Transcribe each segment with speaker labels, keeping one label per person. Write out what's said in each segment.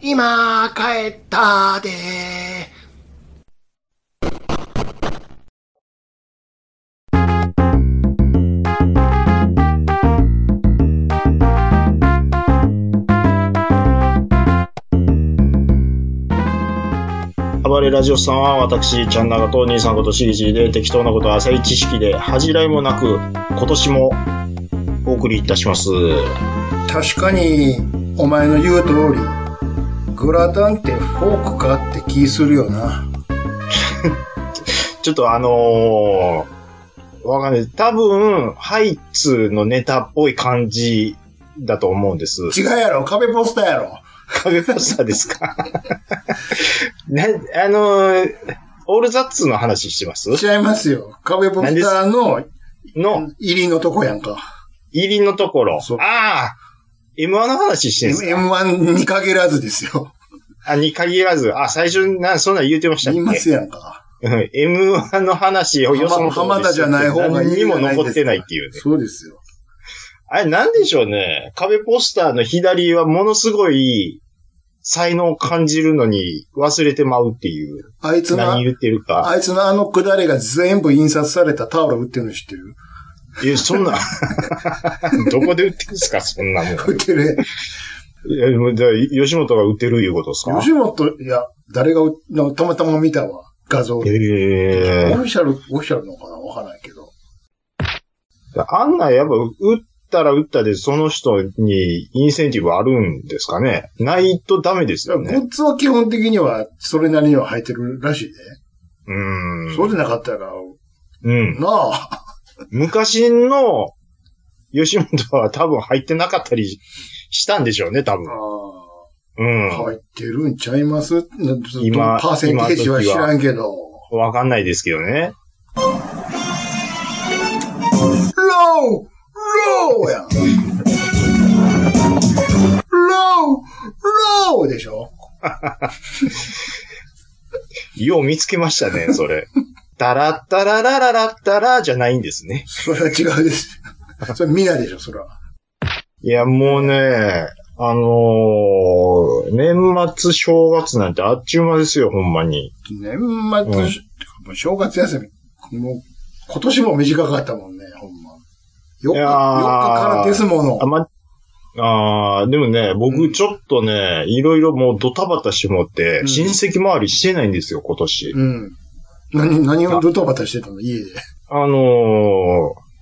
Speaker 1: 今帰ったで
Speaker 2: 暴れラジオさんは私、ちゃんながと兄さんことしぎじで適当なことは浅い知識で恥じらいもなく今年もお送りいたします。
Speaker 3: 確かに、お前の言う通り、グラタンってフォークかって気するよな。
Speaker 2: ちょっとあのー、わかんない。多分、ハイツのネタっぽい感じだと思うんです。
Speaker 3: 違うやろ、壁ポスターやろ。
Speaker 2: 壁ポスターですか な、あのー、オールザッツの話してます
Speaker 3: ちゃいますよ。壁ポスターの
Speaker 2: の
Speaker 3: 入りのとこやんか。
Speaker 2: 入りのところ
Speaker 3: そ。う
Speaker 2: ああ !M1 の話してるんですか
Speaker 3: M1 に限らずですよ。
Speaker 2: あ、に限らず、あ、最初にな、そんなん言うてましたっけ
Speaker 3: 言いますやんか。
Speaker 2: うん M1 の話をよその
Speaker 3: 浜田じゃない方がいい
Speaker 2: 何
Speaker 3: じ
Speaker 2: に
Speaker 3: ゃな
Speaker 2: も
Speaker 3: いですか
Speaker 2: 残ってないっていうね。
Speaker 3: そうですよ。
Speaker 2: あれ、なんでしょうね。壁ポスターの左はものすごい才能を感じるのに忘れてまうっていう。
Speaker 3: あいつの、
Speaker 2: 何言ってるか。
Speaker 3: あいつのあのくだれが全部印刷されたタオル売ってるの知ってる
Speaker 2: え、そんな、どこで売ってるんですか、そんなもん。
Speaker 3: 売ってる。
Speaker 2: えもうじゃあ吉本が売ってるいうことですか
Speaker 3: 吉本、いや、誰が売っ、のたまたま見たわ。画像。オフ
Speaker 2: ええ
Speaker 3: ィシャル、オフィシャルのかなわからないけど。
Speaker 2: あんなやっぱ打ったら打ったでその人にインセンティブあるんですかねないとダメですよ
Speaker 3: グ
Speaker 2: ね。
Speaker 3: ッズは基本的には、それなりには入ってるらしいね。
Speaker 2: うーん。
Speaker 3: そうじゃなかったら、
Speaker 2: うん。
Speaker 3: なあ、
Speaker 2: 昔の吉本は多分入ってなかったりしたんでしょうね、多分。うん。
Speaker 3: 入ってるんちゃいますなずっと
Speaker 2: 今
Speaker 3: パーセンテージは知らんけど。
Speaker 2: わかんないですけどね。
Speaker 3: ローローやんローローでしょ
Speaker 2: よう見つけました ね、それ。ダラッダララララッダラじゃないんですね。
Speaker 3: それは違うです。それ皆でしょ、それは。
Speaker 2: いや、もうね、あのー年末正月なんてあっちゅう間ですよ、ほんまに。
Speaker 3: 年末、もう正月休み、もう今年も短かったもんね、ほんま。4日、4
Speaker 2: いやー
Speaker 3: 日からですもの
Speaker 2: あ。ま、あーでもね、僕ちょっとね、いろいろもうドタバタしてもって、
Speaker 3: うん
Speaker 2: 親戚回りしてないんですよ、今年。
Speaker 3: うん。何、何をドタバタしてたの家で。
Speaker 2: あの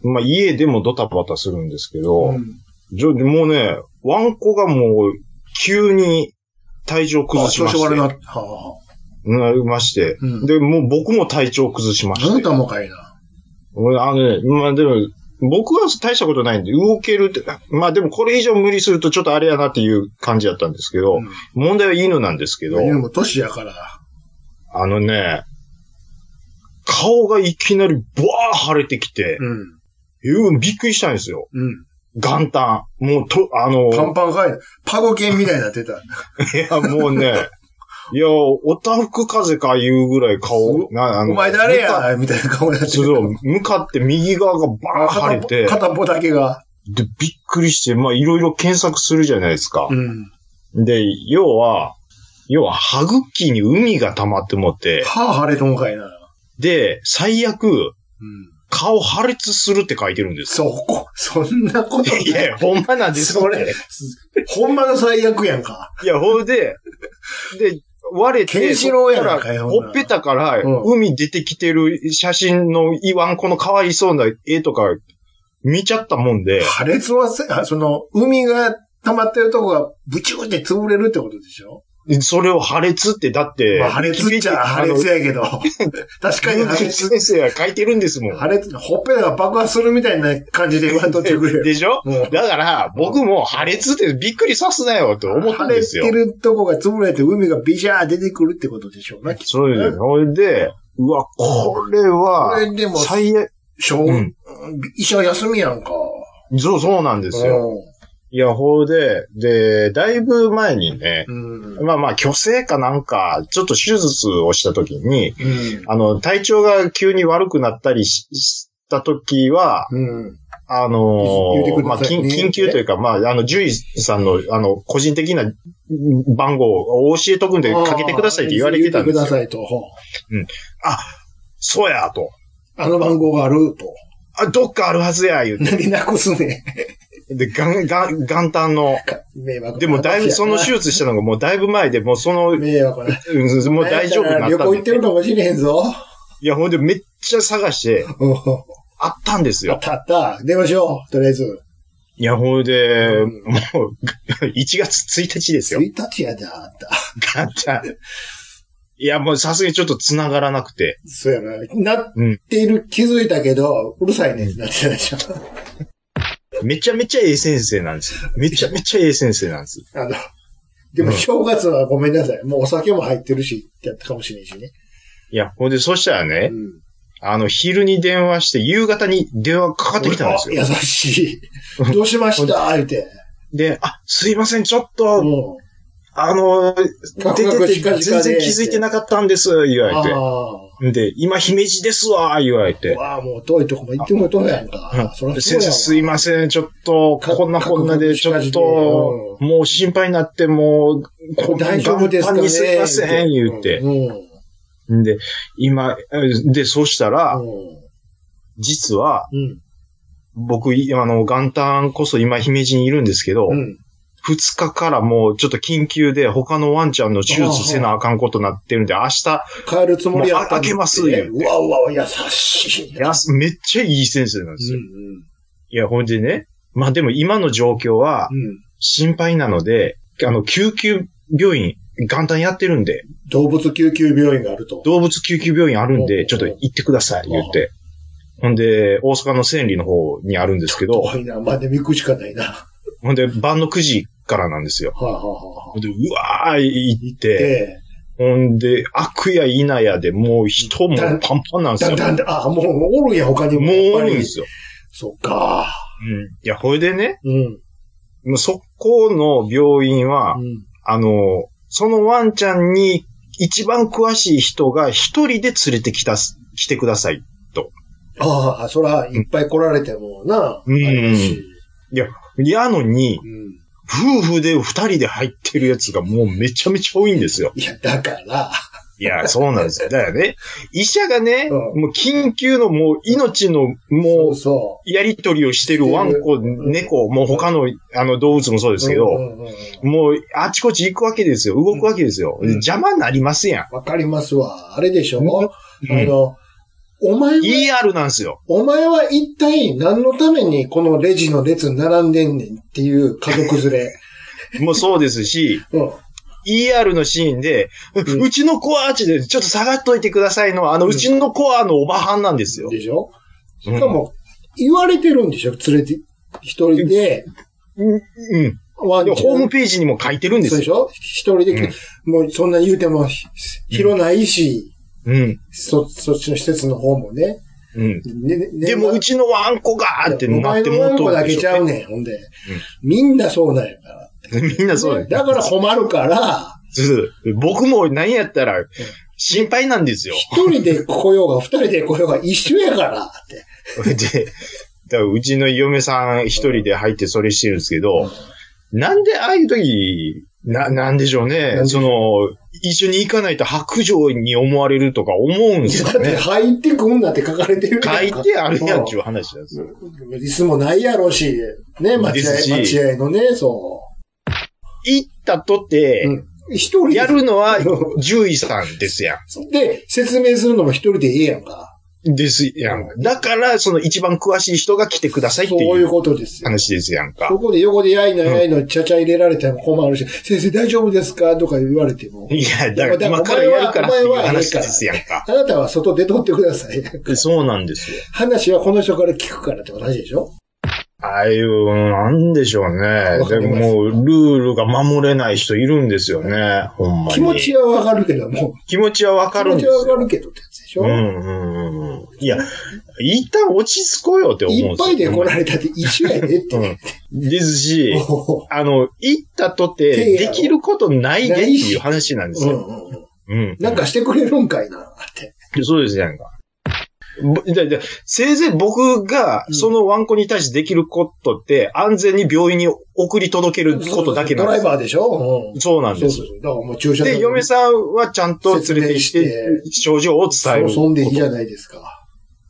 Speaker 2: ーまあ、家でもドタバタするんですけど、
Speaker 3: うん
Speaker 2: じょもうね、ワンコがもう、急に体調崩
Speaker 3: あ
Speaker 2: しま
Speaker 3: 調
Speaker 2: し
Speaker 3: 子悪
Speaker 2: て
Speaker 3: な、。はあは
Speaker 2: なりまして、
Speaker 3: うん
Speaker 2: で、もう僕も体調崩しま
Speaker 3: あ。
Speaker 2: して。
Speaker 3: なんともかいな。
Speaker 2: うんあのね、まあ、でも、僕は大したことないんで、動けるって、まあでもこれ以上無理するとちょっとあれやなっていう感じだったんですけど、
Speaker 3: うん
Speaker 2: 問題は犬なんですけど、
Speaker 3: 犬も年やから。
Speaker 2: あのね、顔がいきなりブワー腫れてきて、
Speaker 3: うん。
Speaker 2: うん、びっくりしたんですよ。
Speaker 3: うん。
Speaker 2: 元旦。もうと、あの、
Speaker 3: パンパンかいな。パゴ犬みたいになってた。
Speaker 2: いや、も うね、いや、おたふく風か言うぐらい
Speaker 3: す
Speaker 2: 顔
Speaker 3: ご、
Speaker 2: なあ
Speaker 3: お
Speaker 2: の
Speaker 3: 前誰
Speaker 2: 向か
Speaker 3: やみたいな顔になって
Speaker 2: そうそう向かって右側がバーン腫れて
Speaker 3: 片、片っぽだけが。
Speaker 2: で、びっくりして、まあ、いろいろ検索するじゃないですか
Speaker 3: う。ん。
Speaker 2: で、要は、要は、歯茎に海が溜まってもって、
Speaker 3: 歯腫れともかいな。
Speaker 2: で、最悪、
Speaker 3: うん。
Speaker 2: 顔破裂するって書いてるんです
Speaker 3: そこ、そんなことない
Speaker 2: よ。いや、ほんまなんですよ
Speaker 3: それ、ほんまの最悪やんか。
Speaker 2: いや、ほんで、で、割れて、
Speaker 3: ケンシロウや
Speaker 2: そ
Speaker 3: な
Speaker 2: っから
Speaker 3: ほんなら
Speaker 2: ほっぺたから、
Speaker 3: うん
Speaker 2: 海出てきてる写真のイワンコのかわいそうな絵とか、見ちゃったもんで、
Speaker 3: 破裂はせ、あその、海が溜まってるとこがブチューって潰れるってことでしょ
Speaker 2: それを破裂って、だって、
Speaker 3: まあ、破裂っちゃ破裂やけど。 確かに破裂。
Speaker 2: 先生が書いてるんですもん。
Speaker 3: 破裂、ほっぺたが爆発するみたいな感じで言わんとってくれ よ。
Speaker 2: でしょ
Speaker 3: うん
Speaker 2: だから、僕も破裂ってびっくりさすなよと思ったんですよ
Speaker 3: 晴。れてるとこが潰れて海がビシャー出てくるってことでしょうね。
Speaker 2: そうですよ。ほいで、うわ、これは、
Speaker 3: これでも
Speaker 2: 最悪。
Speaker 3: 小、
Speaker 2: うん
Speaker 3: 医者休みやんか。
Speaker 2: そう、そうなんですよ。いや、ほいで、で、だいぶ前にね、
Speaker 3: うん。うん。
Speaker 2: まあまあ、虚勢かなんか、ちょっと手術をした時に、
Speaker 3: うん。
Speaker 2: あの、体調が急に悪くなったりしした時は、
Speaker 3: うん。
Speaker 2: あの
Speaker 3: 言ってく
Speaker 2: ー
Speaker 3: だ
Speaker 2: まあ、
Speaker 3: さい
Speaker 2: 緊
Speaker 3: ね
Speaker 2: 緊急というか、まあ、あの、獣医さんの、あの、個人的な番号を教えとくんでかけてくださいって言われてたんです
Speaker 3: 言ってく
Speaker 2: よ。
Speaker 3: ださいと。ほう
Speaker 2: そうや、と。
Speaker 3: あの番号があると。
Speaker 2: あ、どっかあるはずや、言うて。
Speaker 3: 何なくすね。
Speaker 2: で、ガン、ガン、元旦の。
Speaker 3: 迷惑な話やな。
Speaker 2: でも、だいぶ、その手術したのがもうだいぶ前で、もうその、うん
Speaker 3: 迷惑な。
Speaker 2: もう大丈夫にな
Speaker 3: 旅
Speaker 2: った
Speaker 3: 行行
Speaker 2: ん
Speaker 3: って
Speaker 2: で。
Speaker 3: るかもしれへん ぞ。
Speaker 2: いや、ほんで、めっちゃ探して、
Speaker 3: うん
Speaker 2: あったんです
Speaker 3: あっ
Speaker 2: よ。
Speaker 3: たあった。電話しよう。とりあえず。
Speaker 2: いや、ほんで、
Speaker 3: うん
Speaker 2: もう、1月1日ですよ。
Speaker 3: 1日やであった。
Speaker 2: ガチャ。いや、もうさすがにちょっと繋がらなくて。
Speaker 3: そうやな。なっ
Speaker 2: うん。
Speaker 3: ている、気づいたけど、うるさいね。なってたでしょ。
Speaker 2: めちゃめちゃええ先生なんですよ。めちゃめちゃええ先生なんです。
Speaker 3: あの、でも
Speaker 2: うん
Speaker 3: 正月はごめんなさい。もうお酒も入ってるし、ってやったかもしれんしね。
Speaker 2: いや、ほんで、そしたらね、
Speaker 3: うん。
Speaker 2: あの、昼に電話して、夕方に電話かかってきたんですよ。
Speaker 3: あ優しい。どうしました言うて。
Speaker 2: で、あ、すいません、ちょっ
Speaker 3: う
Speaker 2: と、
Speaker 3: ん。
Speaker 2: あ
Speaker 3: カ
Speaker 2: の、
Speaker 3: ク
Speaker 2: 出
Speaker 3: カク
Speaker 2: て
Speaker 3: シカ
Speaker 2: て
Speaker 3: シカ
Speaker 2: 全
Speaker 3: で
Speaker 2: 然気づいてなかったんです、言
Speaker 3: あ
Speaker 2: われ
Speaker 3: あ。
Speaker 2: て。で、今、姫路ですわ、言われて。
Speaker 3: わあ、もう遠いとこも行っても遠いやん
Speaker 2: うん
Speaker 3: か。そらそう
Speaker 2: 先
Speaker 3: や
Speaker 2: 生、
Speaker 3: わ。
Speaker 2: すいません、ちょっと、
Speaker 3: か
Speaker 2: こんなこんなで、ちょっと
Speaker 3: う、
Speaker 2: もう心配になって、もう、こんな
Speaker 3: 大丈夫ですか
Speaker 2: 簡単
Speaker 3: ね
Speaker 2: にすいません、言うて。
Speaker 3: うん。
Speaker 2: で、今、えで、そうしたら、
Speaker 3: う
Speaker 2: 実は、
Speaker 3: ん。
Speaker 2: 僕、いあの、元旦こそ今、姫路にいるんですけど、
Speaker 3: うん。
Speaker 2: 2日からもう、ちょっと緊急で、他のワンちゃんの手術せなあかんことになってるんで、明日、
Speaker 3: 帰るつもりやったのに
Speaker 2: もうあ開けます言う
Speaker 3: うわうわうわ、優しい
Speaker 2: い
Speaker 3: な。
Speaker 2: やめっちゃいい先生なんです
Speaker 3: う
Speaker 2: よ。
Speaker 3: ん。
Speaker 2: いや、ほんでね、まあでも今の状況は
Speaker 3: うん。うん。
Speaker 2: 心配なので、あの、救急病院、元旦やってるんで、
Speaker 3: 動物救急病院があると。
Speaker 2: 動物救急病院あるん
Speaker 3: う
Speaker 2: で、
Speaker 3: ん
Speaker 2: ちょっと行ってください、言って。ほんで、大阪の千里の方にあるんですけど、
Speaker 3: 遠いな。まあ、でも行くしかないな。は
Speaker 2: ほんで、晩の9時からなんですよ。
Speaker 3: あ、はあはあはあ
Speaker 2: ほんで、うわー、行っ。て、
Speaker 3: で、
Speaker 2: ほんで、悪や否やでもう人もパンパンなんです
Speaker 3: だ
Speaker 2: よ
Speaker 3: ん。だんだん、あ、もうおるんや、他にも。
Speaker 2: もう多いんで
Speaker 3: よ。
Speaker 2: すよ。
Speaker 3: そっか。
Speaker 2: うん。いや、ほいでね、
Speaker 3: うん。
Speaker 2: もうそこの病院は、
Speaker 3: うん。
Speaker 2: あの、そのワンちゃんに一番詳しい人が一人で連れてきたす、来てください。
Speaker 3: ああ、そら、いっぱい来られてもな。
Speaker 2: うん
Speaker 3: あれだし
Speaker 2: やのに、
Speaker 3: うん。
Speaker 2: 夫婦で二人で入ってるやつがもうめちゃめちゃ多いんですよ。
Speaker 3: いや、だから、
Speaker 2: いや、そうなん ですよ。だよね。医者がね、
Speaker 3: う
Speaker 2: もう緊急のもう命の
Speaker 3: そ
Speaker 2: も
Speaker 3: う
Speaker 2: う、
Speaker 3: そ
Speaker 2: やりとりをしてるワンコ、
Speaker 3: ん
Speaker 2: 猫、もう他のあの動物もそう
Speaker 3: う。
Speaker 2: ですけ
Speaker 3: う
Speaker 2: ど、
Speaker 3: んうんうん
Speaker 2: もうあちこち行くわけですよ。動くわけですよ。
Speaker 3: うん
Speaker 2: 邪魔になりますや
Speaker 3: わかりますわ。あれでしょ、
Speaker 2: ん。
Speaker 3: あの、お前は、
Speaker 2: ER なんですよ。
Speaker 3: お前は一体何のためにこのレジの列に並んでんねんっていう家族連れ。
Speaker 2: もうそうですし、
Speaker 3: うん。
Speaker 2: ER のシーンで、う
Speaker 3: うん
Speaker 2: ちのコアーチでちょっと下がっといてくださいのは、あの、
Speaker 3: うん
Speaker 2: うちのコアのおばはんなんですよ。
Speaker 3: でしょしかも、言われてるんでしょ連れて、一人で、
Speaker 2: うん。
Speaker 3: ワ
Speaker 2: で
Speaker 3: ンちゃ
Speaker 2: ホーム
Speaker 3: ん。
Speaker 2: ページにも書いてるんで
Speaker 3: そう
Speaker 2: す
Speaker 3: でし
Speaker 2: よ。
Speaker 3: ょ一人で来て、もうそんな言うてもひ広ないし、
Speaker 2: うん。
Speaker 3: そ、そっちの施設の方もね。
Speaker 2: うん。
Speaker 3: ねね
Speaker 2: でも、うちのワンコがーってなって
Speaker 3: お前の
Speaker 2: も
Speaker 3: ワンコ
Speaker 2: う
Speaker 3: だけ
Speaker 2: で
Speaker 3: ち
Speaker 2: し
Speaker 3: ゃ
Speaker 2: ょ
Speaker 3: うねん、ほんで。みんなそうなんやから。
Speaker 2: みんなそう
Speaker 3: だから困るから、
Speaker 2: です。僕も何やったら、心配なんですよ。
Speaker 3: 一人で来ようが、二人で来ようが一緒やからって。
Speaker 2: で、だからうちの嫁さん一人で入ってそれしてるんですけど、なんでああいう時、な、なんでしょ
Speaker 3: な
Speaker 2: う
Speaker 3: ん
Speaker 2: ね。
Speaker 3: でし
Speaker 2: その、一緒に行かないと白状に思われるとか思うんです
Speaker 3: だ
Speaker 2: よ
Speaker 3: って
Speaker 2: ね。
Speaker 3: 入ってくんなって書かれてるや
Speaker 2: 書
Speaker 3: ん
Speaker 2: い
Speaker 3: か
Speaker 2: てあるやんっていう話なんですよ。
Speaker 3: うん椅子もないやろうし、ね、
Speaker 2: で
Speaker 3: 待合
Speaker 2: すし
Speaker 3: 待合のね、そ
Speaker 2: 行ったと
Speaker 3: う。う
Speaker 2: て、
Speaker 3: ん一人で。
Speaker 2: やるのは獣医さんですやん。
Speaker 3: で、説明するのも一人でいいやんか。
Speaker 2: ですやん。だから、その一番詳しい人が来てくださいって
Speaker 3: そう
Speaker 2: い
Speaker 3: いう
Speaker 2: う
Speaker 3: ことですよ。
Speaker 2: 話ですやんか
Speaker 3: そ。こで横でやいのやいのちゃちゃ入れられても困るし、先生大丈夫ですかとか言われても。
Speaker 2: いや、だから
Speaker 3: でも
Speaker 2: 今からやるからってい
Speaker 3: お
Speaker 2: う
Speaker 3: 前は
Speaker 2: 話ですやんか。
Speaker 3: あなたは外出とってください。
Speaker 2: そうなんですよ。
Speaker 3: 話はこの人から聞くからって同じでしょ
Speaker 2: ああいう、なんでしょうね。
Speaker 3: わか
Speaker 2: で
Speaker 3: ります
Speaker 2: ももう、ルールが守れない人いるんですよね。ほんまに。
Speaker 3: 気持ちはわかるけども。
Speaker 2: 気持ちはわかるんで
Speaker 3: 気
Speaker 2: す
Speaker 3: 持ちはわ
Speaker 2: よ。
Speaker 3: かるけどってやつでしょ、
Speaker 2: うんうんうんうん。いや、一旦落ち着こうよって思うん
Speaker 3: いっ
Speaker 2: ですよ
Speaker 3: ぱいで来られたって一応やで って。
Speaker 2: うん。ですし、
Speaker 3: お う
Speaker 2: あの、行ったと
Speaker 3: 手
Speaker 2: て、
Speaker 3: や
Speaker 2: で
Speaker 3: ろ
Speaker 2: きることないでっていう話なんです
Speaker 3: うん
Speaker 2: よ。
Speaker 3: うんうん
Speaker 2: うん。
Speaker 3: なんかしてくれるんかいなって。
Speaker 2: そうですね、なんか。ぼだだせいぜい僕が、そのワンコに対してできることって、安全に病院に送り届けることだけ
Speaker 3: ド
Speaker 2: なん
Speaker 3: ラ
Speaker 2: で
Speaker 3: イ
Speaker 2: す。
Speaker 3: バーでしょ、うん、
Speaker 2: そうなん
Speaker 3: そ
Speaker 2: で
Speaker 3: う
Speaker 2: す
Speaker 3: そう。そう。だからもう駐車場
Speaker 2: で、嫁
Speaker 3: さ
Speaker 2: さんはちゃんと連れてき
Speaker 3: 説明
Speaker 2: て、症状を伝える
Speaker 3: そう、そんでいいじゃ
Speaker 2: こと。
Speaker 3: ないですか。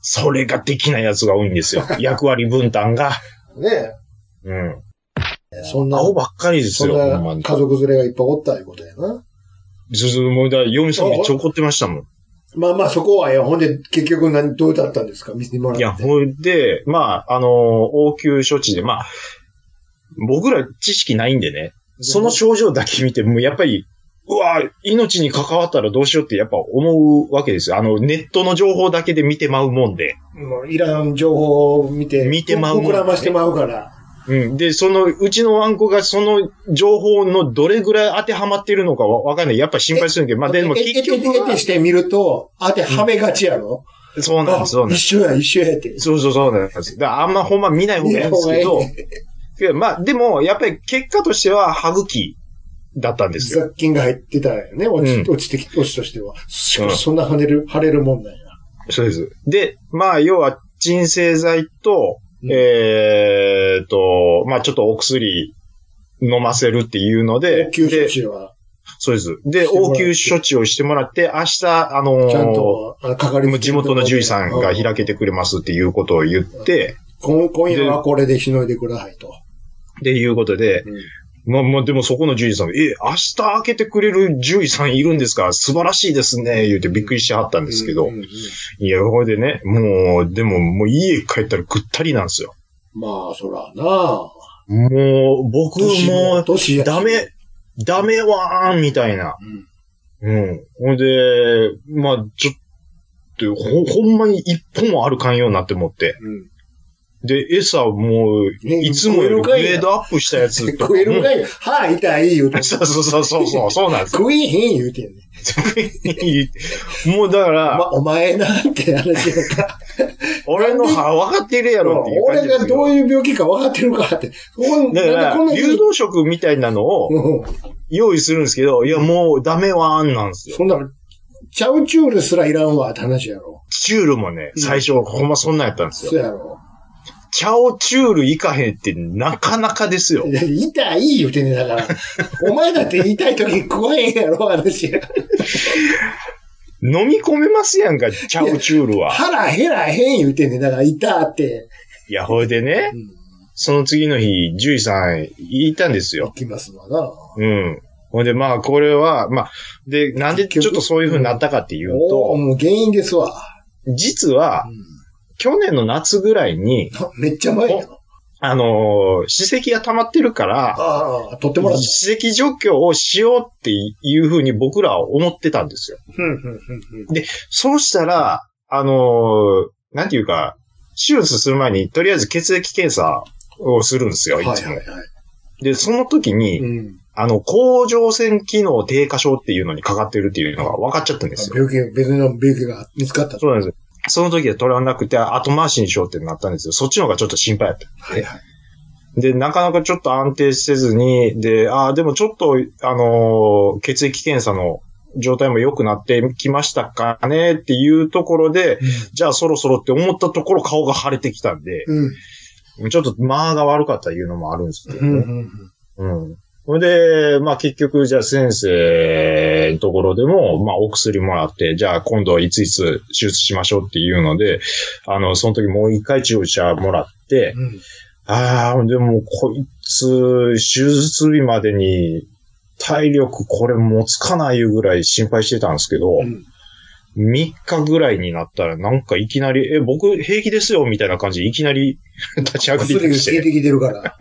Speaker 2: それができない奴が多いんですよ。役割分担が。
Speaker 3: ね
Speaker 2: うん。
Speaker 3: え。そんな、
Speaker 2: 青ばっかりです
Speaker 3: そ
Speaker 2: よ、
Speaker 3: ん
Speaker 2: ほんま
Speaker 3: な
Speaker 2: に。
Speaker 3: 家族連れがいっぱいおったいうことやな。
Speaker 2: ずずもうだ、嫁さんめっちゃ怒ってましたもん。
Speaker 3: まあまあそこはええ、ほんで結局何、どうだったんですか見せてもらっ
Speaker 2: い
Speaker 3: て。
Speaker 2: や、ほいで、まあ、あのー応急処置で、まあ、僕ら知識ないんでね、その症状だけ見て、もうやっぱり、うわぁ命に関わったらどうしようってやっぱ思うわけですよ。あの、ネットの情報だけで見てまうもんで。
Speaker 3: もういらん情報を見て、
Speaker 2: 見てまうもんね
Speaker 3: 膨らましてまうから。
Speaker 2: うん。で、その、うちのワンコがその情報のどれぐらい当てはまってるのかわわかんない。やっぱ心配するんだけど、まあでも
Speaker 3: え
Speaker 2: 結局
Speaker 3: えてえて
Speaker 2: は、
Speaker 3: してみると、当てはめがちやろ、
Speaker 2: そうなんです、そうな
Speaker 3: あ
Speaker 2: んで
Speaker 3: 一
Speaker 2: す。
Speaker 3: 緒や、一緒やって。
Speaker 2: そうそうそうなんです。だからあんまほんま見ない方がいいんですけど、けどまあでも、やっぱり結果としては歯茎だったんですよ。
Speaker 3: 雑菌が入ってたよね、落ち,、
Speaker 2: うん
Speaker 3: 落ちてき、落ちとしては。しか
Speaker 2: うん
Speaker 3: しそんな跳ねる、腫れるもんなんや。
Speaker 2: そうです。で、まあ要は鎮静剤と、
Speaker 3: うん
Speaker 2: えーと、まあちょっとお薬飲ませるっていうので、
Speaker 3: 応急処
Speaker 2: で
Speaker 3: 置は、
Speaker 2: そうです。で、
Speaker 3: してもらっ
Speaker 2: 応
Speaker 3: て
Speaker 2: 急処置をしてもらって、明日、あのー
Speaker 3: ちゃんと、あのかかりつけ
Speaker 2: 地元の獣医さんが開けて
Speaker 3: うん
Speaker 2: くれますっていうことを言って、
Speaker 3: 今今夜はこれでしのいでくださいと。
Speaker 2: っていうことで、まあまあでもそこの獣医さん、え、明日開けてくれる獣医さんいるんですか素晴らしいですね、言うてびっくりしはったんですけど、
Speaker 3: うんうんうん
Speaker 2: いや、ほいでね、もう、でももう家帰ったらぐったりなんですよ。
Speaker 3: まあ、そらなあ
Speaker 2: もう、僕
Speaker 3: 年
Speaker 2: もう、
Speaker 3: 年やし
Speaker 2: ダメ、ダメわーん、みたいな。
Speaker 3: うん
Speaker 2: うん。ほいで、まあ、ちょっと、ほ、ほんまに一歩も歩かんようになって思って。
Speaker 3: うん
Speaker 2: で、餌もう、
Speaker 3: ね
Speaker 2: いつもより
Speaker 3: 食
Speaker 2: グ
Speaker 3: えるかいな
Speaker 2: レードアップしたやつとかも
Speaker 3: 食えるかい歯痛い言うて。
Speaker 2: そうそうそうそうそう、そうなんですよ。
Speaker 3: 食えへん言うてんね。
Speaker 2: もうだから、
Speaker 3: ま、お前なんて話や から。
Speaker 2: 俺の歯分かってるやろっていう感
Speaker 3: 俺
Speaker 2: じで
Speaker 3: が
Speaker 2: すよ
Speaker 3: どういう病気か分かってるかって。そこ
Speaker 2: だ
Speaker 3: な
Speaker 2: か
Speaker 3: んでこんな
Speaker 2: ら、
Speaker 3: に
Speaker 2: 誘導食みたいなのを
Speaker 3: うん
Speaker 2: 用意するんですけど、いや、もうダメはあんなんですよ。
Speaker 3: そんなの、チャウチュールすらいらんわって話やろ。
Speaker 2: チュールもね、最初、ほんまそんなんやったんですよ
Speaker 3: そう。やろ。
Speaker 2: チャオチュール行かへんってなかなかですよ。
Speaker 3: いや痛い言うてんねんだ から。お前だって痛い時に食わへんやろ、話や。
Speaker 2: 飲み込めますやんか、チャオチュールは。
Speaker 3: 腹減らへん言うてんねんだから、痛って。
Speaker 2: いや、ほいでね
Speaker 3: う、ん
Speaker 2: その次の日、獣医さん行ったんですよ。
Speaker 3: 来ますわな。
Speaker 2: うん。ほんで、まあ、これは、まあ、で、なんでちょっとそういう風になったかっていう
Speaker 3: おおー
Speaker 2: と、
Speaker 3: もう原因ですわ。
Speaker 2: 実は
Speaker 3: う、
Speaker 2: 去年の夏ぐらいに、
Speaker 3: んめっちゃ前やな。
Speaker 2: あのー、歯石が溜まってるから、
Speaker 3: ああ、取ってもらっ
Speaker 2: 歯
Speaker 3: た。
Speaker 2: 石除去をしようっていう風に僕らは思ってたんですよ。
Speaker 3: うんうんうんうん
Speaker 2: そうしたら、あのー、なんていうか、手術する前に、とりあえず血液検査をするんですよ、いつも。
Speaker 3: はいはいはい。
Speaker 2: で、その時に、
Speaker 3: うん
Speaker 2: あの、甲状腺機能低下症っていうのにかかってるっていうのが分かっちゃったんですよ。
Speaker 3: 病気、別の病気が見つかったと。
Speaker 2: そうなんです。その時は取らなくて、後回しにしようってなったんですよ。そっちの方がちょっと心配だった。
Speaker 3: はいはい。
Speaker 2: で、なかなかちょっと安定せずに、で、ああ、でもちょっと、あのー血液検査の状態も良くなってきましたかねっていうところで、じゃあそろそろって思ったところ顔が腫れてきたんで、
Speaker 3: うん。
Speaker 2: ちょっと間が悪かったいうのもあるんですけど、
Speaker 3: うんうんうん。
Speaker 2: うん。それで、まあ結局、じゃあ先生のところでも、まあお薬もらって、じゃあ今度いついつ手術しましょうっていうので、あの、その時もう一回注射もらって、
Speaker 3: うん
Speaker 2: ああ、でもこいつ、手術日までに体力これ持つかないいうぐらい心配してたんですけど、
Speaker 3: うん
Speaker 2: 3日ぐらいになったらなんかいきなり、え、僕平気ですよみたいな感じでいきなり 立ち上がり
Speaker 3: 薬
Speaker 2: だ
Speaker 3: が
Speaker 2: して
Speaker 3: 消え。てきてるから。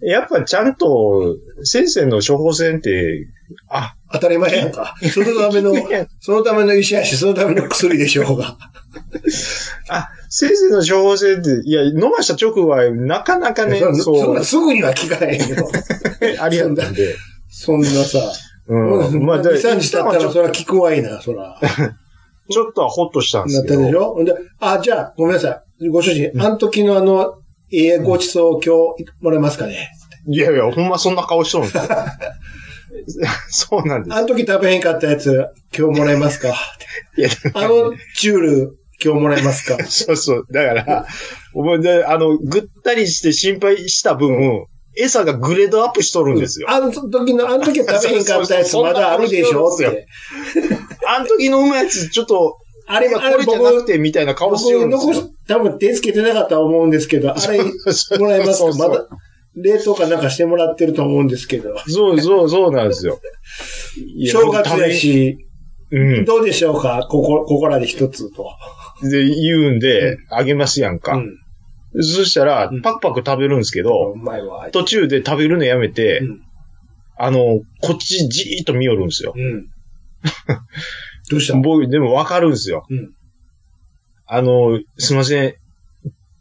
Speaker 2: やっぱちゃんと、先生の処方箋って、あ、
Speaker 3: 当たり前やんか。 そのための、そのための医者やし、そのための薬でしょうが。
Speaker 2: あ、先生の処方箋って、いや、飲ました直後はなかなかね、
Speaker 3: そんなそ
Speaker 2: そ
Speaker 3: んな
Speaker 2: う、
Speaker 3: すぐには効かないけど。
Speaker 2: ありがたんで。
Speaker 3: そんなさ。
Speaker 2: うん。まあ、だ
Speaker 3: 2、3日経った
Speaker 2: ち
Speaker 3: ら
Speaker 2: ょ
Speaker 3: それは効くわいな、そら。
Speaker 2: ちょっとはほっとしたんで
Speaker 3: な
Speaker 2: す
Speaker 3: っ
Speaker 2: け
Speaker 3: た
Speaker 2: ど。
Speaker 3: でしょほんで、あ、じゃあ、ごめんなさい。ご主人、あの時のあの、ええごちそうを今日もらえますかね。
Speaker 2: いやいや、ほんまそんな顔し とるんですよ。そうなんです。
Speaker 3: あの時食べへんかったやつ、今日もらえますか。
Speaker 2: いや、
Speaker 3: あのチュール、今日もらえますか。
Speaker 2: そうそう。だから、お前ね、あの、ぐったりして心配した分、餌がグレードアップしとるんですよ。
Speaker 3: あの時の、あの時は食べへんかったやつ、まだあるでしょって。
Speaker 2: あの時のうまいやつ、ちょっと、
Speaker 3: あれ、あ
Speaker 2: こ
Speaker 3: れ
Speaker 2: れじゃなく
Speaker 3: 僕、
Speaker 2: て、みたいな顔してる
Speaker 3: 僕
Speaker 2: んです
Speaker 3: 残
Speaker 2: よ。
Speaker 3: し、多分手つけてなかったと思うんですけど、あれ、もらえます
Speaker 2: そう
Speaker 3: か
Speaker 2: そう
Speaker 3: まだ、冷凍かなんかしてもらってると思うんですけど。
Speaker 2: そうそう、そうなんですよ。いや
Speaker 3: 正月や。し、
Speaker 2: 僕うん。
Speaker 3: どうでしょうかここ、ここらで一つと。
Speaker 2: で、言うんで、あげますやん
Speaker 3: う
Speaker 2: か。
Speaker 3: ん。
Speaker 2: そしたら
Speaker 3: うん、
Speaker 2: パクパク食べるんですけ
Speaker 3: う
Speaker 2: ど、
Speaker 3: まいわ。
Speaker 2: 途中で食べるのやめて
Speaker 3: うん、
Speaker 2: あの、こっちじーっと見よるんですよ。
Speaker 3: うん。どうしたの
Speaker 2: 僕、でもわかるんですよ
Speaker 3: うん。
Speaker 2: あの、すいません。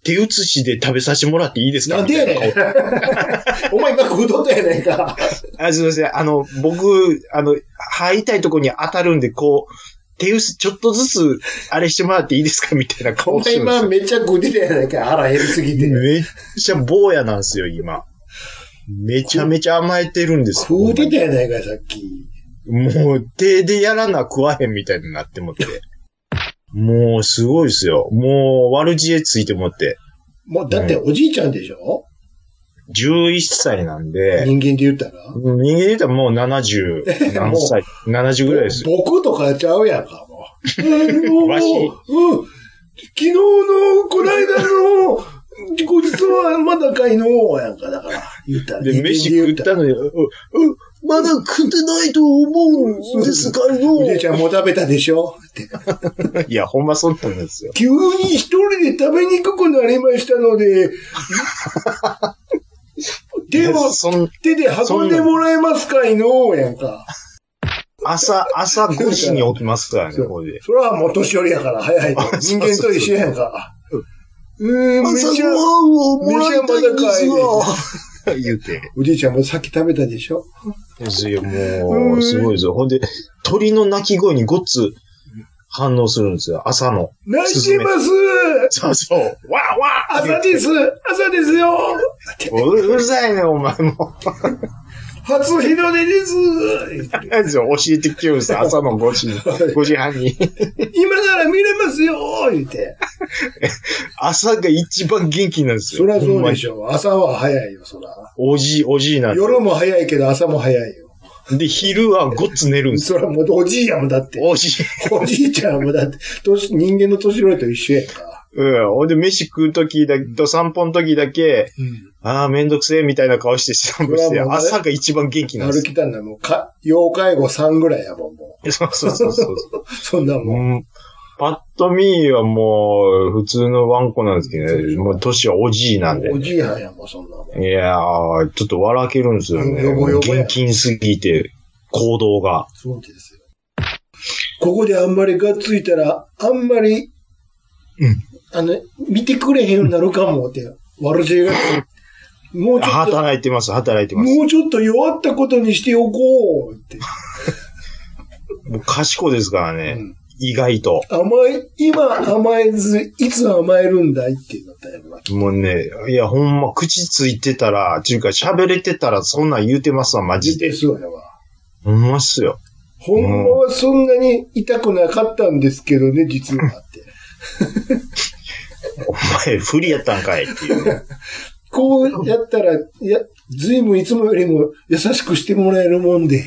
Speaker 2: 手写しで食べさせてもらっていいですか
Speaker 3: なんでや
Speaker 2: みた
Speaker 3: ね
Speaker 2: い
Speaker 3: ん。お前今食うとったやない か。
Speaker 2: なあすいません。あの、僕、あの、入りたいとこに当たるんで、こう、手写し、ちょっとずつ、あれしてもらっていいですかみたいな
Speaker 3: お
Speaker 2: 顔して
Speaker 3: 前
Speaker 2: るん
Speaker 3: 今
Speaker 2: です
Speaker 3: め
Speaker 2: よ。
Speaker 3: っちゃ食うてたやないか。腹減りすぎて。
Speaker 2: めっちゃ坊やなんですよ、今。めちゃめちゃ甘えてるんですよ。
Speaker 3: 食うてたやないか、さっき。
Speaker 2: もう、手でやらな食わへんみたいになってもって。もう、すごいですよ。もう、悪知恵ついてもって。
Speaker 3: もう、だっておじいちゃんでしょ
Speaker 2: 11歳なんで、
Speaker 3: 人間で言ったら。
Speaker 2: 人間で言ったらもう70、何 歳 ?70 ぐらいですよ。
Speaker 3: 僕とかちゃうやんか、 もう。えもう
Speaker 2: わし
Speaker 3: うん。昨日の、こないだの、ごちそうはまだかいのやんか、だから。言ったら。
Speaker 2: で、
Speaker 3: 人間
Speaker 2: 飯
Speaker 3: 言
Speaker 2: 食ったのに、う、う、まだ食ってないと思うんですから
Speaker 3: お
Speaker 2: の。
Speaker 3: じいちゃんもう食べたでしょって。
Speaker 2: いや、ほんまそうなんですよ。
Speaker 3: 急に一人で食べにくくなりましたの で、手
Speaker 2: い
Speaker 3: を
Speaker 2: や、そん
Speaker 3: 手で運んでもらえますかいのやんか。
Speaker 2: 朝、朝5時に起きますからね、
Speaker 3: そう
Speaker 2: これで。
Speaker 3: それはもう年寄りやから、早いと。
Speaker 2: そうそ
Speaker 3: 人
Speaker 2: うそう
Speaker 3: 間と一緒やんか。うーん、めっちゃ、
Speaker 2: を
Speaker 3: もらいたいんです
Speaker 2: が。言うて。
Speaker 3: おじいちゃんもさっき食べたでしょ
Speaker 2: ですよ、もう、すごいですよ。ほんで、鳥の鳴き声にごっつ反応するんですよ、朝の。
Speaker 3: 泣いてます
Speaker 2: そうそう。わーわー
Speaker 3: 朝です朝ですよ
Speaker 2: ううるさいね、お前も。
Speaker 3: 初日の出です
Speaker 2: なんですよ、教えてきよるんですよ朝の5時に、5時半に。
Speaker 3: 今なら見れますよ言って。
Speaker 2: 朝が一番元気なんですよ。
Speaker 3: そりゃそうで
Speaker 2: ょ。
Speaker 3: しょ。朝は早いよ、そら。
Speaker 2: おじい、おじいなんで
Speaker 3: 夜も早いけど朝も早いよ。
Speaker 2: で、昼はごっつ寝るんですよ。
Speaker 3: そらもうおじいやもんだって。
Speaker 2: おじい。
Speaker 3: おじいちゃんもだって、年人間の年寄りと一緒やんか。
Speaker 2: うん。ほんで、飯食うときだけ、と散歩のときだけ、ああ、めんどくせえみたいな顔して散歩して、
Speaker 3: うわもう
Speaker 2: 朝が一番元気なんで
Speaker 3: 歩
Speaker 2: す
Speaker 3: きたんだもう、か、要介護3ぐらいやもん、も
Speaker 2: よ。 そうそうそうそう
Speaker 3: う。そんなもん。
Speaker 2: うんパッと見はもう、普通のワンコなんですけどね、もう年はおじいなんで
Speaker 3: お。じいはんやもん、そんなもん。
Speaker 2: いやー、ちょっと笑けるんですよね。
Speaker 3: よぼよぼや
Speaker 2: 現金すぎて、行動が。
Speaker 3: そうですよ。ここであんまりがっついたら、あんまり、
Speaker 2: うん
Speaker 3: あの、見てくれへんようになるかもって、悪知恵がつい。もうちょっと、
Speaker 2: 働いてます、働いてます。
Speaker 3: もうちょっと弱ったことにしておこうって。
Speaker 2: もう賢いですからね、
Speaker 3: うん
Speaker 2: 意外と。
Speaker 3: 甘え、今甘えず、いつ甘えるんだいっていうのだよな。
Speaker 2: もうね、いや、ほんま、口ついてたら、ちゅうか喋れてたら、そんなん言うてますわ、マジ
Speaker 3: 実
Speaker 2: で。
Speaker 3: ですよ、あれは。
Speaker 2: ほんまっすよ。
Speaker 3: ほんまはそんなに痛くなかったんですけどね、実はって。
Speaker 2: お前、不利やったんかいっていうね。
Speaker 3: こうやったら、いや、ずいぶんいつもよりも優しくしてもらえるもんで。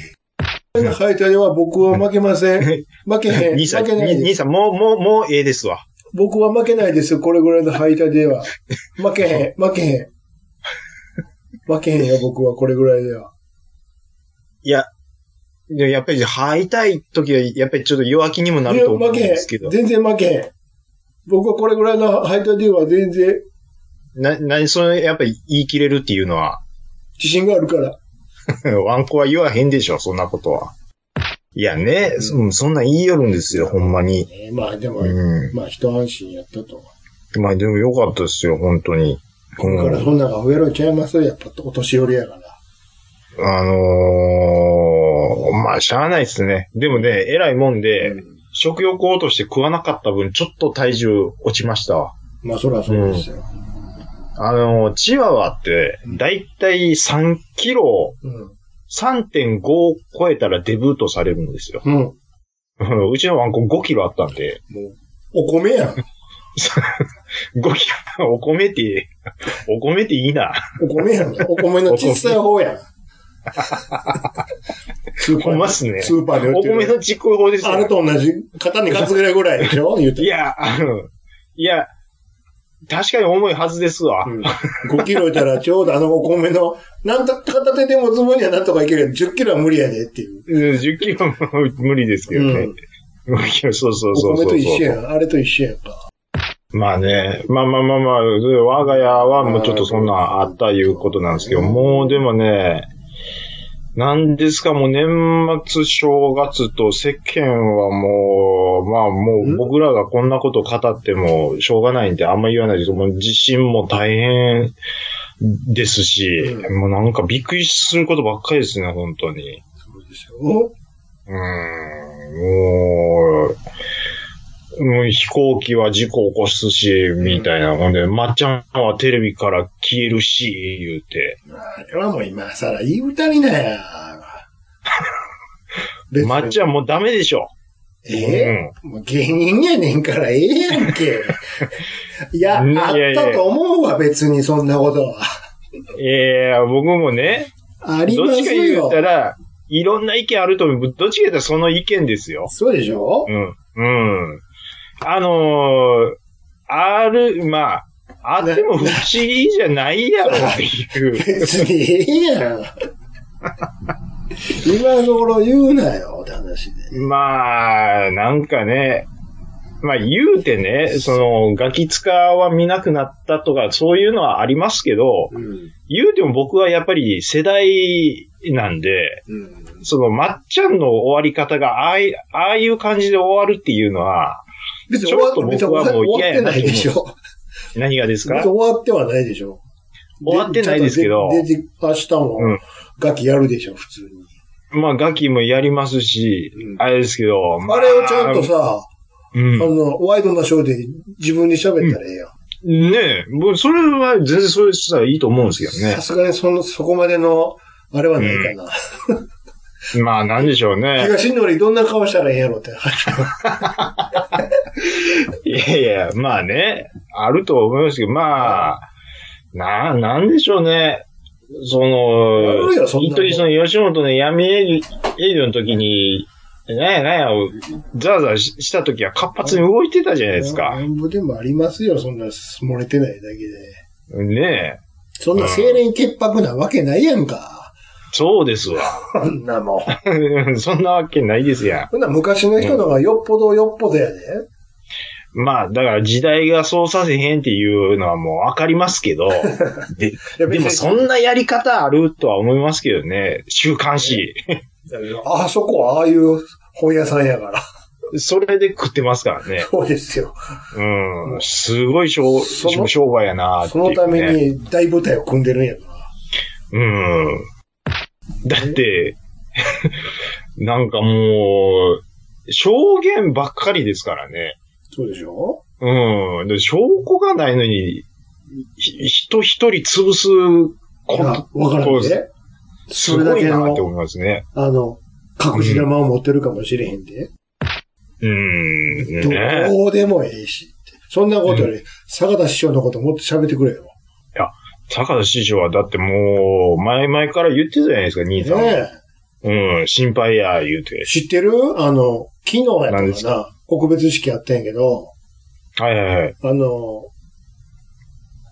Speaker 3: ハイタでは僕は負けませ ん。負け へん。
Speaker 2: 兄さん、
Speaker 3: 負けないで
Speaker 2: 兄
Speaker 3: す。
Speaker 2: さん、もう、もう、もうええですわ。
Speaker 3: 僕は負けないですよ、これぐらいのハイタでは。負けへん、 負けへん。負けへんよ、僕はこれぐらいでは。
Speaker 2: いや、でやっぱり入りたい時は、やっぱりちょっと弱気にもなると思うん
Speaker 3: 負け
Speaker 2: ですけ
Speaker 3: へ
Speaker 2: ど
Speaker 3: ん。。全然負けへん。僕はこれぐらいのハイタデューは全然
Speaker 2: な、な、それ、やっぱり言い切れるっていうのは、
Speaker 3: 自信があるから。
Speaker 2: ワンコは言わへんでしょ、そんなことは。いやね、そそんなん言いよるんですよ、ほんまに。
Speaker 3: えーまあでも、
Speaker 2: う
Speaker 3: まあ一安心やったと。
Speaker 2: ん。まあでもよかったですよ、本当に。
Speaker 3: これからそんなんが増えるんちゃいますやっぱお年寄りやから。
Speaker 2: あのー、まあ、しゃあないですね。でもね、偉いもんで、食欲を落として食わなかった分、ちょっと体重落ちましたわ。
Speaker 3: まあそらそうですよ。
Speaker 2: あのー、チワワって、だいたい3キロ、
Speaker 3: うん。
Speaker 2: 3.5を超えたらデブートされるんですよ。
Speaker 3: うん。も
Speaker 2: うちのワンコ5キロあったんで、
Speaker 3: う、お米やん。
Speaker 2: 5キロ、お米って、 お米っていいな。
Speaker 3: お米やん。お米の小さい方やん。スーパ
Speaker 2: ほんまっす
Speaker 3: ー
Speaker 2: ね
Speaker 3: で、。スーパーで売
Speaker 2: お
Speaker 3: ってる。
Speaker 2: 米のちっこい方ですよ
Speaker 3: あれと同じ、肩に担ぐぐらいでしょ言うて。
Speaker 2: いや、あの、いや、確かに重いはずですわ。
Speaker 3: うん、5キロいたらちょうどあのお米の、なんと片手でもつ分にはなんとかいけるけど、10キロは無理やでっていう。
Speaker 2: うん10キロも無理ですけどね。5キロ、そうそうそ
Speaker 3: お
Speaker 2: うそう
Speaker 3: 米と一緒やん。あれと一緒やんか。
Speaker 2: まあね、まあまあまあまあ、我が家はもうちょっとそんなんあったいうことなんですけど、もうでもね、なんですか、もう年末正月と世間はもう、まあもう僕らがこんなこと語ってもしょうがないんであんま言わないですけど、もう地震も大変ですし、
Speaker 3: う
Speaker 2: もうなんかびっくりすることばっかりですね、本当に。
Speaker 3: そうですよ。
Speaker 2: うーんもう、もう飛行機は事故起こすし、みたいな。ほんで、まっちゃんはテレビから消えるし、言うて。
Speaker 3: あれはもう今更言うたりなや。別に
Speaker 2: まっちゃんもうダメでしょ。
Speaker 3: ええもう芸人やねんからええやん け。いや、
Speaker 2: うんい
Speaker 3: あっ
Speaker 2: やいや
Speaker 3: たと思うわ、別にそんなことは。
Speaker 2: ええ僕もね、
Speaker 3: あり
Speaker 2: ど
Speaker 3: ま
Speaker 2: っ
Speaker 3: す
Speaker 2: ちか言
Speaker 3: よ
Speaker 2: っ。たら、いろんな意見あると思う。どっちか言ったらその意見ですよ。
Speaker 3: そうでしょ
Speaker 2: うん。うん。あのーある、まあ、あっても不思議じゃないやろっていう。
Speaker 3: 別にええやん。 今頃言うなよ、って話で。
Speaker 2: まあ、なんかね、まあ言うてね、その、ガキ使は見なくなったとか、そういうのはありますけど、
Speaker 3: うん。
Speaker 2: 言うても僕はやっぱり世代なんで、
Speaker 3: うん。
Speaker 2: その、まっちゃんの終わり方が、ああいああいう感じで終わるっていうのは、
Speaker 3: 別に
Speaker 2: ち
Speaker 3: 終
Speaker 2: ょっと
Speaker 3: わ別に
Speaker 2: 僕
Speaker 3: 終わ
Speaker 2: はもう
Speaker 3: 終わ
Speaker 2: 嫌
Speaker 3: っ
Speaker 2: や
Speaker 3: て
Speaker 2: な
Speaker 3: ないでしょ。
Speaker 2: 何がです
Speaker 3: 別に
Speaker 2: か
Speaker 3: 終わってはないでしょ。
Speaker 2: 終わってないですけど
Speaker 3: ででで明日も
Speaker 2: うん
Speaker 3: ガキやるでしょ、普通に。
Speaker 2: まあ、ガキもやりますし
Speaker 3: う、ん
Speaker 2: あれですけど、ま
Speaker 3: あれをちゃんと、さ、
Speaker 2: う
Speaker 3: あ
Speaker 2: ん、
Speaker 3: の、ワイドなショーで自分に喋ったらええやん。
Speaker 2: ねえ、僕それは全然それしたらいいと思うんですけどね
Speaker 3: さ。すがにその、そこまでの、あれはないかな。
Speaker 2: まあ、なんでしょうね。
Speaker 3: 東のりどんな顔したらええんやろって。
Speaker 2: いやいや、まあね、あると思いますけど、まあ、な、なんでしょうね。そ
Speaker 3: ある
Speaker 2: の、
Speaker 3: よそんなもん
Speaker 2: 一時その吉本の闇営業の時に、なんやなんや、ザラザラしした時は活発に動いてたじゃないですか。
Speaker 3: なんぼでもありますよ、そんな、漏れてないだけで。
Speaker 2: ねえ。
Speaker 3: そんな清廉潔白なわけないやんか。
Speaker 2: そうですわ。
Speaker 3: こんなもん。
Speaker 2: そんなわけないですや
Speaker 3: こんな昔の人のがよっぽどよっぽどやで。
Speaker 2: ん。まあ、だから時代がそうさせへんっていうのはもうわかりますけ ど、で
Speaker 3: や
Speaker 2: でもそんなやり方あるとは思いますけどね、週刊誌。
Speaker 3: あそこはああいう本屋さんやから。
Speaker 2: それで食ってますからね。
Speaker 3: そうですよ。
Speaker 2: うん。すごい商
Speaker 3: その
Speaker 2: 商売やなって
Speaker 3: そ
Speaker 2: いう、
Speaker 3: の
Speaker 2: ね。
Speaker 3: ため。に大舞台を組んでるんやから。
Speaker 2: うん。だって、 なんかもう、証言ばっかりですからね。
Speaker 3: そうでしょ
Speaker 2: うん。で証拠がないのに、ひ人一人潰す
Speaker 3: い
Speaker 2: こ
Speaker 3: や
Speaker 2: と、
Speaker 3: わからん
Speaker 2: そうで
Speaker 3: で。
Speaker 2: す
Speaker 3: それだ
Speaker 2: ごい
Speaker 3: け
Speaker 2: なって
Speaker 3: の、
Speaker 2: 思いますね。
Speaker 3: あの、隠し玉を持ってるかもしれへんで。
Speaker 2: うん。ね
Speaker 3: どうでもええしって。そんなことより、坂田師匠のこともっと喋ってくれよ。
Speaker 2: 高田師匠はだってもう、前々から言ってたじゃないですか、兄さん。
Speaker 3: ね
Speaker 2: うん、心配や、言う
Speaker 3: え。
Speaker 2: て。
Speaker 3: 知ってるあの、昨日や
Speaker 2: 何で
Speaker 3: った
Speaker 2: す
Speaker 3: かな。告別式やってんやけど、
Speaker 2: はいはいはい。
Speaker 3: あの、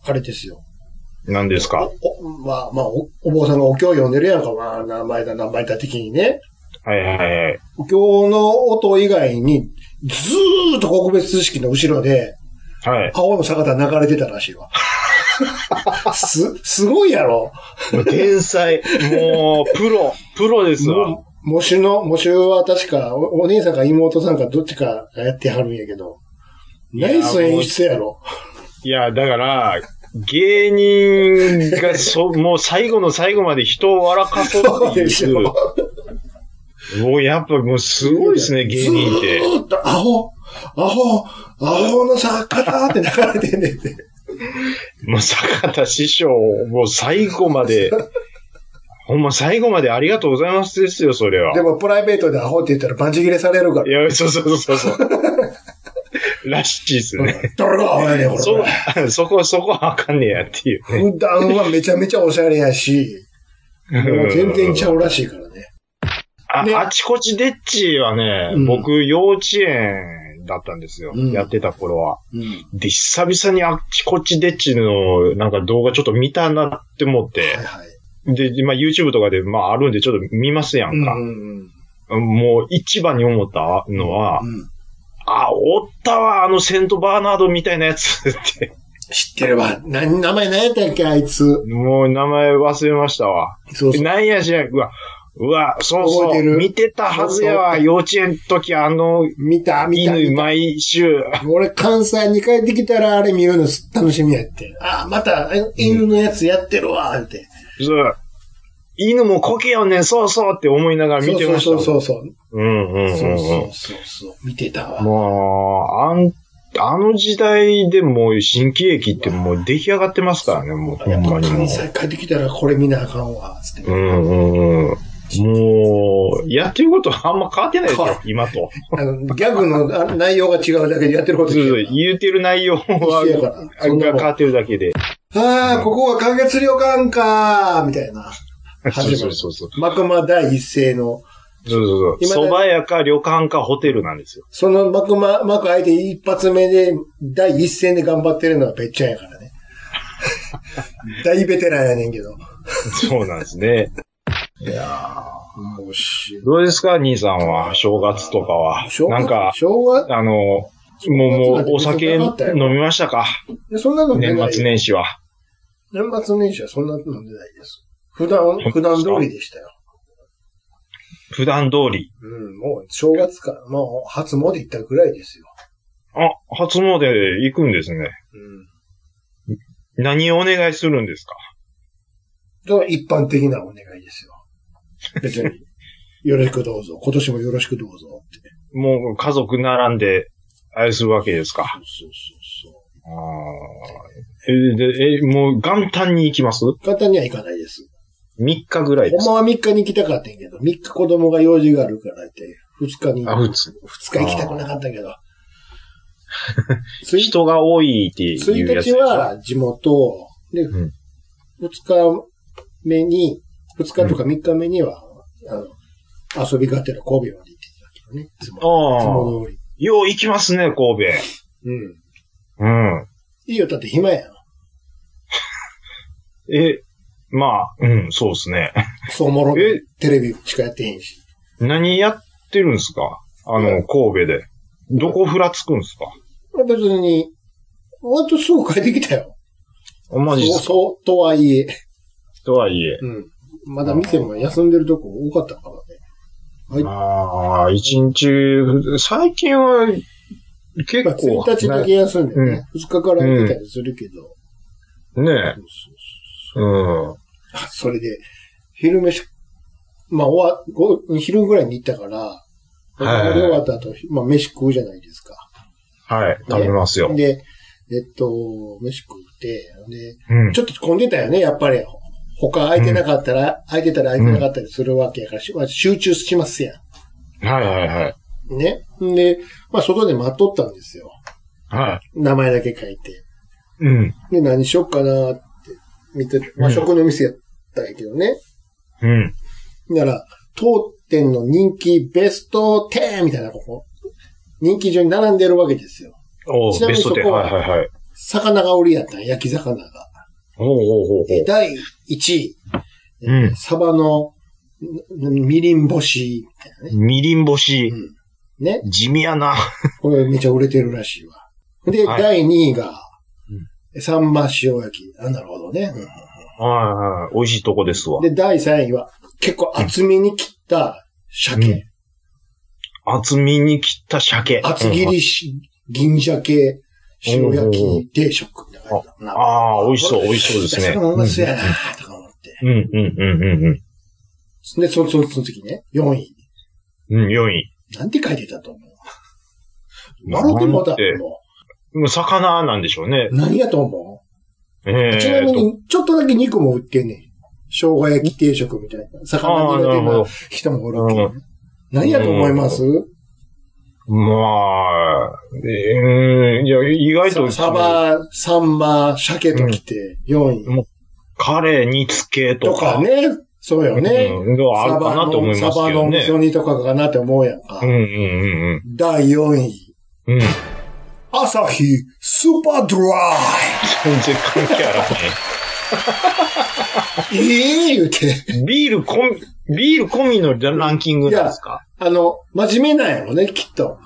Speaker 3: あれですよ。
Speaker 2: 何ですか
Speaker 3: おおまあまあお、お坊さんがお経を読んでるやんか、まあ、名前だ、名前だ的にね。
Speaker 2: はいはいはい。
Speaker 3: 今日の音以外に、ずーっと告別式の後ろで、
Speaker 2: はい。
Speaker 3: 青の坂田流れてたらしい わ。す、すごいやろ
Speaker 2: もう天才。もう、プロ。プロですわ。
Speaker 3: もう、喪主の、喪主は確かお、お姉さんか妹さんかどっちかがやってはるんやけど、ナイス演出やろ。
Speaker 2: いや、だから、芸人が、 そ、もう最後の最後まで人を笑かそうって
Speaker 3: でし
Speaker 2: いう。
Speaker 3: ょ
Speaker 2: もうやっぱもうすごいですね、芸人って
Speaker 3: ず。ーっと、アホ、アホ、アホの坂田って流れてんねんて。
Speaker 2: もう坂田師匠、もう最後まで、ほんま最後までありがとうございますですよ、それは
Speaker 3: で。もプライベートでアホって言ったらバンチ切れされるか
Speaker 2: い
Speaker 3: ら。
Speaker 2: や、そうそうそうそう。 らしいですね。
Speaker 3: 誰がアホやねん、これ。
Speaker 2: そ、 そこ、そこはあかんねやっていうね。
Speaker 3: 普段はめちゃめちゃおしゃれやし、もう全然ちゃうらしいからね。
Speaker 2: あ、
Speaker 3: ね
Speaker 2: あちこちでっちはね、
Speaker 3: うん
Speaker 2: 僕、幼稚園だったんですよ。
Speaker 3: うん
Speaker 2: やってた頃は。
Speaker 3: うん。
Speaker 2: で、久々にあちこちでっちの、なんか動画ちょっと見たなって思って
Speaker 3: はい、はい。
Speaker 2: で、まあ YouTube とかで、まああるんでちょっと見ますや
Speaker 3: うんん
Speaker 2: か。
Speaker 3: うん
Speaker 2: もう一番に思ったのは、
Speaker 3: うん。
Speaker 2: あ、おったわ、あのセントバーナードみたいなやつって。
Speaker 3: 知ってるわ。な、名前何やったっけ、あいつ。
Speaker 2: もう名前忘れましたわ。
Speaker 3: そうそう。
Speaker 2: なんやしや、うわ、うわ、そう
Speaker 3: 覚
Speaker 2: そ
Speaker 3: えて
Speaker 2: う、
Speaker 3: る
Speaker 2: 見てたはずやわ、幼稚園の時あの、
Speaker 3: 見た、見た。
Speaker 2: 犬毎週、
Speaker 3: 俺、関西に帰ってきたら、あれ見るの楽しみやって。ああ、また、え犬のやつやってるわ、って。
Speaker 2: そう犬もこけよね、そうそうって思いながら見てました
Speaker 3: そ
Speaker 2: も。
Speaker 3: うんそうそうそう。
Speaker 2: う。んうんうん、うん。
Speaker 3: そうそうそうそう。見てたわ。
Speaker 2: もう、あん、あの時代でもう新喜劇ってもう出来上がってますからね、もう、ほ
Speaker 3: やっ
Speaker 2: んま
Speaker 3: ぱ
Speaker 2: にもう
Speaker 3: 関。西帰ってきたらこれ見なあかんわ、つって。
Speaker 2: うんうんうん。もう、やってることはあんま変わってないです
Speaker 3: 変わ
Speaker 2: よ、今と。
Speaker 3: あの、ギャグのあ内容が違うだけでやってること
Speaker 2: そう
Speaker 3: 違
Speaker 2: そうう言うてる内容は、
Speaker 3: 一緒やから
Speaker 2: あ
Speaker 3: そん
Speaker 2: が
Speaker 3: なもん
Speaker 2: 変わってるだけで。
Speaker 3: ああ、ここは関月旅館かー、みたいな。
Speaker 2: そう
Speaker 3: 始ま
Speaker 2: そ
Speaker 3: る
Speaker 2: う。そうそう。
Speaker 3: マクマ第一声の、
Speaker 2: そうそう
Speaker 3: 今
Speaker 2: そう。
Speaker 3: だ
Speaker 2: 蕎麦屋か旅館かホテルなんですよ。
Speaker 3: そのマクマ、マク相手一発目で、第一声で頑張ってるのはべっちゃんやからね。大ベテランやねんけど。
Speaker 2: そうなんですね。
Speaker 3: いやー、面白い。
Speaker 2: どうですか、兄さんは、正月とかは。なんか、
Speaker 3: 昭和
Speaker 2: あの、もう、もう、お酒飲みましたか
Speaker 3: そんなの
Speaker 2: 年末年始は。
Speaker 3: 年末年始はそんなの飲んでないです。普段、普段通りでしたよ。
Speaker 2: 普段通り。
Speaker 3: うん、もう正月から、もう初詣行ったぐらいですよ。
Speaker 2: あ、初詣行くんですね。
Speaker 3: うん。
Speaker 2: 何をお願いするんですか
Speaker 3: だから一般的なお願いですよ。別に、よろしくどうぞ。今年もよろしくどうぞって。
Speaker 2: もう家族並んで、あれするわけですか。
Speaker 3: そうそうそうそ
Speaker 2: あーえ、で、え、もう元旦に行きます
Speaker 3: う。簡単にはいかないです。
Speaker 2: ?3 日ぐらいで
Speaker 3: ほん
Speaker 2: す
Speaker 3: まは3日に行きたかったんやけど、3日子供が用事があるからって、2日に、
Speaker 2: あ、
Speaker 3: 2
Speaker 2: 普通。
Speaker 3: 日行きたくなかったんやけど。つい
Speaker 2: 人が多いっていうや
Speaker 3: 1
Speaker 2: つで
Speaker 3: 日
Speaker 2: しょ。
Speaker 3: は地元、で、
Speaker 2: う
Speaker 3: 2
Speaker 2: ん
Speaker 3: 日目に、2日とか3日目には、あの、遊びがてら神戸まで行ってきたけどね。いつもいつ
Speaker 2: ああ。
Speaker 3: も通り。
Speaker 2: よう行きますね、神
Speaker 3: うん。
Speaker 2: 戸。うん。
Speaker 3: いいよ、だって暇やん。
Speaker 2: え、まあ、うん、そうですね。
Speaker 3: そうもろ
Speaker 2: え
Speaker 3: くテレビしかやってへんし。
Speaker 2: 何やってるんですかあの、神戸で。どこふらつくんですか
Speaker 3: 別に、割とすぐ帰ってきたよ。
Speaker 2: あマジっ
Speaker 3: そう、
Speaker 2: すか
Speaker 3: そう、とはいえ。
Speaker 2: とはいえ。
Speaker 3: うん。まだ店も休んでるとこ多かったからね。
Speaker 2: ああ、一日、最近は、結
Speaker 3: まあ、
Speaker 2: 構、
Speaker 3: 1日だけ休んでね、2日から行ってたりするけど。
Speaker 2: ね
Speaker 3: そ。
Speaker 2: え
Speaker 3: うそう
Speaker 2: うん。
Speaker 3: そうそれで、昼飯、まあ、終わ、ご昼ぐらいに行ったから、
Speaker 2: はい
Speaker 3: 終わった後、まあ、飯食うじゃないですか。
Speaker 2: はい、食べますよ。
Speaker 3: で、えっと、飯食って、で、
Speaker 2: うん
Speaker 3: ち。ょっと混んでたよね、やっぱり。他空いてなかったら、空いてたら空いてなかったりするわけやから、しまあ集中しますや
Speaker 2: はいはいはい。
Speaker 3: ん。ね。んで、まあ外で待っとったんですよ。
Speaker 2: は
Speaker 3: 名前だけ書いて。
Speaker 2: い。うん。
Speaker 3: で、何しよっかなって見て、和食の店やったんやけどね。
Speaker 2: うん。
Speaker 3: なら、当店の人気ベスト10みたいな、ここ。人気順に並んでるわけですよ。
Speaker 2: お
Speaker 3: ちな
Speaker 2: う
Speaker 3: み
Speaker 2: ベ
Speaker 3: に
Speaker 2: スト
Speaker 3: そ
Speaker 2: で。
Speaker 3: こは
Speaker 2: はいはいはい。
Speaker 3: 魚が売りやったんや焼き魚が。
Speaker 2: おうおうおう
Speaker 3: で第1位、
Speaker 2: うん
Speaker 3: サバのみりん干し。
Speaker 2: みりん干し
Speaker 3: う、んね。
Speaker 2: 地味やな。
Speaker 3: これめちゃ売れてるらしいわ。で、
Speaker 2: はい
Speaker 3: 第2位が、サンマ塩焼き。あ、なるほどね。うん
Speaker 2: はいはい。美味しいとこですわ。
Speaker 3: で、第3位は、結構厚めに切った鮭。
Speaker 2: 厚みに切った鮭。
Speaker 3: 厚切りし、銀鮭、塩焼き定食みたいな感じだな。
Speaker 2: ああ、美味しそう、美味しそうですね。
Speaker 3: それもうまそうやなとか思って。
Speaker 2: うん、うん、うん、うん、
Speaker 3: で、その、そのその次ね、4位。
Speaker 2: うん。うん、4位。
Speaker 3: なんて書いてたと思う笑ってもだ
Speaker 2: なんてもう魚なんでしょうね。
Speaker 3: 何やと思う
Speaker 2: え
Speaker 3: ちな
Speaker 2: え
Speaker 3: み
Speaker 2: と。
Speaker 3: に、ちょっとだけ肉も売ってんねん。生姜焼き定食みたいな。魚苦手な人もおるけ
Speaker 2: あーなる
Speaker 3: ど。何やと思います
Speaker 2: まあ、えー、いや、意外と、
Speaker 3: サバ、サンマ、鮭ときて4位。
Speaker 2: カレー煮付けと
Speaker 3: と
Speaker 2: か。
Speaker 3: かね。そうよね。
Speaker 2: うん、あるかなと思います
Speaker 3: サバ
Speaker 2: け
Speaker 3: の
Speaker 2: ど
Speaker 3: 味
Speaker 2: ね。
Speaker 3: 噌煮とかかなって思うやんか
Speaker 2: うん、。うん、
Speaker 3: 第4位。
Speaker 2: うん、うん。うん。全
Speaker 3: 朝日スーパードラ
Speaker 2: 然関係あら
Speaker 3: イ。ええ言うて。
Speaker 2: へん。ビール込み、ビール込みのランキングなんですか
Speaker 3: あの、真面目なんやろね、きっと。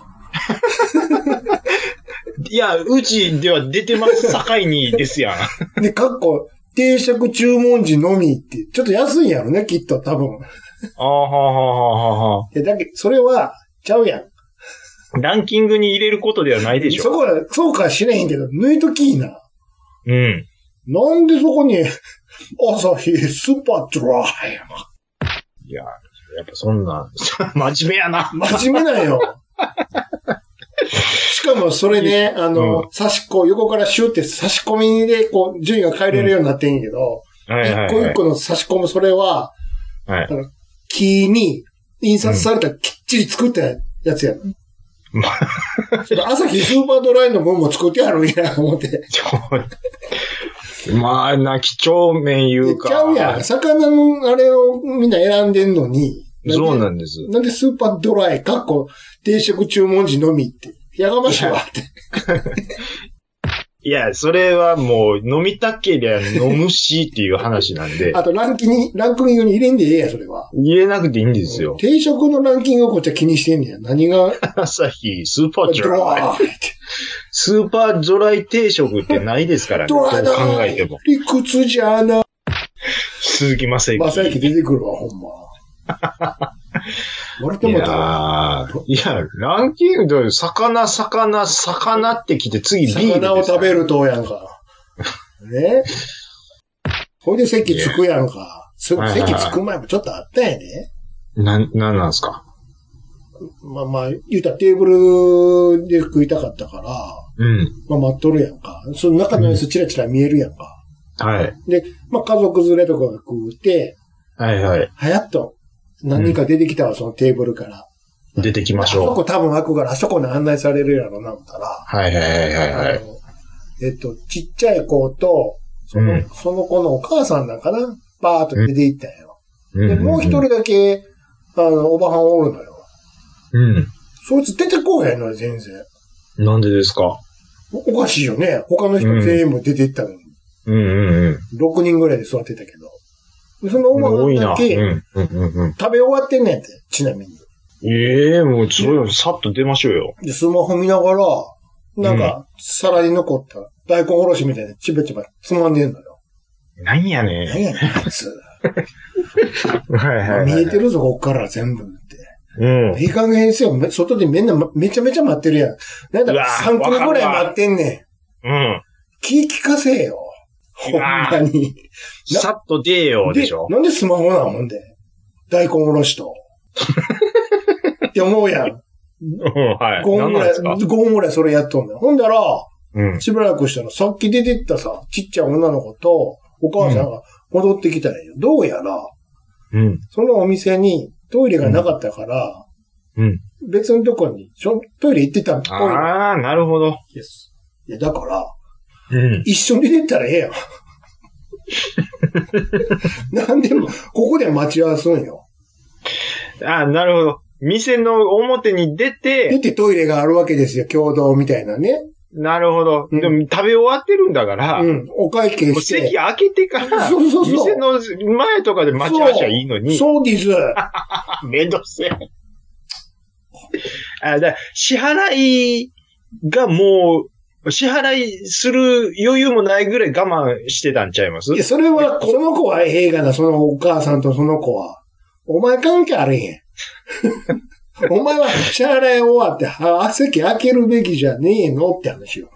Speaker 2: いや、うちでは出てます、境にですやん。
Speaker 3: で、かっこ、定食注文時のみって、ちょっと安いんやろね、きっと、多分。
Speaker 2: ああ、はあ、はあ、はあ、は
Speaker 3: え、だけど、それは、ちゃうやん。
Speaker 2: あ。ランキングに入れることではないでし
Speaker 3: そ
Speaker 2: ょ
Speaker 3: こは、そうかはしれへんけど、抜いときいな。
Speaker 2: う。うん。
Speaker 3: なんでそこに、 朝日スーパードライやな。
Speaker 2: いや、やっぱそんな、 真面目やな。
Speaker 3: 真面目なん よ。しかも、それね、あの、差しこう、横からシュって差し込みで、こう、順位が変えれるようになってんやけど、
Speaker 2: はいはい、
Speaker 3: 一個
Speaker 2: は
Speaker 3: 一
Speaker 2: い。
Speaker 3: 個の差し込む、それは、
Speaker 2: はい。
Speaker 3: 木に印刷されたきっちり作ったやつやん。朝日スーパードライの分も作ってやるんや、思って。で
Speaker 2: ちょまあ、な、几帳面言うか。
Speaker 3: ちゃうやん。魚のあれをみんな選んでんのに。
Speaker 2: そうなんんです。
Speaker 3: なんでスーパードライ、かっこ定食注文時のみって。やがましいわって。、
Speaker 2: いや、それはもう、飲みたけりゃ飲むしっていう話なんで
Speaker 3: あとランキングに、ランキングに入れんでええやん、それは。
Speaker 2: 言えなくていいんですよ。
Speaker 3: 定食のランキングをこっちは気にしてんねや。何が、
Speaker 2: 朝日、スーパード
Speaker 3: ド
Speaker 2: ライ。
Speaker 3: ライって。
Speaker 2: スーパードライ定食ってないですからね。ど
Speaker 3: ド
Speaker 2: う
Speaker 3: ライだ
Speaker 2: 考えても。
Speaker 3: 理屈じゃな。
Speaker 2: 鈴木正
Speaker 3: ま
Speaker 2: 幸。
Speaker 3: さゆき出てくるわ、ほん ま。割れて
Speaker 2: い
Speaker 3: も
Speaker 2: や
Speaker 3: たわ
Speaker 2: ーいや、ランキングで、魚、魚、魚ってきて、次ビールですから。
Speaker 3: 魚を食べるとやんか。ねほいで席つくやんか。す
Speaker 2: はいはいはい
Speaker 3: 席つく前もちょっとあったんやね。
Speaker 2: なん、なんなんすか
Speaker 3: まあまあ、言うたらテーブルで食いたかったから、
Speaker 2: うん。
Speaker 3: まあ待っとるやんか。その中の様子チラチラ見えるやんか。
Speaker 2: はい。
Speaker 3: で、まあ家族連れとかが食うて、
Speaker 2: はいはい。
Speaker 3: はやっと何人か出てきたわ、そのテーブルから。
Speaker 2: 出てきま
Speaker 3: あ
Speaker 2: し
Speaker 3: そ
Speaker 2: ょ
Speaker 3: こ多分開くから、あそこに案内されるやろな、思ったら。
Speaker 2: う。はいはいはいはいはい。
Speaker 3: えっと、ちっちゃい子と、その,、
Speaker 2: うん
Speaker 3: その子のお母さんなんかな、バーっと出て行ったんよ。
Speaker 2: うん
Speaker 3: で、もう一。人だけ、あの、おばはんおるのよ。
Speaker 2: うん。
Speaker 3: そいつ出てこうへんのよ、全然。
Speaker 2: なんでですか
Speaker 3: おおかしいよね。他の人
Speaker 2: うん
Speaker 3: 全員も出て行ったのに。
Speaker 2: うんうん
Speaker 3: 6人ぐらいで座ってたけど。でその
Speaker 2: う
Speaker 3: お
Speaker 2: ん。
Speaker 3: ばは
Speaker 2: 多
Speaker 3: ん
Speaker 2: いな。
Speaker 3: だ
Speaker 2: う
Speaker 3: け、
Speaker 2: んうんうんうん。
Speaker 3: 食べ終わってんねんて、ちなみに。
Speaker 2: ええもうそういうのさっと出ましょうよ。
Speaker 3: で、スマホ見ながら、なんか、皿に残った大根おろしみたいなちばちばつまんでんのよ。
Speaker 2: なんやね
Speaker 3: 何やねん、あい つ。
Speaker 2: ん。はいはいはい。
Speaker 3: 見えてるぞ、こっから全部って。
Speaker 2: うん。
Speaker 3: いい加減にせよ。め外でみんなまめちゃめちゃ待ってるやん。なんだ
Speaker 2: うわ
Speaker 3: 3組ぐらい待ってんねん。
Speaker 2: うん。
Speaker 3: 気聞かせえよ。ほんまに。な
Speaker 2: さっと出ようでしょ。
Speaker 3: なんでスマホなんもんで。大根おろし と。って思うやん。
Speaker 2: うん、 はい。
Speaker 3: 5
Speaker 2: な
Speaker 3: 分
Speaker 2: ん
Speaker 3: ぐら
Speaker 2: なんで
Speaker 3: い、
Speaker 2: すか
Speaker 3: 5分ぐらいそれやっとんねん。ほんだら、
Speaker 2: うん。
Speaker 3: しばらくしたら、さっき出てったさ、ちっちゃい女の子と、お母さんが戻ってきたんよ。どうやら、
Speaker 2: うん。
Speaker 3: そのお店にトイレがなかったから、
Speaker 2: うん。
Speaker 3: 別のとこに、しょトイレ行ってたっぽいの。
Speaker 2: ああ、なるほど。
Speaker 3: です。いや、だから、
Speaker 2: うん。
Speaker 3: 一緒に出てったらええ やん。なんでも、ここで待ち合わせんよ。
Speaker 2: ああ、なるほど。店の表に出
Speaker 3: 出
Speaker 2: て、
Speaker 3: てトイレがあるわけですよ、共同みたいなね。
Speaker 2: なるほど。
Speaker 3: うん
Speaker 2: でも食べ終わってるんだから、
Speaker 3: う
Speaker 2: も
Speaker 3: ん。お会計
Speaker 2: う
Speaker 3: して
Speaker 2: 席。開けてから、
Speaker 3: そうそうそう
Speaker 2: 店の前とかで待ち合わせはいいのに、
Speaker 3: そうです。
Speaker 2: めんどくせえ。あ、だから支払いがもう、支払いする余裕もないぐらい我慢してたんちゃいます
Speaker 3: いや、それは、その子は映画だ、そのお母さんとその子は。お前関係あるん や。お前は支払い終わって、あ、席開けるべきじゃねえのって話よ。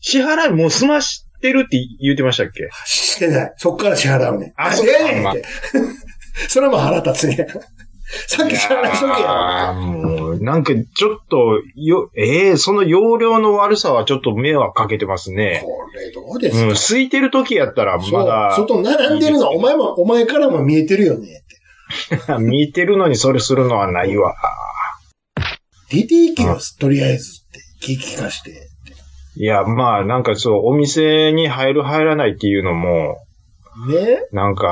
Speaker 2: 支払いもう済ましてるって言ってましたっけ
Speaker 3: してない。そっから支払うねん。
Speaker 2: あ
Speaker 3: なん
Speaker 2: そう
Speaker 3: でやねん
Speaker 2: まあ
Speaker 3: って。 それも腹立つね。さっき支払いしとけよ。
Speaker 2: あーもう、なんかちょっと、よ、ええその容量の悪さはちょっと迷惑かけてますね。
Speaker 3: これどうで
Speaker 2: うん、
Speaker 3: す
Speaker 2: 空いてる時やったらま
Speaker 3: か
Speaker 2: だ
Speaker 3: そう、外並んでるの、お前も、お前からも見えてるよねって。
Speaker 2: 見てるのにそれするのはないわ。
Speaker 3: 出ていけよ、とりあえずって。聞き聞かして。
Speaker 2: いや、まあ、なんかそう、お店に入る入らないっていうのも、
Speaker 3: ね
Speaker 2: なんか、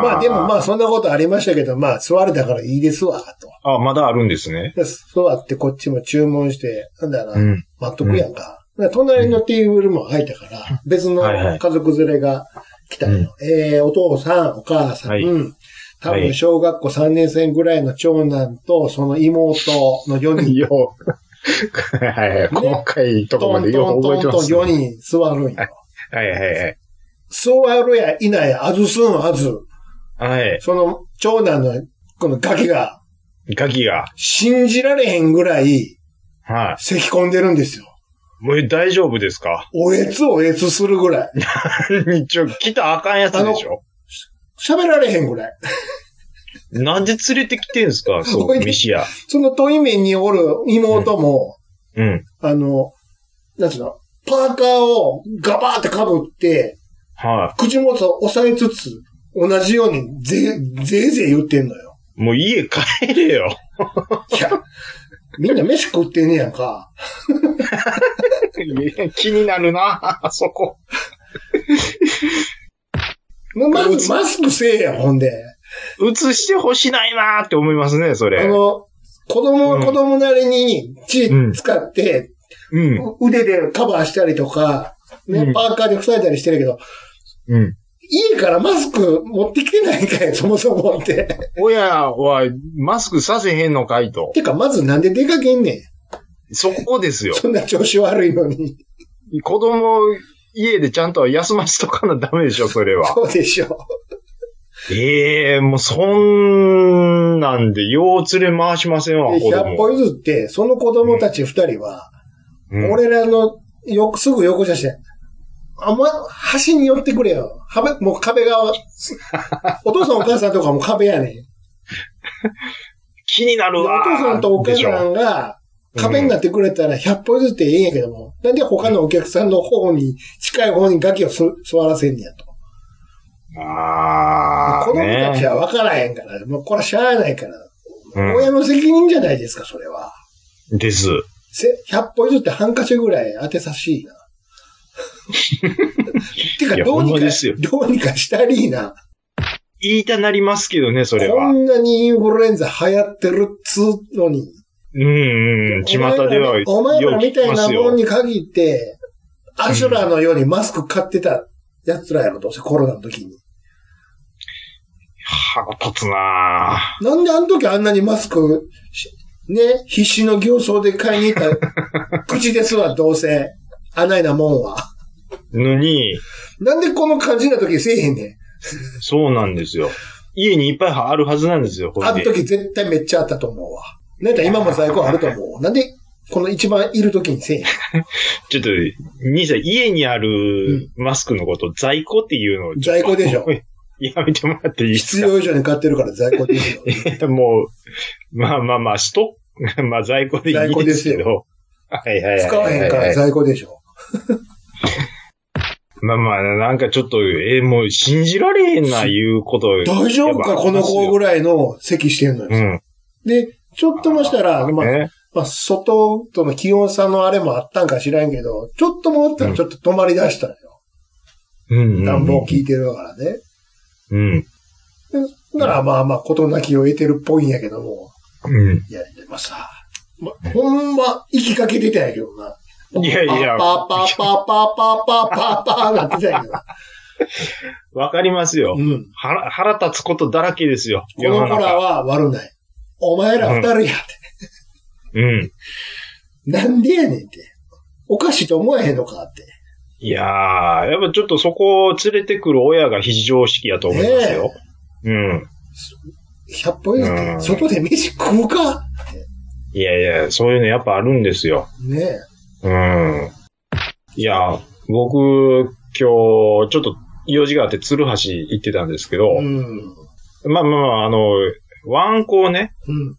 Speaker 2: あー
Speaker 3: まあでもまあそんなことありましたけど、まあ座れたからいいですわ、と。
Speaker 2: あ、まだあるんですね。
Speaker 3: で座ってこっちも注文して、なんだな、
Speaker 2: うん。
Speaker 3: 待っとくやんか。で隣のテーブルも空いたから、別の
Speaker 2: はいはい
Speaker 3: 家族連れが来たよ。えー、お父さん、お母さん、
Speaker 2: はい
Speaker 3: 多
Speaker 2: は
Speaker 3: 分
Speaker 2: い
Speaker 3: 小学校3年生ぐらいの長男とその妹の4人。
Speaker 2: よう、はいはい、細かいとこ
Speaker 3: ト
Speaker 2: ま
Speaker 3: ン
Speaker 2: でよ
Speaker 3: トン
Speaker 2: く覚
Speaker 3: ト
Speaker 2: え
Speaker 3: ン
Speaker 2: て
Speaker 3: トン
Speaker 2: ます、ね。
Speaker 3: 4人座るんよ。
Speaker 2: はいはいはい。
Speaker 3: 座るやいないや、あずすんあず。
Speaker 2: はい。
Speaker 3: その長男のこのガキが
Speaker 2: ガキが。
Speaker 3: 信じられへんぐらい、
Speaker 2: は
Speaker 3: 咳込んでるんですよ。
Speaker 2: い。もう大丈夫ですか
Speaker 3: おえつおえつするぐらい。
Speaker 2: ちょ、来たらあかんやつでしょ
Speaker 3: 喋られへんぐらい。
Speaker 2: なんで連れてきてんすかそ、
Speaker 3: おいう で
Speaker 2: 飯屋。
Speaker 3: その遠い面におる妹も、
Speaker 2: うん。
Speaker 3: あの、なんつうの、パーカーをガバーって被って、
Speaker 2: は
Speaker 3: 口元を押さえつつ、同じようにぜ、ぜいぜい言ってんのよ。
Speaker 2: い。もう家帰れよ。
Speaker 3: いや、みんな飯食ってんねやんか。
Speaker 2: いや気になるな、 あそこ。
Speaker 3: まずマスクせえや、ほんで。
Speaker 2: 映してほしないなって思いますね、そ
Speaker 3: あ
Speaker 2: れ。
Speaker 3: の、子供は
Speaker 2: うん
Speaker 3: 子供なりに血使って、
Speaker 2: うん。
Speaker 3: 腕でカバーしたりとか、
Speaker 2: う
Speaker 3: ね、
Speaker 2: ん
Speaker 3: パーカーで塞いだりしてるけど、
Speaker 2: うん。
Speaker 3: 家からマスク持ってきてないんかい、そもそもって。
Speaker 2: 親はマスクさせへんのかいと。
Speaker 3: てか、まずなんで出かけんねん。
Speaker 2: そこですよ。
Speaker 3: そんな調子悪いのに。
Speaker 2: 子供、家でちゃんと休ませとかなダメでしょ、それは。
Speaker 3: そうでしょ
Speaker 2: ええもうそんなんで、よう連れ回しませんわ、
Speaker 3: で
Speaker 2: 子
Speaker 3: 100歩
Speaker 2: 供。
Speaker 3: 譲って、その子供たち二人は、
Speaker 2: うん
Speaker 3: 俺らのよ、すぐ横じゃして、あんま、端に寄ってくれよ。はべ、もう壁が、 お父さんお母さんとかも壁やねん。で
Speaker 2: 気になる
Speaker 3: お
Speaker 2: わ。
Speaker 3: 父さんとお母
Speaker 2: でし
Speaker 3: さ
Speaker 2: ょ
Speaker 3: んが壁になってくれたら100歩譲ってええんやけども、なんで他のお客さんの方に、近い方にガキをす座らせんねやと。
Speaker 2: あ
Speaker 3: 子
Speaker 2: あ、
Speaker 3: 供たち
Speaker 2: ね。
Speaker 3: は分からへんから、もうこれはしゃあないから、
Speaker 2: う
Speaker 3: 親の責任じゃないですか、それは。
Speaker 2: ん、です。
Speaker 3: せ100歩譲ってハンカチぐらい当てさしい な。てか、
Speaker 2: いや
Speaker 3: どうに
Speaker 2: ほんま
Speaker 3: か
Speaker 2: ですよ、
Speaker 3: どうにかしたりいな。
Speaker 2: 言いたなりますけどね、それ
Speaker 3: こ
Speaker 2: は。
Speaker 3: んなにインフルエンザ流行ってるっつうのに。
Speaker 2: うん、うん、巷ではよ
Speaker 3: お前ら
Speaker 2: う
Speaker 3: み
Speaker 2: 聞
Speaker 3: た
Speaker 2: き
Speaker 3: い
Speaker 2: ま
Speaker 3: な
Speaker 2: す
Speaker 3: もん
Speaker 2: よ。
Speaker 3: に限って、アシュラーのようにマスク買ってた奴らやろ、どうせコロナの時に。
Speaker 2: 腹立つなぁ
Speaker 3: なんであの時あんなにマスクし、ね、必死の形相で買いに行 った口ですわ、どうせ。あないなもんは。
Speaker 2: のに、
Speaker 3: なんでこの感じな時せえへんねん。
Speaker 2: そうなんですよ。家にいっぱいあるはずなんですよ、こ
Speaker 3: あ
Speaker 2: れ
Speaker 3: の
Speaker 2: で。
Speaker 3: 時絶対めっちゃあったと思うわ。なんだ今も在庫あると思う。なんで、この一番いる時にせえへん。
Speaker 2: ちょっと、兄さん、家にあるマスクのこと、在庫っていうのを。
Speaker 3: 在庫でしょ。
Speaker 2: やめてもらっていいです
Speaker 3: 必
Speaker 2: か
Speaker 3: 要以上に買ってるから在庫でいいよ。
Speaker 2: もう、まあまあまあ、ストック、 まあ在庫でい
Speaker 3: 在庫
Speaker 2: い
Speaker 3: で
Speaker 2: ですす
Speaker 3: よ
Speaker 2: けど。はいはいはいはいはい。
Speaker 3: 使わへんから在庫でしょ。
Speaker 2: まあまあ、なんかちょっと、えーもう信じられへんな、いうこと。
Speaker 3: 大丈夫かこの子ぐ
Speaker 2: ら
Speaker 3: らいの咳してんの
Speaker 2: う
Speaker 3: よ。
Speaker 2: ん。
Speaker 3: で、ちょっともしたら、まあ、
Speaker 2: ね。
Speaker 3: まあ、外との気温差のあれもあったんか知らんけど、ちょっと戻ったらちょっと止まり出したのよ。
Speaker 2: うん。
Speaker 3: 暖房効いてるからね。
Speaker 2: うん。
Speaker 3: でならまあまあ、ことなきを得てるっぽいんやけども。
Speaker 2: うん。
Speaker 3: いや、でもさ、ま、ほんま、息かけてたんやけどな。
Speaker 2: いやいや、
Speaker 3: パーパーパーパーパーパーパーパーなってたんやけど。
Speaker 2: わかりますよ
Speaker 3: う。ん。
Speaker 2: 腹、腹立つことだらけですよ。
Speaker 3: この子
Speaker 2: 世
Speaker 3: ら
Speaker 2: 中
Speaker 3: は悪ない。お前ら二人やって。
Speaker 2: うん。
Speaker 3: なんでやねんって。おかしいと思えへんのかって。
Speaker 2: いやー、やっぱちょっとそこを連れてくる親が非常識やと思いますよ。うん。
Speaker 3: 百歩譲っ
Speaker 2: う
Speaker 3: て、
Speaker 2: ん
Speaker 3: 外で飯食うか
Speaker 2: いやいや、そういうのやっぱあるんですよ。
Speaker 3: ねえ。
Speaker 2: うん。いや、僕、今日、ちょっと用事があって鶴橋行ってたんですけど、
Speaker 3: うん。
Speaker 2: まあまあまあ、あの、ワンコをね、
Speaker 3: うん。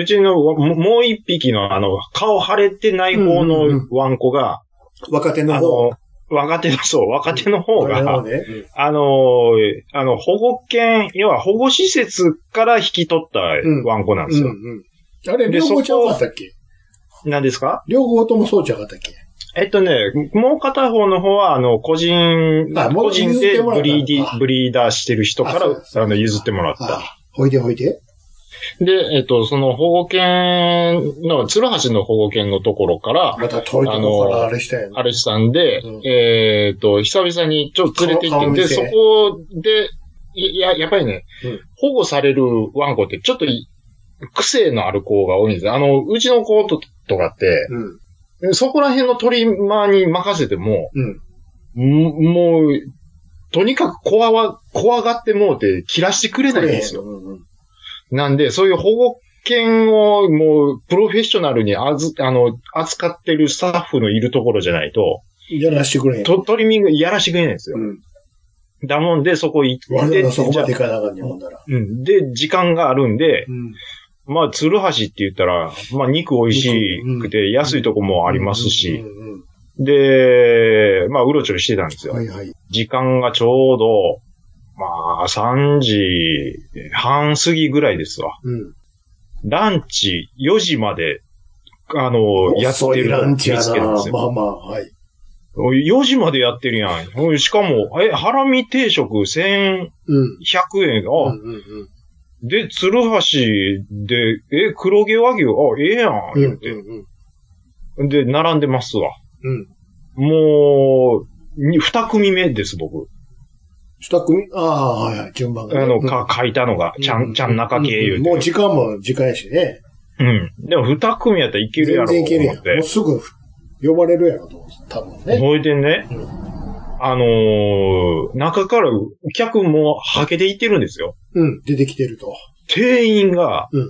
Speaker 2: うちのわももう一匹の、あの、顔腫れてない方
Speaker 3: うんうんう
Speaker 2: のワンコが、
Speaker 3: 若手の
Speaker 2: あ
Speaker 3: 方。
Speaker 2: の、若手の、そう、若手の方が、
Speaker 3: のね。
Speaker 2: あの、あの、保護犬、要は保護施設から引き取った
Speaker 3: うん
Speaker 2: ワンコなんで
Speaker 3: う
Speaker 2: す
Speaker 3: ん
Speaker 2: よ。
Speaker 3: うん。あれ、
Speaker 2: で
Speaker 3: 両方ちゃうかっ
Speaker 2: そ
Speaker 3: たっけ
Speaker 2: 何ですか
Speaker 3: 両方ともそうちゃうかったっけ
Speaker 2: えっとね、もう片方の方は、あの、個人、
Speaker 3: あもう
Speaker 2: 個人
Speaker 3: 譲って
Speaker 2: で
Speaker 3: もら
Speaker 2: ブ
Speaker 3: ったの
Speaker 2: リ
Speaker 3: か
Speaker 2: ーディ、ブリーダーしてる人か
Speaker 3: あそうです
Speaker 2: ら、あの、譲ってもらった。
Speaker 3: あ、ほいでほいで。
Speaker 2: で、えっと、その保護犬の、鶴橋の保護犬のところから、
Speaker 3: また遠いとこからあれしたよね。
Speaker 2: あれしたんで、
Speaker 3: うん
Speaker 2: えーっと、久々にちょっと連れて行
Speaker 3: 顔
Speaker 2: っ
Speaker 3: 顔
Speaker 2: て、
Speaker 3: 見
Speaker 2: で、
Speaker 3: せ
Speaker 2: そこで、いや、やっぱりね、
Speaker 3: うん
Speaker 2: 保護されるワンコってちょっとい癖のある子が多いんですよあの、うちの子ととかって、
Speaker 3: うん。
Speaker 2: そこら辺のトリマーに任せても、
Speaker 3: うん。
Speaker 2: ももう、とにかく怖は、怖がってもうて切らしてくれないんですよ。
Speaker 3: うんうん
Speaker 2: なんで、そういう保護犬をもう、プロフェッショナルにあず、あの、扱ってるスタッフのいるところじゃないと、
Speaker 3: やらしてくれへん。
Speaker 2: トトリミングやらしてくれないんですよ。
Speaker 3: うん。
Speaker 2: だもんで、そこ行
Speaker 3: わ
Speaker 2: っ
Speaker 3: ざわ
Speaker 2: て、
Speaker 3: ざそこまで
Speaker 2: じ
Speaker 3: 行
Speaker 2: ゃあ
Speaker 3: かなあかんねほんなら。
Speaker 2: うん、で、時間があるんで、
Speaker 3: うん。
Speaker 2: まあ、鶴橋って言ったら、まあ、肉美味しくて、安いとこもあります
Speaker 3: う
Speaker 2: し、
Speaker 3: んうん
Speaker 2: で、まあ、うろちょろしてたんです
Speaker 3: うん。
Speaker 2: よ。
Speaker 3: はいはい。
Speaker 2: 時間がちょうど、まあ、3時半過ぎぐらいですわ。
Speaker 3: うん。
Speaker 2: ランチ4時まで、あの、やって
Speaker 3: 遅い
Speaker 2: るの
Speaker 3: ラ
Speaker 2: を
Speaker 3: ン
Speaker 2: 見
Speaker 3: チや
Speaker 2: つ
Speaker 3: な
Speaker 2: けたんです。よ。
Speaker 3: まあまあ、はい。
Speaker 2: おい4時までやってるやんおい。しかも、え、ハラミ定食1100
Speaker 3: うん。
Speaker 2: 円が、
Speaker 3: うんうんうん
Speaker 2: で、鶴橋で、え、黒毛和牛、あ、ええやん、
Speaker 3: うん
Speaker 2: 言っ
Speaker 3: う
Speaker 2: て。
Speaker 3: んうん。
Speaker 2: で、並んでますわ。
Speaker 3: うん。
Speaker 2: もう、に二組目です、僕。
Speaker 3: 下組ああ、はいはい、順番
Speaker 2: あ
Speaker 3: がね。
Speaker 2: の、
Speaker 3: うん
Speaker 2: か、書いたのが、ちゃん、ちゃん中系言
Speaker 3: う
Speaker 2: うん
Speaker 3: もう
Speaker 2: て。
Speaker 3: 時間も時間やしね。
Speaker 2: うん。でも二組やったらいける
Speaker 3: 全
Speaker 2: やろ、と
Speaker 3: 然
Speaker 2: 思
Speaker 3: いけるやん。
Speaker 2: っ
Speaker 3: もう
Speaker 2: て。
Speaker 3: すぐ呼ばれるやろと思う。多分ね。
Speaker 2: ほいでね
Speaker 3: うん、
Speaker 2: あのー中から客もはけていってるんですよ。
Speaker 3: うん、出てきてると。
Speaker 2: 店員が
Speaker 3: うん、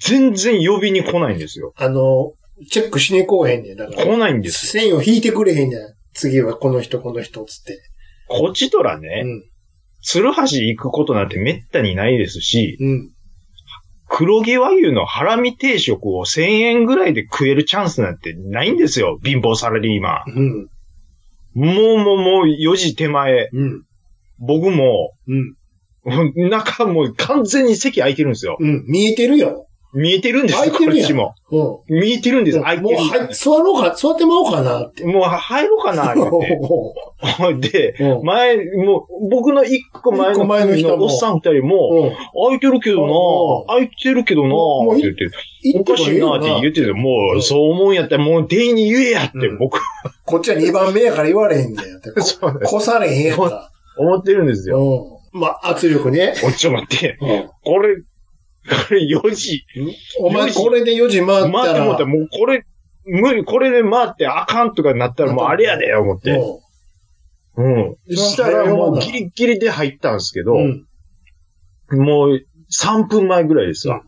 Speaker 2: 全然呼びに来ないんですよ。
Speaker 3: あの、チェックしにこうへんねん。だから。
Speaker 2: 来ないんです。
Speaker 3: 線を引いてくれへんねん。次はこの人、この人、つって。
Speaker 2: こっちとらね
Speaker 3: う、ん。
Speaker 2: 鶴橋行くことなんてめったにないですし、
Speaker 3: うん。
Speaker 2: 黒毛和牛のハラミ定食を1000円ぐらいで食えるチャンスなんてないんですよ、貧乏サラリーマ
Speaker 3: うん。
Speaker 2: ン。もうもうもう4時手前、
Speaker 3: うん。
Speaker 2: 僕も、
Speaker 3: うん。
Speaker 2: うん中もう完全に席空いてるんですよ。
Speaker 3: うん。見えてるよ。
Speaker 2: 見えてるんですよ、
Speaker 3: 空いて
Speaker 2: こ
Speaker 3: る
Speaker 2: っ
Speaker 3: やん
Speaker 2: ちも。
Speaker 3: うん。
Speaker 2: 見えてるんです、
Speaker 3: もう
Speaker 2: 空いてる。
Speaker 3: はい、座ろうか、座ってまおうかなって。
Speaker 2: もう入ろうかな、言 って。ほいで、
Speaker 3: うん
Speaker 2: 前、もう、僕の一個前
Speaker 3: 一個
Speaker 2: の
Speaker 3: 前の人も
Speaker 2: おっさん二人も、
Speaker 3: うん。
Speaker 2: 空いてるけどな、空いてるけど
Speaker 3: もうも
Speaker 2: な、っ
Speaker 3: う
Speaker 2: て
Speaker 3: い
Speaker 2: 言っ
Speaker 3: 行
Speaker 2: て、
Speaker 3: って
Speaker 2: おか
Speaker 3: も
Speaker 2: し
Speaker 3: ええ
Speaker 2: いな
Speaker 3: よ
Speaker 2: って言
Speaker 3: な。
Speaker 2: ってる。もう、そう思うんやったら、もう店員に言えやって、
Speaker 3: うん
Speaker 2: 僕、
Speaker 3: こっちは2番目やから言われへんだよって。こ
Speaker 2: そうなんです
Speaker 3: こされへんやんか。
Speaker 2: 思ってるんですよ。
Speaker 3: うん。まあ、圧力ね。
Speaker 2: おいちょっと待って、これ、これ4時、
Speaker 3: お前、これで4時回
Speaker 2: 回
Speaker 3: っ
Speaker 2: ったて
Speaker 3: ら。
Speaker 2: もったら、もうこれ、無理、これで回ってあかんとかなったら、もうあれやで、思って。うん。したら、もうギリギリで入ったんですけど
Speaker 3: う、ん。
Speaker 2: もう3分前ぐらいですわ。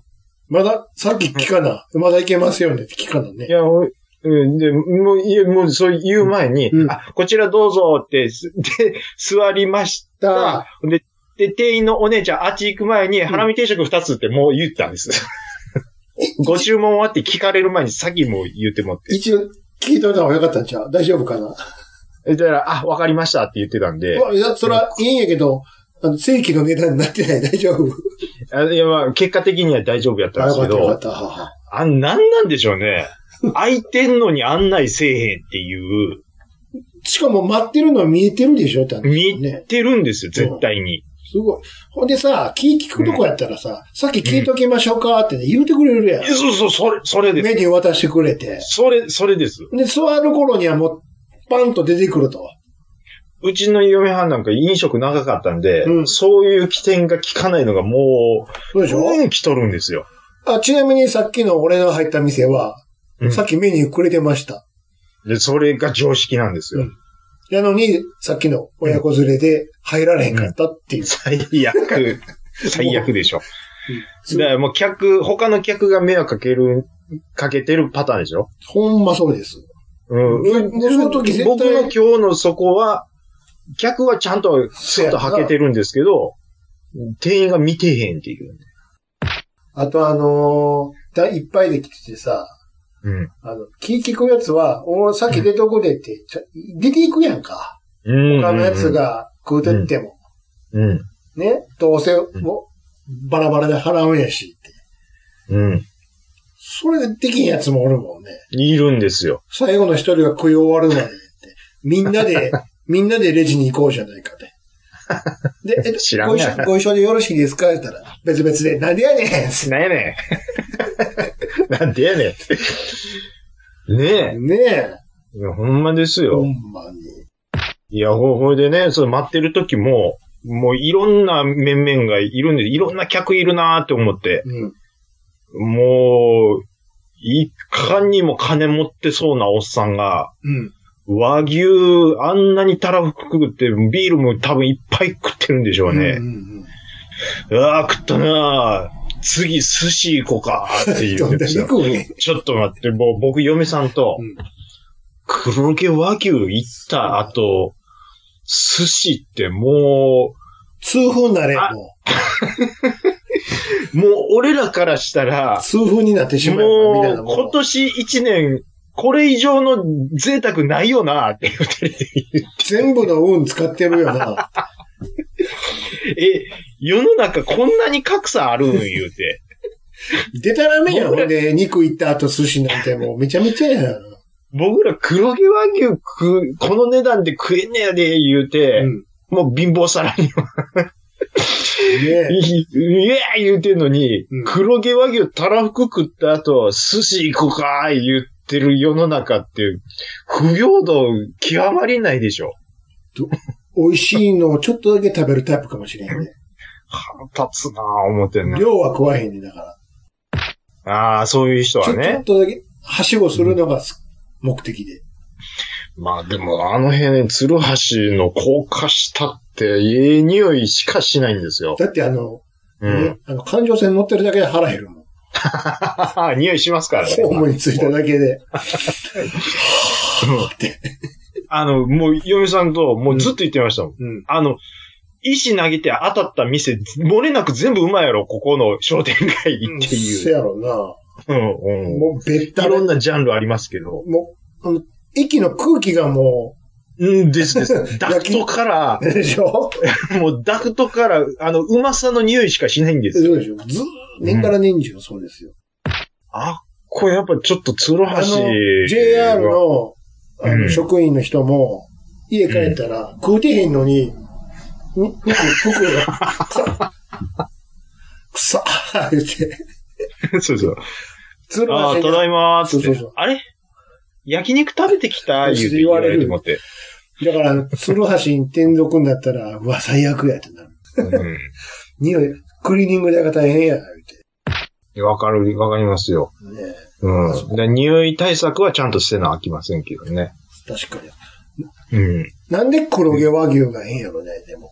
Speaker 3: まだ、さっき聞か な。まだいけますよねって聞かない
Speaker 2: い
Speaker 3: ね。
Speaker 2: や、おいうん、で、もう、いや、もう、そう言う前に、
Speaker 3: うん
Speaker 2: あ、こちらどうぞって、 すで、座りました。で、で、店員のお姉ちゃん、あっち行く前に、ハラミ定食二つってもう言ったんです。ご注文終わって聞かれる前に、さっきもう言ってもって。
Speaker 3: 一応、聞いといた方がよかったんちゃう大丈夫かな
Speaker 2: だから、あ、わかりましたって言ってたんで、
Speaker 3: まあいや、それはいいんやけど、あの、正規の値段になってない。大丈夫
Speaker 2: あいや、まあ、結果的には大丈夫やったん
Speaker 3: あ、
Speaker 2: で
Speaker 3: よ
Speaker 2: す
Speaker 3: か
Speaker 2: け
Speaker 3: ったよか
Speaker 2: ど
Speaker 3: っ、た。はは
Speaker 2: あ、なんなんでしょうね。空いてんのに案内せえへんっていう、
Speaker 3: しかも待ってるのは見えてるでしょって話
Speaker 2: 見
Speaker 3: ね。
Speaker 2: てるんですよ、絶対に。
Speaker 3: すごい。ほんでさ、気聞くとこやったらさ、さっき聞いときましょうかってね、言うてくれるやん
Speaker 2: え。そうそう、それ、それで
Speaker 3: メ
Speaker 2: す。
Speaker 3: ニュー渡してくれて。
Speaker 2: それ、それです。
Speaker 3: で、座る頃にはもう、パンと出てくると。
Speaker 2: うちの嫁はんなんか飲食長かったんで、
Speaker 3: うん
Speaker 2: そういう起点が効かないのがもう、
Speaker 3: そうでしょ、
Speaker 2: うん、来とるんですよ。
Speaker 3: あ、ちなみにさっきの俺の入った店は、
Speaker 2: うん
Speaker 3: さっきメニューくれてました。
Speaker 2: で、それが常識なんですよ。
Speaker 3: うんなのに、さっきの親子連れで入られへんかったっていう。
Speaker 2: 最 悪。最悪でしょ。
Speaker 3: うん
Speaker 2: だからもう客、他の客が迷惑かける、かけてるパターンでしょ
Speaker 3: ほんまそうです。
Speaker 2: うん。
Speaker 3: うんその時絶対
Speaker 2: 僕の今日のそこは、客はちゃんと、ちょっとはけてるんですけど、店員が見てへんっていう。
Speaker 3: あとあのーだいっぱいで来ててさ、
Speaker 2: うん。
Speaker 3: あの、気聞くやつは、おさっき出てくれって、ちょ出ていくやんか。
Speaker 2: うん
Speaker 3: 他のやつ。が食うてっても。
Speaker 2: うん。
Speaker 3: ね。どうせ、もうバラバラで払うんやしって。
Speaker 2: うん。
Speaker 3: それでできんやつもおるもんね。
Speaker 2: いるんですよ。
Speaker 3: 最後の一人が食い終わるまでって。みんな で、みんなでレジに行こうじゃないかって。で、え
Speaker 2: 知らん
Speaker 3: ご一
Speaker 2: やん
Speaker 3: 緒、ご一緒でよろしいですか言ったら、別々で、なんでやねん
Speaker 2: なんやねん。 なんでやねん。ね
Speaker 3: ねえ。
Speaker 2: え。いやほんまですよ。
Speaker 3: ほんまに。
Speaker 2: いや、ほほいでね、その待ってる時も、もういろんな面々がいるんで、いろんな客いるなーって思って、
Speaker 3: うん。
Speaker 2: もう、いかにも金持ってそうなおっさんが、
Speaker 3: うん。
Speaker 2: 和牛、あんなにたらふく食って、ビールも多分いっぱい食ってるんでしょう
Speaker 3: う
Speaker 2: ね。
Speaker 3: んうん
Speaker 2: うわー食ったなー次寿司行こうかーって
Speaker 3: うん。
Speaker 2: 言
Speaker 3: ど
Speaker 2: うん
Speaker 3: だ
Speaker 2: んで
Speaker 3: け
Speaker 2: すよ。
Speaker 3: 食うね。
Speaker 2: ちょっと待って、もう僕嫁さんと
Speaker 3: うん、
Speaker 2: 黒毛和牛行った後、寿司ってもう、
Speaker 3: 痛風になれ、
Speaker 2: あ
Speaker 3: も
Speaker 2: もう俺らからした
Speaker 3: う。
Speaker 2: ら、
Speaker 3: 痛風になってしまうみたい
Speaker 2: も
Speaker 3: な
Speaker 2: う
Speaker 3: もん。
Speaker 2: 今年一年、これ以上の贅沢ないよなって 言って
Speaker 3: 全部の運使ってるよな。
Speaker 2: え、世の中こんなに格差あるん言うて。
Speaker 3: でたらめやん。ほんで、肉行った後寿司なんてもうめちゃめちゃやん。
Speaker 2: 僕ら黒毛和牛食う、この値段で食えんねやで言うて、
Speaker 3: うん。
Speaker 2: もう貧乏さらに、
Speaker 3: ね
Speaker 2: いや言うてんのに、
Speaker 3: うん
Speaker 2: 黒毛和牛たらふく食った後、寿司行こうかー言ってる世の中って、不平等極まりないでしょ。
Speaker 3: 美味しいのをちょっとだけ食べるタイプかもしれんね。
Speaker 2: 腹立つなぁ思ってんな。
Speaker 3: 量は食わへんねんだから。
Speaker 2: ああ、そういう人
Speaker 3: ちょ
Speaker 2: は
Speaker 3: ちょっ
Speaker 2: ね。
Speaker 3: とだけ、はしごするのがす目的で。
Speaker 2: まあでも、あの辺、鶴橋の高架下って、いい匂いしかしないんですよ。
Speaker 3: だってあの、
Speaker 2: うん。
Speaker 3: ねあの、環状線乗ってるだけで腹減るもん。
Speaker 2: 匂いしますからね。
Speaker 3: ホームに着いただけで。
Speaker 2: うん
Speaker 3: て
Speaker 2: あの、もう、嫁さんと、もうずっと言ってましたもん。
Speaker 3: うん。
Speaker 2: あの、石投げて当たった店、漏れなく全部うまいやろ、ここの商店街ってい
Speaker 3: せ
Speaker 2: う。
Speaker 3: やろな。
Speaker 2: うん、うん。
Speaker 3: もう、べった
Speaker 2: い
Speaker 3: べ
Speaker 2: ろんなジャンルありますけど。
Speaker 3: もう、あの、息の空気がも
Speaker 2: うん、ですです。 ダクトから
Speaker 3: う、、でしょ
Speaker 2: もうダクトから、あの、うまさの匂いしかしないんです
Speaker 3: そ
Speaker 2: よ
Speaker 3: うでしょずー、年から年中そうですよ。
Speaker 2: あ、これやっぱちょっと鶴橋
Speaker 3: あの、JR の、あ
Speaker 2: う
Speaker 3: の、
Speaker 2: ん
Speaker 3: 職員の人も、家帰ったら、食うてへんのに、ん服、服が、くさ、くさ、言って、
Speaker 2: そうそう。
Speaker 3: 鶴橋に
Speaker 2: あーただいまーっつって。
Speaker 3: そうそうそう
Speaker 2: あれ焼肉食べてきた言うて
Speaker 3: 言
Speaker 2: 言
Speaker 3: わ
Speaker 2: わ
Speaker 3: れ
Speaker 2: れ
Speaker 3: る
Speaker 2: ると思って。
Speaker 3: だからあの、鶴橋に転属になったら、うわ、最悪やってなる。
Speaker 2: うん
Speaker 3: 匂い、クリーニング代が大変や、言
Speaker 2: いや。わかる、わかりますよ。
Speaker 3: うて。ね
Speaker 2: うん。で匂い対策はちゃんとしてなあきませんけどね。
Speaker 3: 確かに。
Speaker 2: うん。
Speaker 3: なんで黒毛和牛がええんやろね、でも。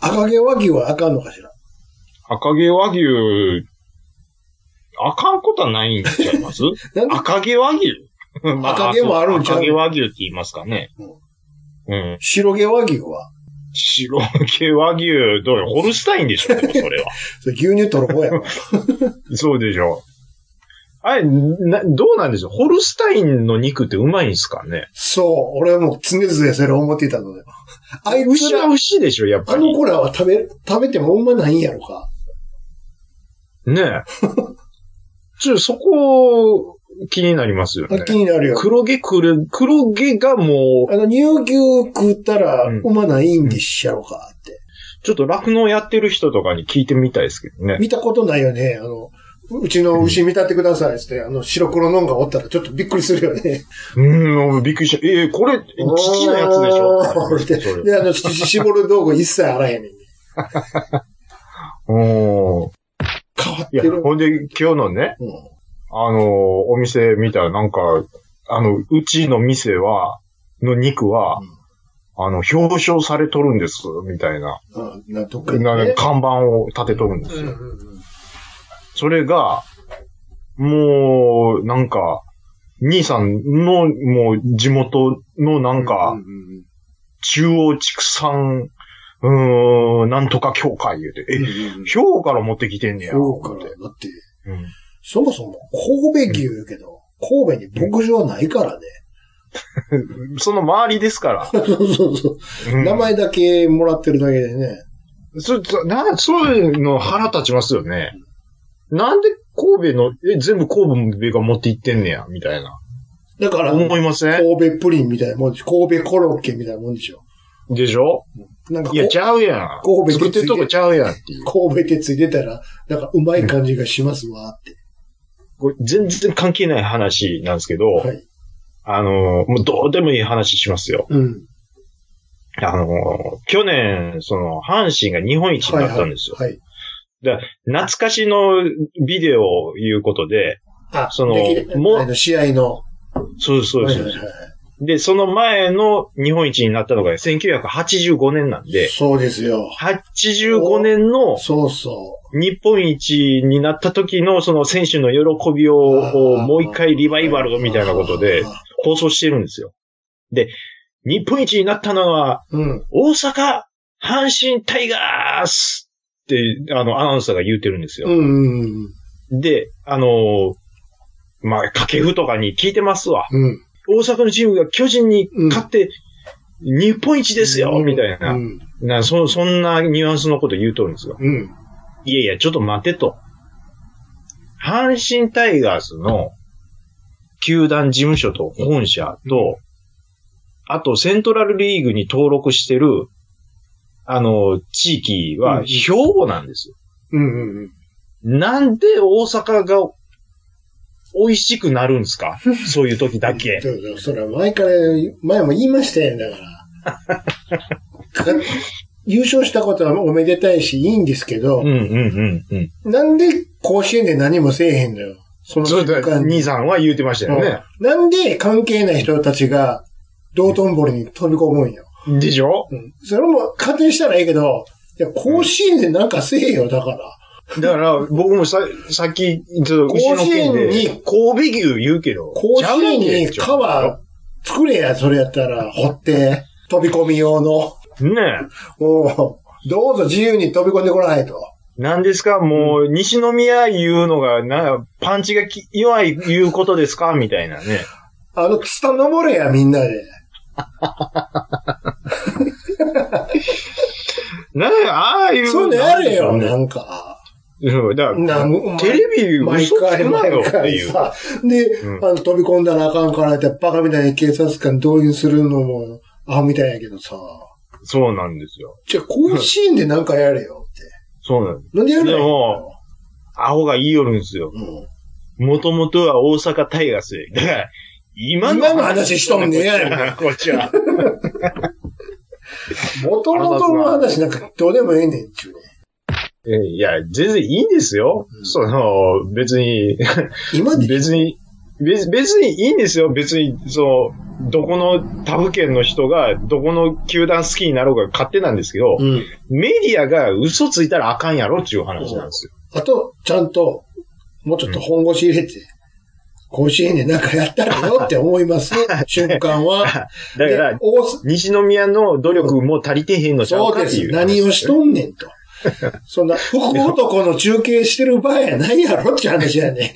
Speaker 3: 赤毛和牛はあかんのかしら。
Speaker 2: 赤毛和牛、あかんことはないんちゃいます
Speaker 3: なんで、
Speaker 2: 赤毛和牛ま
Speaker 3: 赤毛もあるんちゃう
Speaker 2: 赤毛和牛って言いますかね。うん。
Speaker 3: 白毛和牛は、
Speaker 2: 白毛和牛、どうよ、ホルスタインでしょ、でもそれは。
Speaker 3: それ牛乳取る方やろ。
Speaker 2: そうでしょ。あれ、な、どうなんでしょうホルスタインの肉ってうまいんすかね
Speaker 3: そう、俺はもう常々それを思っていたので。あいつ
Speaker 2: 牛は
Speaker 3: ら、
Speaker 2: 牛でしょやっぱ
Speaker 3: あ
Speaker 2: り。
Speaker 3: の子らは食べ、食べてもうまないんやろか。
Speaker 2: ね え。ちょっとそこ、気になりますよね。
Speaker 3: 気になるよ。
Speaker 2: 黒毛くる、黒毛がもう、
Speaker 3: あの、乳牛食ったら
Speaker 2: うん
Speaker 3: うまないんでっしゃろかって。
Speaker 2: ちょっと酪農やってる人とかに聞いてみたいですけどね。
Speaker 3: 見たことないよね。あの、うちの牛見立ってくださいっつって、あの、白黒のんがおったらちょっとびっくりするよね。
Speaker 2: うん、もうびっくりした。ええこれ、父のやつでしょ
Speaker 3: おー
Speaker 2: それ
Speaker 3: で、あの、し絞る道具一切あらへんねん。
Speaker 2: うん。
Speaker 3: 変わっ
Speaker 2: い
Speaker 3: て
Speaker 2: や、
Speaker 3: る。
Speaker 2: ほんで、今日のね、
Speaker 3: うん
Speaker 2: あのーお店見たらなんか、あの、うちの店は、の肉は、
Speaker 3: うん
Speaker 2: あの、表彰されとるんです、みたいな、
Speaker 3: うん。な、どっかにね
Speaker 2: な看板を立てとるんですよ。
Speaker 3: うんうんうん
Speaker 2: それが、もう、なんか、兄さんの、もう、地元のなんか、
Speaker 3: うんうんうん
Speaker 2: 中央畜産、うーん、なんとか協会言うて、え、兵庫から持ってきてんねや。
Speaker 3: そうか
Speaker 2: 思って
Speaker 3: ら。だって、
Speaker 2: うん
Speaker 3: そもそも神戸牛言うけど、神戸に牧場ないからね。
Speaker 2: その周りです から。
Speaker 3: そうそうそう。
Speaker 2: うん
Speaker 3: 名前だけもらってるだけでね。
Speaker 2: そ、そ、な、そういうの腹立ちますよね。なんで神戸の、え、全部神戸が持って行ってんねや、みたいな。
Speaker 3: だから、
Speaker 2: 思
Speaker 3: 神
Speaker 2: いません
Speaker 3: 戸プリンみたいなもんでしょ。神戸コロッケみたいなもんでしょ。
Speaker 2: でしょ
Speaker 3: なんかこ
Speaker 2: いや、ちゃうやん。
Speaker 3: 神戸
Speaker 2: 作ってるとこちゃうやんっていう。
Speaker 3: 神戸ってついてたら、なんかうまい感じがしますわって。
Speaker 2: これ全然関係ない話なんですけど、
Speaker 3: はい。
Speaker 2: あのー、もうどうでもいい話しますよ。
Speaker 3: うん。
Speaker 2: あのー、去年、その、阪神が日本一に
Speaker 3: はい
Speaker 2: なっ
Speaker 3: は
Speaker 2: た
Speaker 3: い
Speaker 2: んですよ。
Speaker 3: はい。
Speaker 2: 懐かしのビデオいうことで、
Speaker 3: あ、
Speaker 2: その
Speaker 3: できる
Speaker 2: も
Speaker 3: あの試合の。
Speaker 2: そうそうです。
Speaker 3: はいはいはい
Speaker 2: で、その前の日本一になったのが1985年なんで、
Speaker 3: そうですよ。
Speaker 2: 85年の
Speaker 3: そうそ
Speaker 2: 日本一になった時のその選手の喜びを
Speaker 3: あー
Speaker 2: もう一回リバイバル
Speaker 3: う。
Speaker 2: みたいなことで放送してるんですよ。で、日本一になったのは
Speaker 3: うん。
Speaker 2: 大阪阪神タイガースってあのアナウンサーが言うてるんです
Speaker 3: う
Speaker 2: よ。
Speaker 3: んうんうん。
Speaker 2: で、あのーまあ、掛布とかに聞いてますわ。
Speaker 3: うん。
Speaker 2: 大阪のチームが巨人に勝って日本一ですよ、みたいな。
Speaker 3: うん。
Speaker 2: なそ、そんなニュアンスのこと言うとるんですよ。
Speaker 3: うん。
Speaker 2: いやいや、ちょっと待てと。阪神タイガースの球団事務所と本社と、あとセントラルリーグに登録してる、あの、地域
Speaker 3: うんう
Speaker 2: は
Speaker 3: ん
Speaker 2: 兵庫なんですよ。
Speaker 3: うんうんうん。
Speaker 2: なんで大阪が美味しくなるんですかそういう時 だけ。
Speaker 3: そうそうそれは前から、前も言いましたよ、だから。か 優勝したことはおめでたいし、いいんですけど
Speaker 2: うん、うんうんうん。
Speaker 3: なんで甲子園で何もせえへんのよ。その
Speaker 2: そ
Speaker 3: 瞬
Speaker 2: うだ、
Speaker 3: 間に。
Speaker 2: 兄さんは言うてましたよね。
Speaker 3: なんで関係ない人たちが、道頓堀に飛び込むんよ。
Speaker 2: でしょ
Speaker 3: うん。それも仮定したらええけど、いや、甲子園でなんかせえよ、だから。
Speaker 2: だから、僕もさ、さっき、ちょっと、牛の
Speaker 3: 甲
Speaker 2: 件で
Speaker 3: 子園に
Speaker 2: 神戸牛言うけど、
Speaker 3: 甲
Speaker 2: ちゃ
Speaker 3: 子
Speaker 2: うやん
Speaker 3: 園
Speaker 2: け
Speaker 3: に川作れや、それやったら、掘って、飛び込み用の。
Speaker 2: ね
Speaker 3: もう、どうぞ自由に飛び込んでこないと。
Speaker 2: え。なんですかもう、西宮言うのが、な、パンチがき弱い言うことですかみたいなね。
Speaker 3: あの、ツタ登れや、みんなで。
Speaker 2: ねえ、ああいう。
Speaker 3: そういうのやれよ、
Speaker 2: ね
Speaker 3: なんか。
Speaker 2: うんだから、
Speaker 3: なん
Speaker 2: テレビ
Speaker 3: 毎
Speaker 2: 嘘つ
Speaker 3: 回
Speaker 2: くなよ
Speaker 3: 毎
Speaker 2: って
Speaker 3: 回
Speaker 2: いう。
Speaker 3: さ。で、
Speaker 2: うん
Speaker 3: あの、飛び込んだらあかんからって、バカみたいに警察官動員するのも、アホみたいやけどさ。
Speaker 2: そうなんですよ。
Speaker 3: じゃあ、甲子園でなんかやれよって。
Speaker 2: そうなんです。
Speaker 3: なんでやれ
Speaker 2: で
Speaker 3: よ
Speaker 2: も。アホが言いよるんですよ。
Speaker 3: うん
Speaker 2: もともとは大阪タイガース。だから、今の
Speaker 3: 今の話しとんねや みたい な
Speaker 2: こっちは。
Speaker 3: もともとの話なんかどうでもええねんっちゅうね。
Speaker 2: えーいや、全然いいんですよ。
Speaker 3: うん
Speaker 2: その、別に、
Speaker 3: 今で、
Speaker 2: 別に、別別にいいんですよ。別に、その、どこの他府県の人が、どこの球団好きになろうが勝手なんですけど、
Speaker 3: うん。
Speaker 2: メディアが嘘ついたらあかんやろっていう話なんですよ。
Speaker 3: あと、ちゃんと、もうちょっと本腰入れて、甲子園でなんかやったらよって思い ます、瞬間は。
Speaker 2: だから
Speaker 3: で、大阪
Speaker 2: 西宮の努力も足りてへんのちゃう
Speaker 3: そう
Speaker 2: かっ
Speaker 3: で
Speaker 2: てい
Speaker 3: す。
Speaker 2: う。
Speaker 3: 何をしとんねんと。 そんな、福男の中継してる場合やないやろって話やね。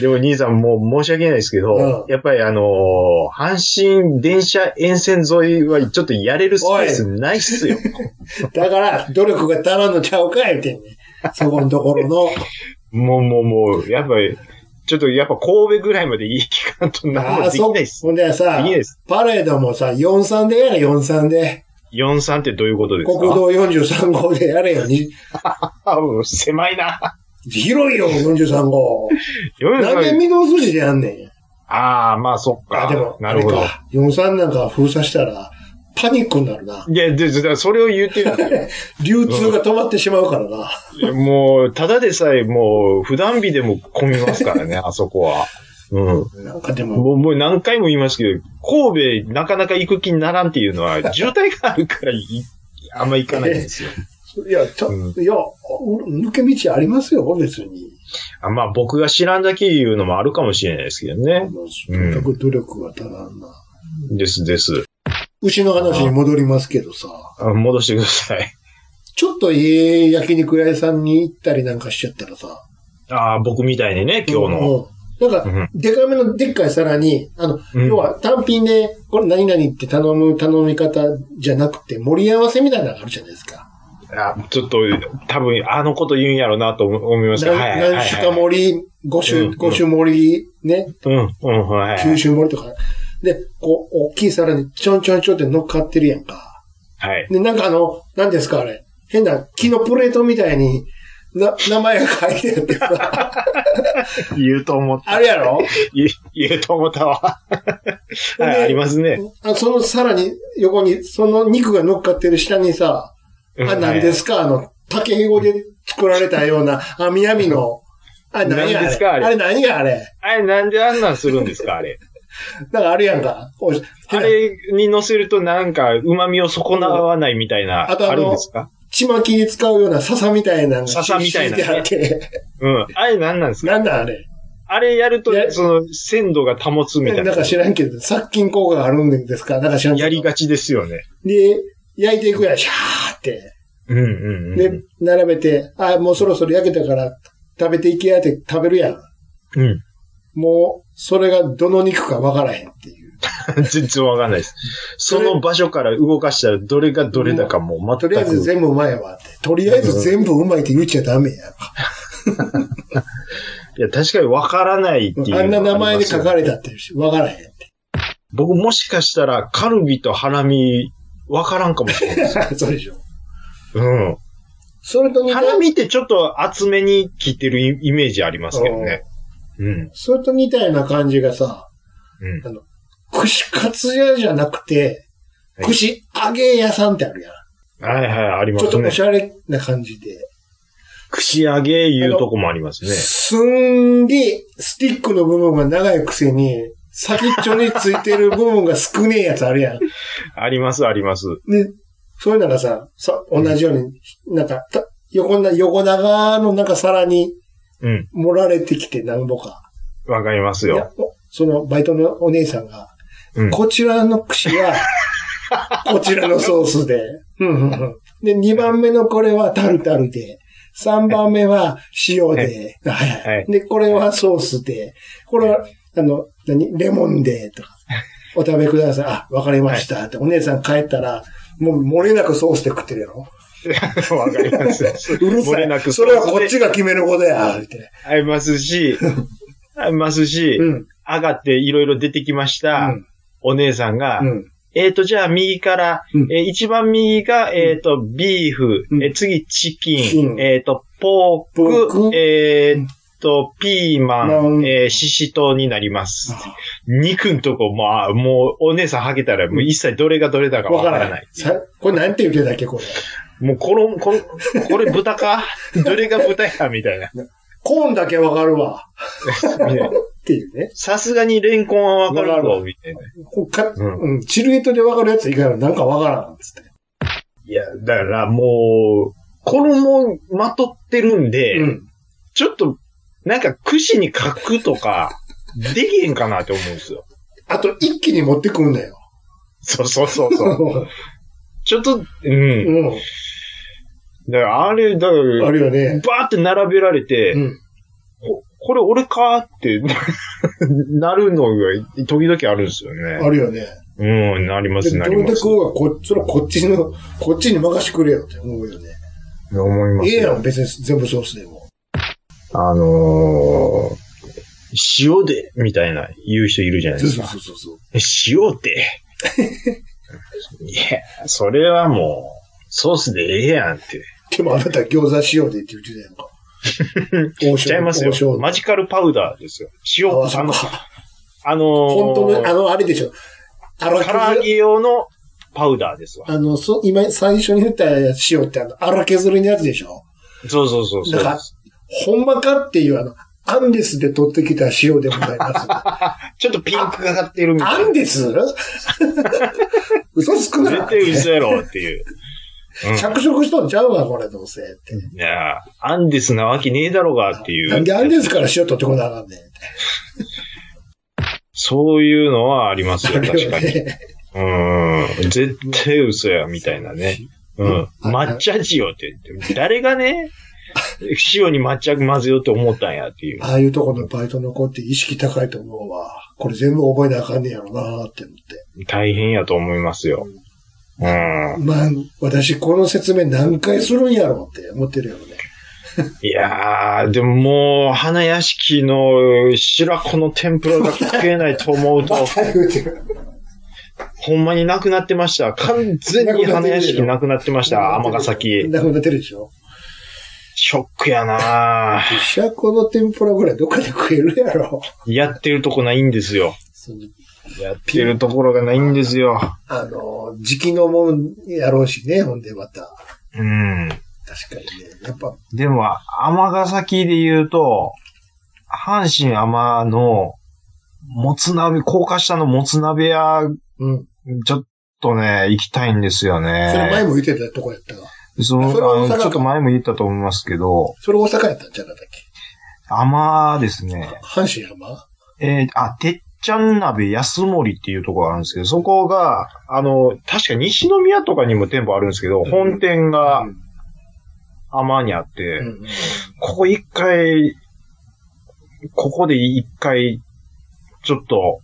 Speaker 2: でも兄さんもう申し訳ないですけど、
Speaker 3: うん
Speaker 2: やっぱりあのー阪神電車沿線沿いはちょっとやれるスペースないっすよ。
Speaker 3: だから、努力が足らんのちゃうかいってんね。そこのところの。
Speaker 2: もうもうもう、やっぱり、ちょっとやっぱ神戸ぐら いまでいい期間と何も
Speaker 3: あ
Speaker 2: で
Speaker 3: あ、
Speaker 2: きな
Speaker 3: そ
Speaker 2: いうっす。
Speaker 3: ほんでさ
Speaker 2: いいです、
Speaker 3: パレードもさ、43でやれ、43で。
Speaker 2: 43ってどういうことですか
Speaker 3: 国道43号でやれよ。に
Speaker 2: あ、もう狭いな。
Speaker 3: 広いよ、43号。 なんで御堂筋でやんねん。
Speaker 2: ああ、まあそっ
Speaker 3: あ、
Speaker 2: か。
Speaker 3: でも、
Speaker 2: なるほ
Speaker 3: あ
Speaker 2: ど
Speaker 3: れ。か。43なんか封鎖したら、パニックになるな。
Speaker 2: いや、で、だからそれを言ってるんだよ
Speaker 3: 流通が止まってしまうからな。
Speaker 2: いやもう、ただでさえもう、普段日でも混みますか らね、あそこは。うん。
Speaker 3: なんかでも、
Speaker 2: もう、もう何回も言いますけど、神戸なかなか行く気にならんっていうのは、渋滞があるからい、あんま行かないんですよ。
Speaker 3: いや、ちょ、
Speaker 2: う
Speaker 3: いや、抜け道ありますよ、別に。
Speaker 2: あまあ僕が知らんだけ言うのもあるかもしれないですけどね。
Speaker 3: もうとにかく努力が足らんな。
Speaker 2: ですです。
Speaker 3: 牛の話に戻りますけどさ、
Speaker 2: あ戻してください。
Speaker 3: ちょっと家焼肉屋さんに行ったりなんかしちゃったらさ、
Speaker 2: ああ、僕みたいにね、今日の。
Speaker 3: うん。なんか、でかめのでっかい皿に、あの、
Speaker 2: うん
Speaker 3: 要は単品で、これ何々って頼む頼み方じゃなくて、盛り合わせみたいなのがあるじゃないですか。
Speaker 2: あちょっと、多分、あのこと言うんやろうなと思思いますけど。
Speaker 3: 何
Speaker 2: はいはいはい、は
Speaker 3: 何
Speaker 2: い。
Speaker 3: 種か盛り、5
Speaker 2: う
Speaker 3: 種、
Speaker 2: ん
Speaker 3: 五種盛り、ね、
Speaker 2: うん、うん、はい。
Speaker 3: 9種盛りとか。で、こう、大きい皿にちょんちょんちょんって乗っかってるやんか。
Speaker 2: はい。
Speaker 3: で、なんかあの、何ですかあれ。変な木のプレートみたいに、な、名前が書いてあって さ、
Speaker 2: 言うと思った。
Speaker 3: あれやろ
Speaker 2: 言う言うと思ったわ。
Speaker 3: ほん
Speaker 2: は
Speaker 3: で
Speaker 2: い、ありますね。
Speaker 3: あそのさらに、横に、その肉が乗っかってる下にさ、
Speaker 2: うん
Speaker 3: あ、何ですかあの、竹ひごで作られたような、あ、みやみの、あ、何やあ
Speaker 2: 何
Speaker 3: れ
Speaker 2: ですかあれ
Speaker 3: あれ何があれ
Speaker 2: あれ、なんであんなんするんですか、あれ。
Speaker 3: なんかあるやんか。お い
Speaker 2: あれに乗せるとなんか、旨味を損なわないみたいな、
Speaker 3: あとあ
Speaker 2: あ
Speaker 3: の
Speaker 2: るんですか
Speaker 3: ちまきに使うような笹みたいなのが
Speaker 2: 笹みたいなね
Speaker 3: 敷てあっ て。
Speaker 2: うん。あれなんなんですか
Speaker 3: なんだあれ。
Speaker 2: あれやると
Speaker 3: い、や
Speaker 2: その、鮮度が保つみたい
Speaker 3: なん
Speaker 2: な。
Speaker 3: か知らんけど、殺菌効果があるんですかなんか知らんけど。
Speaker 2: やりがちですよね。
Speaker 3: で、焼いていくやん、シャーって。
Speaker 2: うんうんうん。
Speaker 3: で、並べて、あ、もうそろそろ焼けたから食べていけやって食べるやん。
Speaker 2: うん。
Speaker 3: もう、それがどの肉かわからへんっていう。
Speaker 2: 全然わかんないです。その場所から動かしたらどれがどれだかもう
Speaker 3: と
Speaker 2: 全
Speaker 3: りあえず
Speaker 2: く。
Speaker 3: 全部うまいわって。とりあえず全部うまいって言っちゃダメやんか。
Speaker 2: いや、確かにわからないっていうのは
Speaker 3: あ
Speaker 2: り
Speaker 3: ん
Speaker 2: ます
Speaker 3: な
Speaker 2: よ
Speaker 3: 名
Speaker 2: ね。
Speaker 3: 前で書かれたってるし、わからへんって。
Speaker 2: 僕もしかしたらカルビとハラミ、わからんかもしれ ないです。
Speaker 3: そうでしょ。
Speaker 2: うん。
Speaker 3: それと似た
Speaker 2: ハ、ラミってちょっと厚めに切ってるイイメージありますけどね。うん。
Speaker 3: それと似たような感じがさ、
Speaker 2: うん。
Speaker 3: 串カツ屋じゃなくて、
Speaker 2: はい
Speaker 3: 串揚げ屋さんってあるやん。
Speaker 2: はいはい、ありま
Speaker 3: ちょっ
Speaker 2: す
Speaker 3: とお
Speaker 2: ね。
Speaker 3: しゃれな感じで。
Speaker 2: 串揚げいうとこもありますね。
Speaker 3: すんで、スティックの部分が長いくせに、先っちょについてる部分が少ねえやつあるやん。
Speaker 2: あります、あります。
Speaker 3: で、そういうのがさ、さ、同じように、なんか、た横な、横長のなんか皿に
Speaker 2: うん。
Speaker 3: 盛られてきてなんぼか。
Speaker 2: わかります
Speaker 3: い
Speaker 2: よ
Speaker 3: や。おそのバイトのお姉さんが、
Speaker 2: うん
Speaker 3: こちらの串 は、こちらのソースで、うんうんうんで、2番目のこれはタルタルで、3番目は塩で、はいはい
Speaker 2: はい
Speaker 3: で、これはソースで、これは、あの、何レモンで、 とか、お食べください。あ、わかりました。って、お姉さん帰ったら、もう漏れなくソースで食ってるやろ。
Speaker 2: わかります。
Speaker 3: うる
Speaker 2: 漏
Speaker 3: さ
Speaker 2: れなく
Speaker 3: い。それはこっちが決めることや、って。
Speaker 2: ありますし、ありますし、
Speaker 3: うん。
Speaker 2: 上がっていろいろ出てきまし
Speaker 3: う
Speaker 2: た、
Speaker 3: ん。
Speaker 2: お姉さんが、
Speaker 3: うん。
Speaker 2: えっ、と、じゃあ右から、
Speaker 3: うん
Speaker 2: えー一番右が、えっ、と、ビーフ、
Speaker 3: うん
Speaker 2: えー次チキン、
Speaker 3: うん
Speaker 2: えっ、と、ポーク、
Speaker 3: ポーク
Speaker 2: えっ、と、ピーマン、
Speaker 3: うん
Speaker 2: えーシシトウになります。肉んとこ、まあ、もう、お姉さんはけたら、もう一切どれがどれだか
Speaker 3: わ
Speaker 2: わか
Speaker 3: から
Speaker 2: ら
Speaker 3: な
Speaker 2: ない
Speaker 3: い。。さこれなんて言ってたっけ、これ。
Speaker 2: もう、この、この、これ豚 かどれが豚やみたいな。
Speaker 3: コーンだけわかるわ。っていうね。
Speaker 2: さすがにレンコンはわかる
Speaker 3: わか
Speaker 2: わ、
Speaker 3: る
Speaker 2: みたいな。
Speaker 3: こうか
Speaker 2: うん
Speaker 3: うん。チルエットでわかるやつ以外はなんかわからんっつって。
Speaker 2: いや、だからもう、衣まとってるんで、
Speaker 3: うん。
Speaker 2: ちょっと、なんか串に書くとか、できへんかなって思うんですよ。
Speaker 3: あと、一気に持ってくんなよ。
Speaker 2: そうそうそう
Speaker 3: う
Speaker 2: そう。ちょっと、うん。
Speaker 3: ん。
Speaker 2: だからあれ、だか
Speaker 3: あ
Speaker 2: ら、
Speaker 3: るよね。
Speaker 2: バーって並べられて、
Speaker 3: うん。
Speaker 2: ここれ俺かって、 なるのが時々あるんですよね。
Speaker 3: あるよね。
Speaker 2: うん、なりま、
Speaker 3: です
Speaker 2: な
Speaker 3: ど
Speaker 2: り
Speaker 3: れ
Speaker 2: ま。
Speaker 3: ですこうがこっちの、こっちの、こっちに任してくれよって思うよね。
Speaker 2: 思います
Speaker 3: ええや
Speaker 2: よ。
Speaker 3: ん、別に全部ソースでも。
Speaker 2: あのー、塩で、みたいな言う人いるじゃない
Speaker 3: そ
Speaker 2: で
Speaker 3: う
Speaker 2: す
Speaker 3: そう
Speaker 2: か。
Speaker 3: そうそう。
Speaker 2: 塩って。いや、それはもう、ソースでええやんって。
Speaker 3: でもあなた餃子しようでって言ってたやんか。王
Speaker 2: しちゃいます
Speaker 3: 王将
Speaker 2: よ。マジカルパウダーですよ。塩、
Speaker 3: あ、
Speaker 2: あ
Speaker 3: そっ
Speaker 2: の、
Speaker 3: か。
Speaker 2: あの
Speaker 3: 本当
Speaker 2: ー
Speaker 3: の、あの、あれでしょ。あら
Speaker 2: 唐揚
Speaker 3: 削り、
Speaker 2: げ用のパウダーですわ。
Speaker 3: あの、そ、今、最初に言った塩ってあの、荒削りのやつでしょ。
Speaker 2: そうそうそうそう
Speaker 3: だから
Speaker 2: です。
Speaker 3: ほんまかっていうあの、アンデスで取ってきた塩でござい ます。
Speaker 2: ちょっとピンクがかってるみた
Speaker 3: ア
Speaker 2: い
Speaker 3: ン
Speaker 2: な。
Speaker 3: デス嘘つくな
Speaker 2: 絶。対嘘やろっていう。う
Speaker 3: 着色しとんちゃうわ、これ、どうせ。って。
Speaker 2: ん。いやアンデスなわけねえだろうがっていう。
Speaker 3: なんでアンデスから塩取ってこなあかんねん。
Speaker 2: そういうのはありますよ、
Speaker 3: あれ
Speaker 2: 確
Speaker 3: は
Speaker 2: かに。
Speaker 3: ね
Speaker 2: うん。絶対嘘や、みたいなね。うん。抹茶塩って言って、誰がね、塩に抹茶混ぜようと思ったんやっていう。
Speaker 3: ああいうとこのバイトの子って意識高いと思うわ。これ全部覚えなあかんねやろなーって思って。
Speaker 2: 大変やと思いますよ。うん。
Speaker 3: まあ、私この説明何回するんやろうって思ってるよね。
Speaker 2: いやー、でももう、花屋敷の白子の天ぷらが食えないと思うと、
Speaker 3: 言 うてる。
Speaker 2: ほんまになくなってました。完全に花屋敷なくなってました。天ヶ崎。
Speaker 3: なくなってるでしょ。
Speaker 2: ショックやなー。
Speaker 3: シャコの天ぷらぐらいどっかで食えるやろ。
Speaker 2: やってるとこないんですよ。
Speaker 3: その
Speaker 2: やってるところがないんですよ。
Speaker 3: あの、時期のもんやろうしね、ほんでまた。
Speaker 2: うん。
Speaker 3: 確かにね。やっぱ、
Speaker 2: でも、天ヶ崎で言うと、阪神天の、もつ鍋、高架下のもつ鍋屋、
Speaker 3: うん。
Speaker 2: ちょっとね、行きたいんですよね。
Speaker 3: それ前も言ってたとこやったわ。
Speaker 2: その
Speaker 3: それは大
Speaker 2: あ
Speaker 3: 阪
Speaker 2: の、ちょっと前も言ったと思いますけど、
Speaker 3: それ大阪やったんじゃなかったっけ
Speaker 2: 甘ですね。
Speaker 3: 阪神山
Speaker 2: えーあ、てっちゃん鍋安森っていうところがあるんですけど、そこが、あの、確か西宮とかにも店舗あるんですけど、
Speaker 3: ん
Speaker 2: 本店が
Speaker 3: うん
Speaker 2: 甘にあって、
Speaker 3: うんうん
Speaker 2: ここ一回、ここで一回、ちょっと、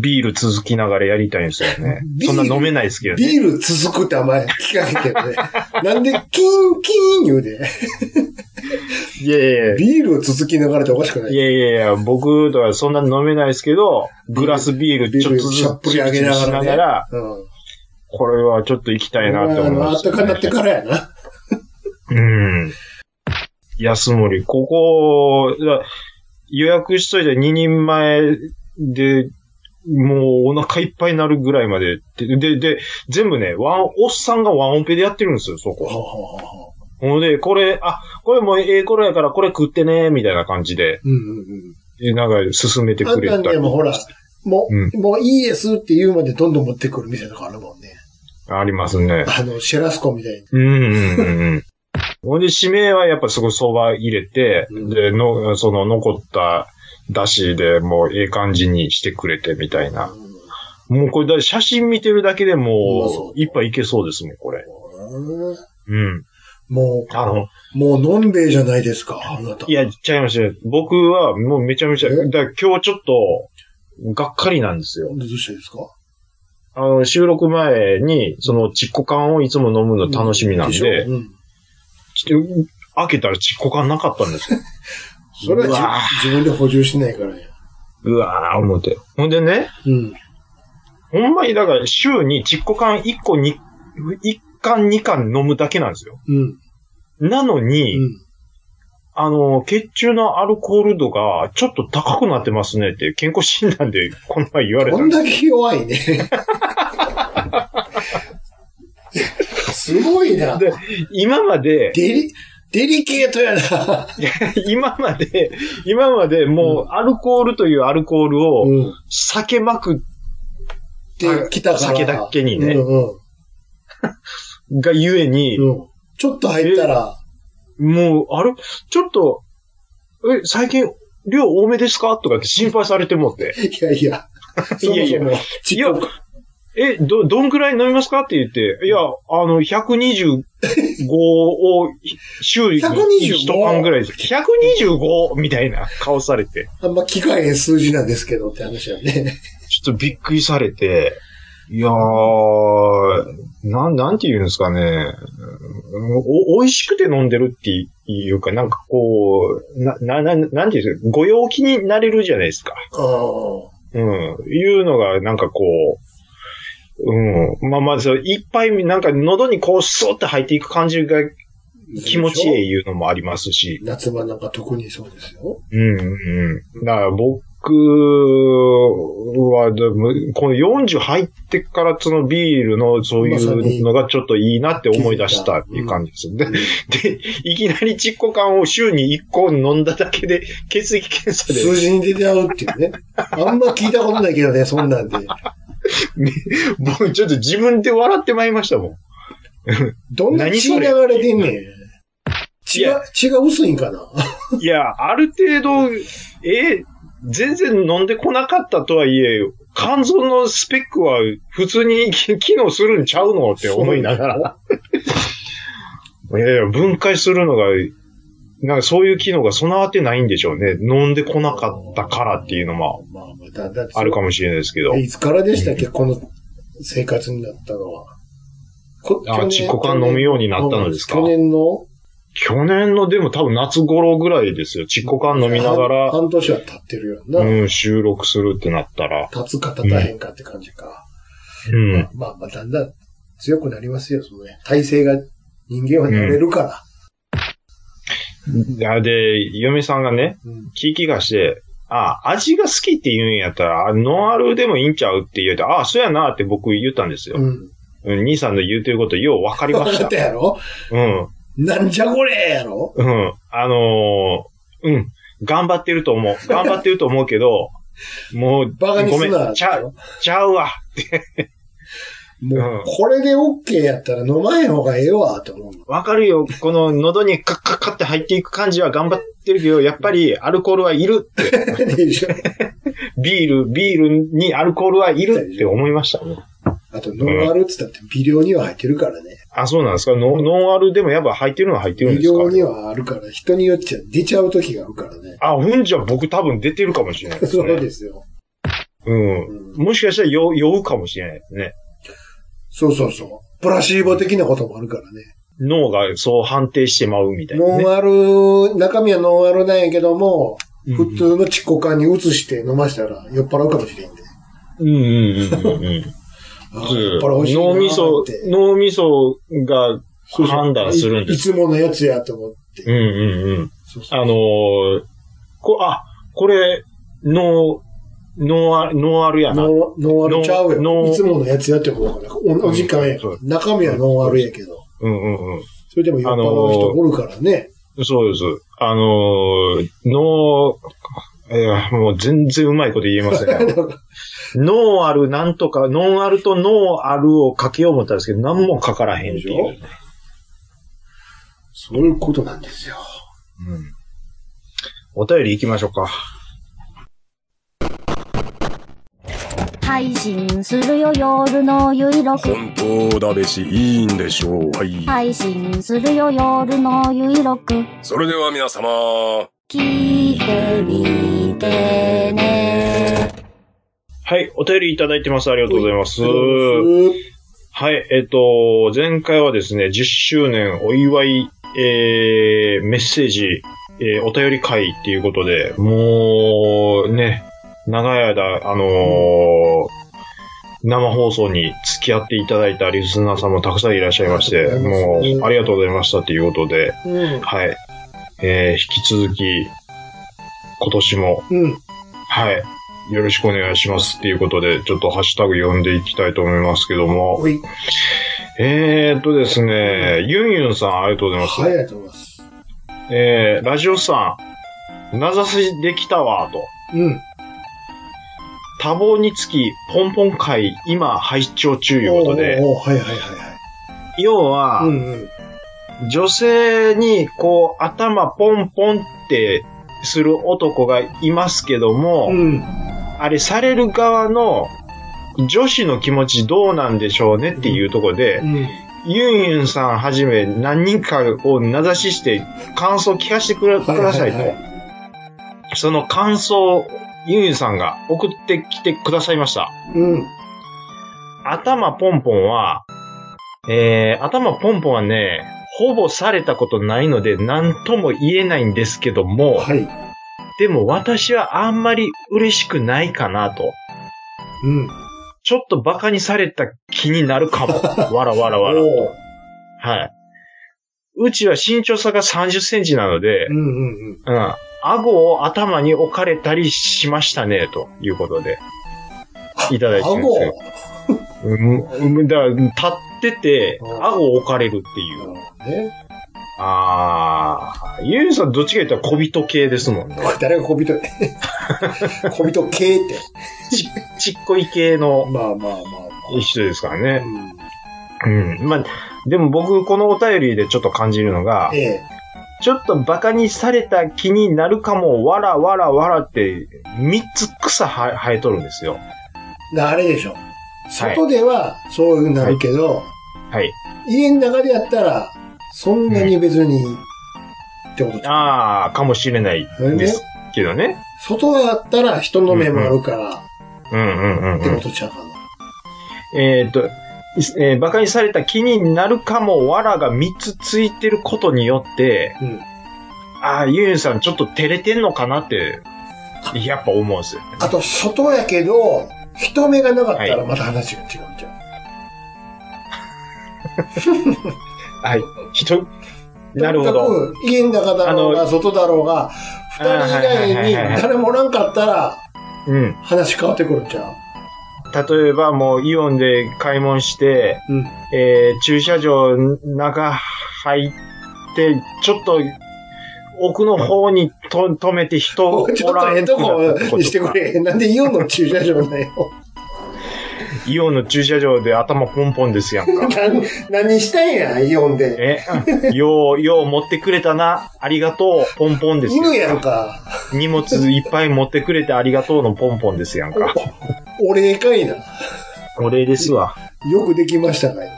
Speaker 2: ビール続きながらやりたいんですよね
Speaker 3: ビ。ー
Speaker 2: そ
Speaker 3: ル
Speaker 2: んな飲めないですけどね。
Speaker 3: ビール続くってあんまり聞かへんけ どね。なんで、キンキン言うで。
Speaker 2: いやいやいや。
Speaker 3: ビールを続きながらっておかしくないい。
Speaker 2: やいやいや、僕とはそんな飲めないですけど、グラスビール
Speaker 3: ビ
Speaker 2: ち
Speaker 3: ー
Speaker 2: ょっ
Speaker 3: ル
Speaker 2: とずつ
Speaker 3: しゃっぷり上げながら、ね。
Speaker 2: しながら、
Speaker 3: うん。
Speaker 2: これはちょっと行きたいなって思い
Speaker 3: あ
Speaker 2: ま
Speaker 3: っ
Speaker 2: す、
Speaker 3: たかになってからやな。
Speaker 2: うん。安森、ここ、だ予約しといて2人前で、もうお腹いっぱいになるぐらいまでって。で、で、全部ね、ワン、おっさんがワンオペでやってるんですよ、そ
Speaker 3: ほうほ
Speaker 2: こ。
Speaker 3: うほうほ
Speaker 2: ほんで、これ、あ、これもうええ頃やからこれ食ってね、みたいな感じで、
Speaker 3: う。うんうん
Speaker 2: えなんか進めて
Speaker 3: うん。あ
Speaker 2: く
Speaker 3: ん
Speaker 2: れ
Speaker 3: なん
Speaker 2: た
Speaker 3: で
Speaker 2: り。
Speaker 3: もほら、もう、
Speaker 2: う
Speaker 3: もういいですって言うまでどんどん持ってくる店とかあるもんね。
Speaker 2: ありますね。
Speaker 3: あの、シェラスコみたいに。
Speaker 2: うんうんうんうん。ほんで、締めはやっぱすごい蕎麦入れて、
Speaker 3: うん
Speaker 2: で、の、その残った出汁でもうええ感じにしてくれてみたいな。もうこれだ、写真見てるだけで
Speaker 3: うまそ
Speaker 2: も
Speaker 3: う
Speaker 2: う、いっぱいいけそうですもん、これ。
Speaker 3: うん
Speaker 2: うん。
Speaker 3: も
Speaker 2: あの、
Speaker 3: う、もうのんべえじゃないですか、あなた。
Speaker 2: いや、ちゃいました。僕はもうめちゃめちゃ、
Speaker 3: え
Speaker 2: だから今日ちょっと、がっかりなんですよ。
Speaker 3: どうしてですか
Speaker 2: あの、収録前に、その、チッコ缶をいつも飲むの楽しみなんで、
Speaker 3: しょうん
Speaker 2: ちょっと開けたらチッコ缶なかったんですよ
Speaker 3: それ
Speaker 2: うわ
Speaker 3: はじ自分で補充しないからや。
Speaker 2: うわー、思って。ほんでね、
Speaker 3: うん。
Speaker 2: ほんまにだから週にチッコ缶1個に、1缶2缶飲むだけなんですよ。
Speaker 3: うん。
Speaker 2: なのに、
Speaker 3: うん。
Speaker 2: あの、血中のアルコール度がちょっと高くなってますねって健康診断でこの前言われた
Speaker 3: こ
Speaker 2: ん
Speaker 3: ん
Speaker 2: です
Speaker 3: だけ弱 いね。すごいな。
Speaker 2: で今ま で、
Speaker 3: デリ、デリケートやな。
Speaker 2: 今まで、今までもうアルコールというアルコールを
Speaker 3: うん。
Speaker 2: 避けまく
Speaker 3: で、来たから。
Speaker 2: 酒だけにね
Speaker 3: うんうん。
Speaker 2: がゆえに、
Speaker 3: うんちょっと入ったら、
Speaker 2: もう、あれちょっと、え、最近量多めですかとかって心配されてもって。
Speaker 3: いやいや。そも
Speaker 2: い
Speaker 3: そ
Speaker 2: や
Speaker 3: も、
Speaker 2: いや
Speaker 3: 自己、
Speaker 2: え、ど、どんくらい飲みますかって言って、いや、あの、125を週に
Speaker 3: 125
Speaker 2: 一缶ぐらいです。125! みたいな顔されて、
Speaker 3: あんま機械へん数字なんですけどって話だよ ね。
Speaker 2: ちょっとびっくりされて、いやー、なん、なんて言うんですかね。お、美味しくて飲んでるっていうか、なんかこう、な、な、ななんて言うんですか、ご陽気になれるじゃないですか。
Speaker 3: ああ。
Speaker 2: うん。いうのが、なんかこう、うん。まあまあ、そう、いっぱい、なんか喉にこう、そーって入っていく感じが気持ちいいいうのもありますし。
Speaker 3: 夏場なんか特にそうですよ。
Speaker 2: うん、うん。だから僕は、でもこの40入ってからそのビールのそうい
Speaker 3: まさに
Speaker 2: うのがちょっといいなって思い出したっていう感じ です。で、で、いきなりチッコ缶を週に1個飲んだだけで、血液検査で
Speaker 3: 数字に出てあうっていうね。あんま聞いたことないけどね、そんなんで。
Speaker 2: 僕ちょっと自分で笑ってまいりましたもん。
Speaker 3: どんな血流れてんねん。血が、血が薄いんかな。
Speaker 2: いや、ある程度、えー全然飲んでこなかったとはいえ、肝臓のスペックは普通に 機機能するんちゃうのって思いながら。 いやいや、分解するのが、なんかそういう機能が備わってないんでしょうね。飲んでこなかったからっていうのも
Speaker 3: まあまあ、だ、だって
Speaker 2: あるかもしれないですけど
Speaker 3: え。いつからでしたっけ、この生活になったのは。こ
Speaker 2: あ、チッコ缶飲むようになったのですか
Speaker 3: 去年の
Speaker 2: 去年のでも多分夏頃ぐらいですよ。チッコ缶飲みながら、
Speaker 3: 半年は経ってるよな。
Speaker 2: うん、収録するってなったら。
Speaker 3: 立つか立たへんかって感じか。
Speaker 2: うん。
Speaker 3: まあまあ、だんだん強くなりますよ、そのね。体勢が人間は慣れるから。
Speaker 2: いやで、嫁さんがね、
Speaker 3: うん
Speaker 2: 聞い気がして、あ味が好きって言うんやったら、あノンアルでもいいんちゃうって言うて、あそうやなって僕言ったんですよ。
Speaker 3: うん。
Speaker 2: うん、兄さんの言うてること、よう分かりま
Speaker 3: 分
Speaker 2: し
Speaker 3: かったた。やろ
Speaker 2: うん、
Speaker 3: なんじゃこれやろ
Speaker 2: うん。あのーうん、頑張ってると思う。頑張ってると思うけど、 もう、
Speaker 3: バカに
Speaker 2: ご
Speaker 3: す
Speaker 2: め、。
Speaker 3: なん
Speaker 2: ちゃう、ちゃうわ。
Speaker 3: も
Speaker 2: うん
Speaker 3: う、これで OK やったら飲まへん方がええわ、と 思う。
Speaker 2: わかるよ。この喉にカッカッカって入っていく感じは頑張ってるけど、やっぱりアルコールはいる。
Speaker 3: でしょ
Speaker 2: ビール、ビールにアルコールはいるって思いましたね。
Speaker 3: あと、ノンアルっつったって微量には入ってるからね。
Speaker 2: あ、そうなんですかノンノンアルでもやっぱ入ってるのは入ってるん
Speaker 3: 微
Speaker 2: ですか
Speaker 3: 量にはあるから、人によっちゃ出ちゃう時があるからね。
Speaker 2: あ、うんじゃ僕多分出てるかもしれないです
Speaker 3: そう
Speaker 2: ね。
Speaker 3: ですよ。
Speaker 2: うん。
Speaker 3: うん
Speaker 2: もしかしたら酔酔うかもしれないですね。
Speaker 3: そうそうそう。プラシーボ的なこともあるからね。
Speaker 2: 脳がそう判定してまうみたいな、
Speaker 3: ノ
Speaker 2: ね。
Speaker 3: ンアル、中身はノンアルなんやけども、
Speaker 2: うん
Speaker 3: 普通のチコ缶に移して飲ましたら酔っ払うかもしれんで。
Speaker 2: うんうんうんうん。
Speaker 3: あー酔っ払うしいなー
Speaker 2: 脳みそ
Speaker 3: って、
Speaker 2: 脳みそが、
Speaker 3: そうそう
Speaker 2: 判断するんです
Speaker 3: いいつものやつやと思って。
Speaker 2: うんうんうん。
Speaker 3: そうそう
Speaker 2: あのーこ、あ、これ、脳、脳アル、脳アルやな。
Speaker 3: ノンノンアルちゃう
Speaker 2: ノ
Speaker 3: よ。
Speaker 2: ン
Speaker 3: いつものやつやって思うから、おお時間やから
Speaker 2: う。
Speaker 3: 中身はノンアルやけど。
Speaker 2: うんうんうん。
Speaker 3: それでも酔っ払う人おるからね。
Speaker 2: そうです。あのー、脳、いや、もう全然うまいこと言えません ね。ノーアルなんとか、ノンアルとノーアルをかけよう思ったんですけど、何もかからへんってい
Speaker 3: で
Speaker 2: う。
Speaker 3: そういうことなんですよ。
Speaker 2: うん、お便り行きましょうか。
Speaker 4: 配信するよ夜のゆいろく
Speaker 5: 本当だべし、いいんでしょう。はい。
Speaker 4: 配信するよ夜のゆいろく
Speaker 5: それでは皆様。
Speaker 4: 聞いてみてね
Speaker 2: はい、お便りいただいてます。ありがとうございます。はい、えっと、前回はですね、10周年お祝い、えー、メッセージ、えー、お便り会っていうことで、もう、ね、長い間、あのー生放送に付き合っていただいたリスナーさんもたくさんいらっしゃいまして、
Speaker 3: ありがとう
Speaker 2: も
Speaker 3: ございます
Speaker 2: う、ありがとうございましたということで、
Speaker 3: うん。
Speaker 2: はい。えー、引き続き、今年も、
Speaker 3: うん。
Speaker 2: はい。よろしくお願いしますっていうことで、ちょっとハッシュタグ読んでいきたいと思いますけども。
Speaker 3: おい。
Speaker 2: えー、っとですね、ユンユンさん、ありがとうございます。
Speaker 3: はい、ありがとうございます。
Speaker 2: えー、ラジオさん、名指しできたわ、と。
Speaker 3: うん。
Speaker 2: 多忙につき、ポンポン会、今、拝聴中いうことで、
Speaker 3: おうおうおうはいはいはいはい。
Speaker 2: 要は、
Speaker 3: うんうん。
Speaker 2: 女性に、こう、頭ポンポンってする男がいますけども、
Speaker 3: うん。
Speaker 2: あれ、される側の、女子の気持ちどうなんでしょうねっていうところで
Speaker 3: う、ん。
Speaker 2: ユンユンさんはじめ何人かを名指しして感想を聞かせてくれくださいと。
Speaker 3: はいはい
Speaker 2: その感想をユンユンさんが送ってきてくださいました。
Speaker 3: うん。
Speaker 2: 頭ポンポンは、えー、頭ポンポンはね、ほぼされたことないので何とも言えないんですけども、
Speaker 3: はい。
Speaker 2: でも私はあんまり嬉しくないかなと。
Speaker 3: うん。
Speaker 2: ちょっとバカにされた気になる かも。わらわらわら。
Speaker 3: おう
Speaker 2: はい。うちは身長差が30センチなので
Speaker 3: う、んうんうん。
Speaker 2: うん。顎を頭に置かれたりしましたね、ということで、いただいてるんです
Speaker 3: 顎
Speaker 2: よ。うんうん、だから、立ってて、
Speaker 3: うん
Speaker 2: 顎を置かれるっていう。
Speaker 3: ね。
Speaker 2: あー。ゆうさん、どっちか言ったら小人系ですもんね。
Speaker 3: 誰が小人 小人系って。
Speaker 2: ちちっこい系の
Speaker 3: まあまあま
Speaker 2: 人ですから
Speaker 3: あ
Speaker 2: ね。
Speaker 3: ま
Speaker 2: うん。まあ、でも僕、このお便りでちょっと感じるの
Speaker 3: あ。、
Speaker 2: が
Speaker 3: ええ。
Speaker 2: ちょっとバカにされた気になるかも、わらわらわらって、三つ草は生えとるんですよ。
Speaker 3: なあれでしょ。外ではそういうふうになるけど、
Speaker 2: はい。
Speaker 3: 家の中でやったら、そんなに別に、ってことか。
Speaker 2: ああ、かもしれないですけどね。
Speaker 3: 外だったら人の目もあるから、
Speaker 2: うんうんうん
Speaker 3: って
Speaker 2: う
Speaker 3: こ
Speaker 2: ん。
Speaker 3: とちゃうかな。
Speaker 2: えーっと、えーバカにされた気になるかも、わらが三つついてることによって、
Speaker 3: うん
Speaker 2: ああ、ゆうゆうさんちょっと照れてんのかなって、やっぱ思うんですよ。
Speaker 3: あと、外やけど、人目がなかった
Speaker 2: は
Speaker 3: ら
Speaker 2: い
Speaker 3: また話が違うんじゃん。
Speaker 2: はい。人、なるほ
Speaker 3: と
Speaker 2: ど。
Speaker 3: にかく家の中だろう
Speaker 2: あ
Speaker 3: が、
Speaker 2: の
Speaker 3: 外だろうが、二人以
Speaker 2: はいはいは
Speaker 3: 外
Speaker 2: いは
Speaker 3: に
Speaker 2: い
Speaker 3: 誰もおらんかったら、
Speaker 2: うん。
Speaker 3: 話変わってくるんちゃ
Speaker 2: 例えばもうイオンで買い物して、
Speaker 3: ううん。
Speaker 2: えー駐車場の中入って、ちょっと奥の方にと止めて人を
Speaker 3: ちょっとええとこにしてく れ。なんでイオンの駐車場だよ。
Speaker 2: イオンの駐車場で頭ポンポンですや んか。
Speaker 3: 何、何したいんや、イオンで。
Speaker 2: え、よう、よう持ってくれたな。ありがとう。ポンポンですよ
Speaker 3: 犬やんか。
Speaker 2: 荷物いっぱい持ってくれてありがとうのポンポンですやんか。
Speaker 3: お礼かいな。
Speaker 2: お礼ですわ。
Speaker 3: よくできましたかいな。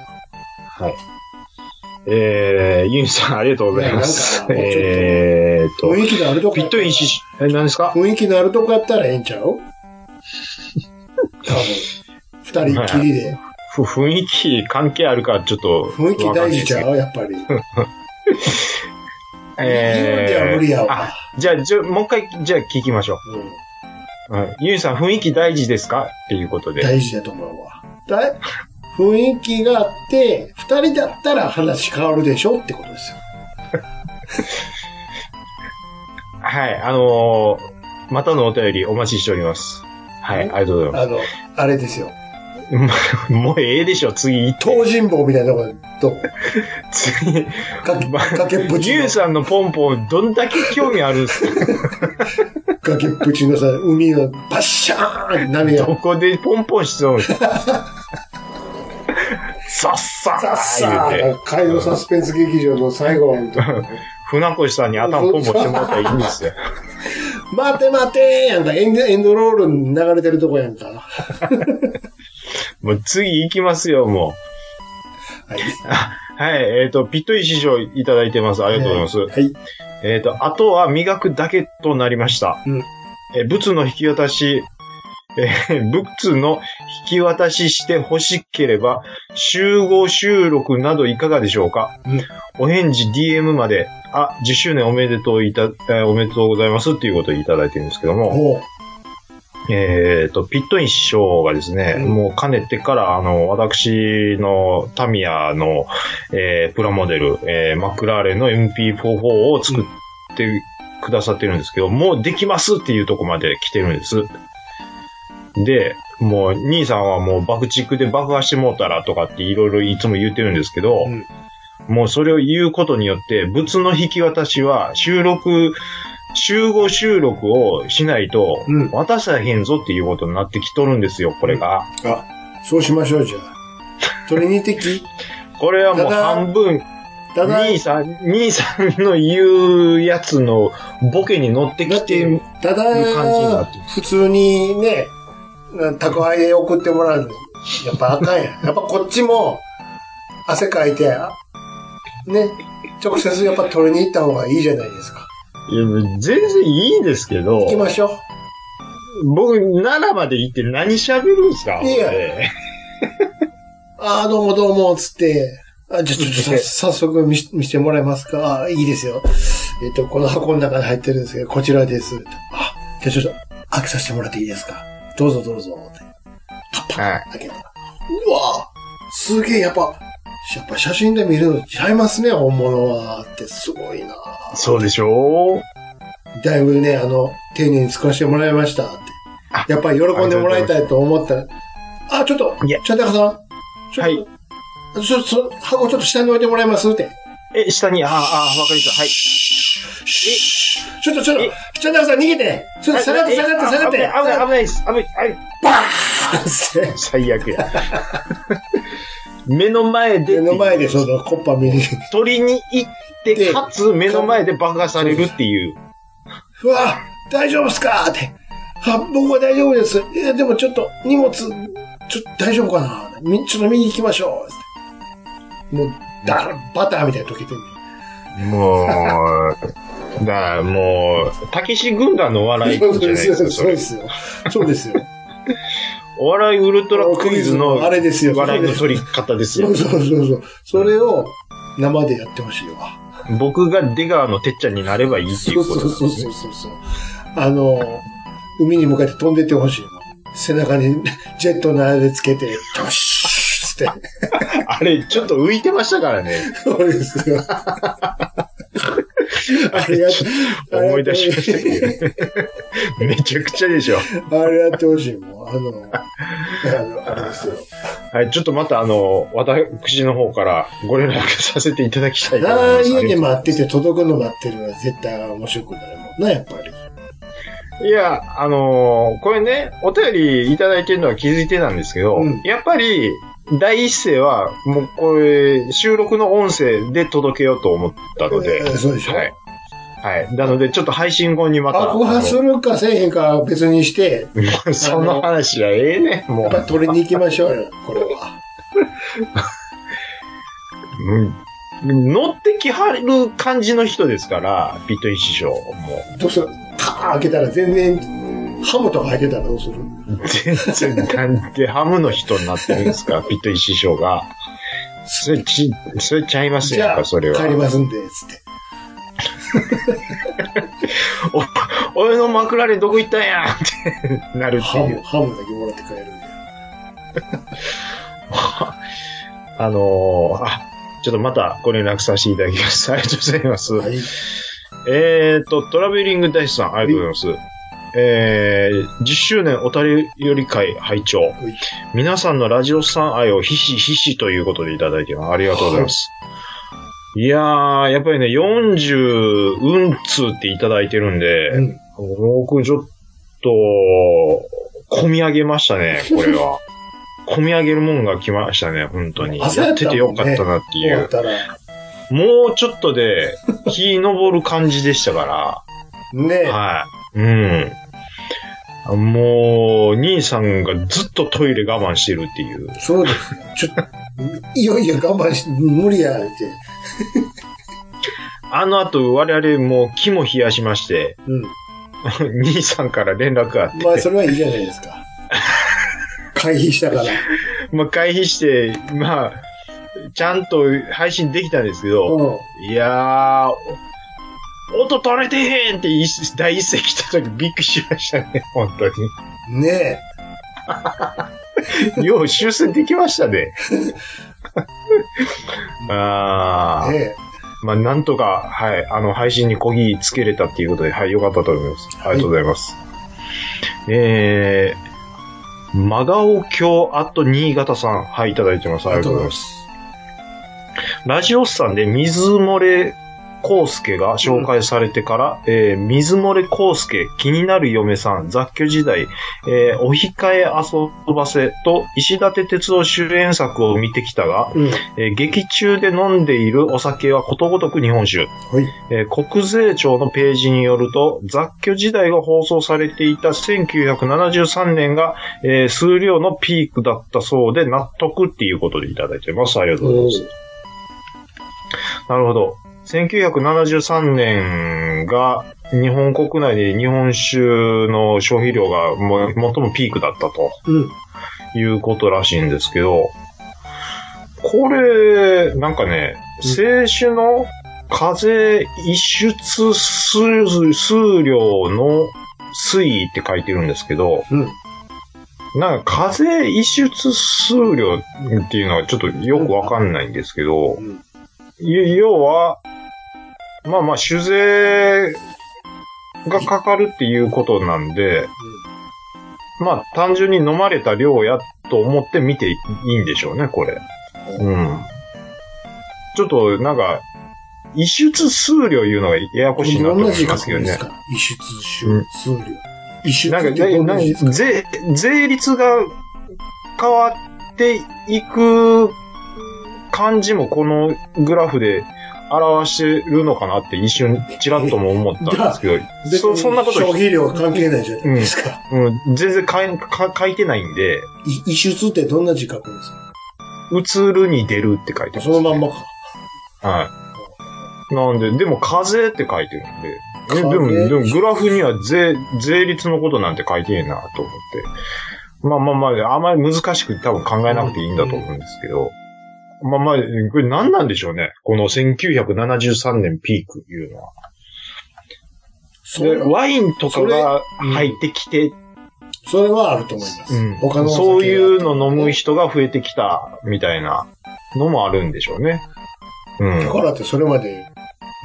Speaker 2: えー、ユンさんありがとうございます。
Speaker 3: いやなんかもうちょっと
Speaker 2: えーっと
Speaker 3: 雰、囲気のあるとこ
Speaker 2: ピ
Speaker 3: や
Speaker 2: ッ
Speaker 3: っ
Speaker 2: ト
Speaker 3: たら。
Speaker 2: インし、え、何ですか
Speaker 3: 雰囲気のあるとこやったらええんちゃう多分。二人っきりで。
Speaker 2: ふ雰囲気関係あるからちょっと。
Speaker 3: 雰囲気大事ち
Speaker 2: わか
Speaker 3: ゃ
Speaker 2: んないですけど
Speaker 3: うやっぱり。
Speaker 2: えー、
Speaker 3: 日本では無理やわ
Speaker 2: あ、じゃあ、じゃあもう一回、じゃあ聞きましょ
Speaker 3: うん
Speaker 2: う。うん、ユンさん、雰囲気大事ですかっていうことで。
Speaker 3: 大事だと思うわ。だ雰囲気があって、二人だったら話変わるでしょってことですよ。
Speaker 2: はい、あのーまたのお便りお待ちしております。はい、ありがとうござい
Speaker 3: あの、あれですよ。
Speaker 2: ます。もうええでしょ、次行って。
Speaker 3: 東尋坊みたいなとこ ど
Speaker 2: 次、
Speaker 3: かけ、崖っぷち
Speaker 2: ユ
Speaker 3: の
Speaker 2: ン、さんのポンポン、どんだけ興味あるんですか
Speaker 3: 崖っぷちのさ、海のバッシャーンって波が
Speaker 2: どこでポンポンし そうさっさ
Speaker 3: さっ
Speaker 2: ー
Speaker 3: さ
Speaker 2: 言う
Speaker 3: ー
Speaker 2: て、
Speaker 3: 海洋サスペンス劇場の最後 のとこ
Speaker 2: 船越さんに頭ポンポンしてもらったらいいんですよ。
Speaker 3: 待て待てーやんかエンド、エンドロールに流れてるとこやんか。は
Speaker 2: もう次行きますよ、もう。
Speaker 3: い。
Speaker 2: はい、えっ、と、ピットイン師匠いただいてます。ありがとうございます。
Speaker 3: はい。
Speaker 2: えっ、と、あとは磨くだけとなりました。
Speaker 3: うん
Speaker 2: えー、物の引き渡し、えー、物の引き渡しして欲しければ、集合収録などいかがでしょうか、
Speaker 3: うん
Speaker 2: お返事 DM まで、あ、10周年おめでとういた、えーおめでとうございますっていうことをいただいてるんですけども、
Speaker 3: も
Speaker 2: えっ、と、ピットイン師匠がですね、
Speaker 3: うん
Speaker 2: もうかねてから、あの、私のタミヤの、えープラモデル、えーマクラーレンの MP44 を作ってくださってるんですけど、もうできますっていうとこまで来てるんです。で、もう、兄さんはもう爆竹で爆破してもうたらとかっていろいろいつも言ってるんですけど、
Speaker 3: うん
Speaker 2: もうそれを言うことによって、物の引き渡しは収録、集合収録をしないと
Speaker 3: うん、
Speaker 2: 渡さへんぞっていうことになってきとるんですよ、これが。
Speaker 3: う、あ、そうしましょう、じゃあ。取りに的
Speaker 2: これはもう
Speaker 3: ただ
Speaker 2: 半分、
Speaker 3: ただ、
Speaker 2: 兄さん、兄さんの言うやつのボケに乗って
Speaker 3: だ
Speaker 2: き
Speaker 3: ってて、、た
Speaker 2: いう感じにな
Speaker 3: だ
Speaker 2: って、
Speaker 3: 普通にね、な宅配で送ってもらうのやっぱあかんやん。やっぱこっちも、汗かいて、あね、直接やっぱ取りに行った方がいいじゃないですか。
Speaker 2: いや全然いいですけど
Speaker 3: 行、きましょう。
Speaker 2: 僕、奈良まで行って何喋るんすか
Speaker 3: いや
Speaker 2: 俺
Speaker 3: ああ、どうもどうも、つって、あじゃ、ちょ、ちょ、さ早速見し見してもらえますかあいいですよ。えっ、と、この箱の中に入ってるんですけど、こちらです。あ、じゃあちょっと、開けさせてもらっていいですかどうぞどうぞ、って。パッパ
Speaker 2: はい
Speaker 3: ッ開けたら。うわすげえ、やっぱ、やっぱ写真で見るのちゃいますね、本物は。って、すごいな
Speaker 2: そうでしょう
Speaker 3: だいぶね、あの、丁寧に使わせてもらいましたって。やっぱり喜んでもらいたいと思ったら、あ、ちょっと
Speaker 2: いや、
Speaker 3: ちゃんたかさん。ちょ
Speaker 2: はい。
Speaker 3: ちょっとそ、箱ちょっと下に置いてもらえますって。
Speaker 2: え、下に、あーあー、わかりました。はい。
Speaker 3: ちょっと、ちょっ
Speaker 2: え
Speaker 3: と、ちゃんたかさん逃げて。ちょっと下がって、下がって、下がって。
Speaker 2: 危ない、危ないです。危ない、危ない。
Speaker 3: 危ない。
Speaker 2: 最悪や。目の前 で。
Speaker 3: 目の前で、その、コッパ見に。
Speaker 2: 取りに行って、
Speaker 3: で
Speaker 2: かつ目の前で爆破されるっていう。
Speaker 3: うわ、大丈夫っすかって。あ、僕は大丈夫です。いや、でもちょっと、荷物、ちょっと大丈夫かなみちょっと見に行きましょう。もう、だ、バターみたいに溶けてんね
Speaker 2: もう、だからもう、たけし軍団のお笑いじゃないですか、そ
Speaker 3: そう
Speaker 2: れ
Speaker 3: で。すよ。そうですよ。
Speaker 2: お笑いウルトラクイズの
Speaker 3: あれですよ。
Speaker 2: 笑いの取り方です
Speaker 3: そ
Speaker 2: よ
Speaker 3: う。そうそうそう。それを生でやってほしいわ。
Speaker 2: 僕が出川のてっちゃんになればいいってい
Speaker 3: そうう
Speaker 2: こ
Speaker 3: そ
Speaker 2: と
Speaker 3: う
Speaker 2: です
Speaker 3: そう
Speaker 2: ね
Speaker 3: そうそうそう。あの、海に向かって飛んでってほしいわ。背中にジェットのあれつけて、トシーって。
Speaker 2: あれ、ちょっと浮いてましたからね。
Speaker 3: そうです よ。あれやっ
Speaker 2: ちょっと思い出しましたけ どね。めちゃくちゃでしょ。
Speaker 3: あれやってほしいもん。あの、あの、あれですよ。
Speaker 2: はい、ちょっとまたあの、私の方からご連絡させていただきたいと思い
Speaker 3: ああ、
Speaker 2: ます。
Speaker 3: いいね
Speaker 2: あ
Speaker 3: 待ってて届くの待ってるのは絶対面白くなるもんな、やっぱり。
Speaker 2: りがとういや、あのーこれね、お便りいただいてるのは気づいてたんですけど、
Speaker 3: うん
Speaker 2: やっぱり、第一声は、もうこれ、収録の音声で届けようと思ったので、
Speaker 3: えーそうでしょ。
Speaker 2: はい。はい。なので、ちょっと配信後にまた。
Speaker 3: あ、告発するかせえへんかは別にして、
Speaker 2: あの その話はえ えねん、も
Speaker 3: や
Speaker 2: う
Speaker 3: っぱ。り取りに行きましょうよ、これは。
Speaker 2: うん乗ってきはる感じの人ですから、ビットイン師匠も。
Speaker 3: どうするカーン開けたら全然、ハムとか入ってたらどうする
Speaker 2: 全然、なんでハムの人になってるんですか、ビットイン師匠が。それち、それちゃいます
Speaker 3: じ
Speaker 2: やん
Speaker 3: ゃあ、
Speaker 2: か、それ
Speaker 3: 帰り
Speaker 2: は。
Speaker 3: ますんで、つって。
Speaker 2: お俺のマクラーレンどこ行ったんやって なるって
Speaker 3: ハ
Speaker 2: い
Speaker 3: ム、
Speaker 2: う。
Speaker 3: ハムだけもらって帰るんで。
Speaker 2: あのーあ、ちょっとまたご連絡させていただきます。ありがとうございます。
Speaker 3: はい。
Speaker 2: えーと、トラベリングダイスさん、ありがとうございます。えー、10周年おたりより会拝聴
Speaker 3: い。
Speaker 2: 皆さんのラジオさん愛をひしひしということでいただいてます。ありがとうございます。いやー、やっぱりね、40うんつっていただいてるんで、
Speaker 3: うん
Speaker 2: 僕ちょっと、込み上げました ね、これは。込み上げるもんが来ましたね、本当に。
Speaker 3: 朝や
Speaker 2: や
Speaker 3: っ
Speaker 2: ったて
Speaker 3: もん
Speaker 2: て
Speaker 3: ね
Speaker 2: よかったなってい
Speaker 3: 終わっ
Speaker 2: う。
Speaker 3: たら、
Speaker 2: もうちょっとで、日登る感じでしたから。
Speaker 3: ねえ。
Speaker 2: はい。うん。もう、兄さんがずっとトイレ我慢してるっていう。
Speaker 3: そうですよ。ちょっと、いよいよ我慢し、無理や、って。
Speaker 2: あの後、我々もう気も冷やしまして、
Speaker 3: うん。
Speaker 2: 兄さんから連絡があって、
Speaker 3: まあ、それはいいじゃないです か。回避したから。
Speaker 2: まあ、回避して、まあ、ちゃんと配信できたんですけど、
Speaker 3: うん。
Speaker 2: いやー、音取れてへんって一第一声来た時びっくりしましたね、本当
Speaker 3: ね
Speaker 2: に。よう修正できましたね。 あ
Speaker 3: え。
Speaker 2: ー
Speaker 3: ね。え。
Speaker 2: まあ、なんとか、はい、あの、配信にこぎつけれたっていうことで、はい、よかったと思います。ありがとうございます。えー、真顔京アット新潟さん、はい、いただいてます。ありがとうございます。
Speaker 3: す。
Speaker 2: ラジオスさんで水漏れ康介が紹介されてから、えー、水漏れ康介、気になる嫁さん、雑居時代、えー、お控え遊ばせと、石立哲夫主演作を見てきたが、
Speaker 3: うん。
Speaker 2: えー劇中で飲んでいるお酒はことごとく日本酒。
Speaker 3: はい
Speaker 2: えー国税庁のページによると、雑居時代が放送されていた1973年が、えー数量のピークだったそうで納得っていうことでいただいてます。ありがとうございます。なるほど。1973年が日本国内で日本酒の消費量がもう最もピークだったと。
Speaker 3: うん。
Speaker 2: いうことらしいんですけど、これ、なんかね、清酒の風一出数数量の推移って書いてるんですけど、
Speaker 3: うん
Speaker 2: なんか風移出数量っていうのはちょっとよくわかんないんですけど、
Speaker 3: うん
Speaker 2: い要は、まあまあ酒税がかかるっていうことなんで、まあ単純に飲まれた量やと思って見ていいんでしょうね、これ。うん。ちょっとなんか、移出数量いうのがややこしいな
Speaker 3: ど
Speaker 2: と
Speaker 3: ん
Speaker 2: 思
Speaker 3: ない字
Speaker 2: ま
Speaker 3: 書
Speaker 2: す
Speaker 3: く
Speaker 2: けど
Speaker 3: んで
Speaker 2: ね
Speaker 3: す。か輸出数数量。輸出
Speaker 2: なんか、
Speaker 3: ってどんな
Speaker 2: な
Speaker 3: 字ですか
Speaker 2: 税、税率が変わっていく感じもこのグラフで表してるのかなって一瞬ちらっとも思ったんですけど、そそんなこと、
Speaker 3: 消費量は関係ないじゃないですか。
Speaker 2: うん、全然書いか書いてないんで、
Speaker 3: い輸出ってどんな字書くんですか
Speaker 2: 映るに出るって書いてます、
Speaker 3: そのまんまか。
Speaker 2: はい。なんで、でも風って書いてるんで。えでも、
Speaker 3: 風
Speaker 2: でもグラフには税、税率のことなんて書いてねえなと思って。まあまあまあ、あまり難しく多分考えなくていいんだと思うんですけど。まあまあ、これ何なんでしょうね。この1973年ピークいうのは。
Speaker 3: そ
Speaker 2: で
Speaker 3: れは、
Speaker 2: ワインとかが入ってきて、
Speaker 3: それはあると思います。
Speaker 2: うん
Speaker 3: 他のお酒は
Speaker 2: そういうの飲む人が増えてきたみたいなのもあるんでしょうね。うん。
Speaker 3: だからってそれまで、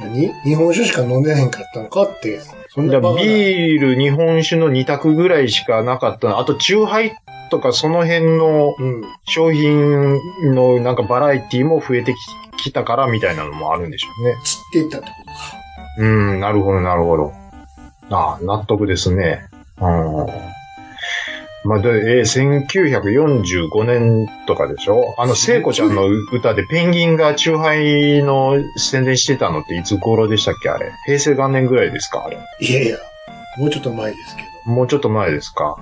Speaker 3: 何日本酒しか飲んでへんかったのかって、そん
Speaker 2: だ
Speaker 3: な
Speaker 2: から
Speaker 3: バカな。
Speaker 2: ビール、日本酒の2択ぐらいしかなかった。あと、チューハイとかその辺の
Speaker 3: うん。
Speaker 2: 商品のなんかバラエティも増えてききたからみたいなのもあるんでしょうね。
Speaker 3: つっていったってことか。
Speaker 2: うん、なるほど、なるほど。ああ、納得ですね。うん。まあ、で、えー1945年とかでしょあの、聖子ちゃんの歌でペンギンがチューハイの宣伝してたのっていつ頃でしたっけあれ。平成元年ぐらいですかあれ。
Speaker 3: いやいや、もうちょっと前です
Speaker 2: もうちょっと前ですか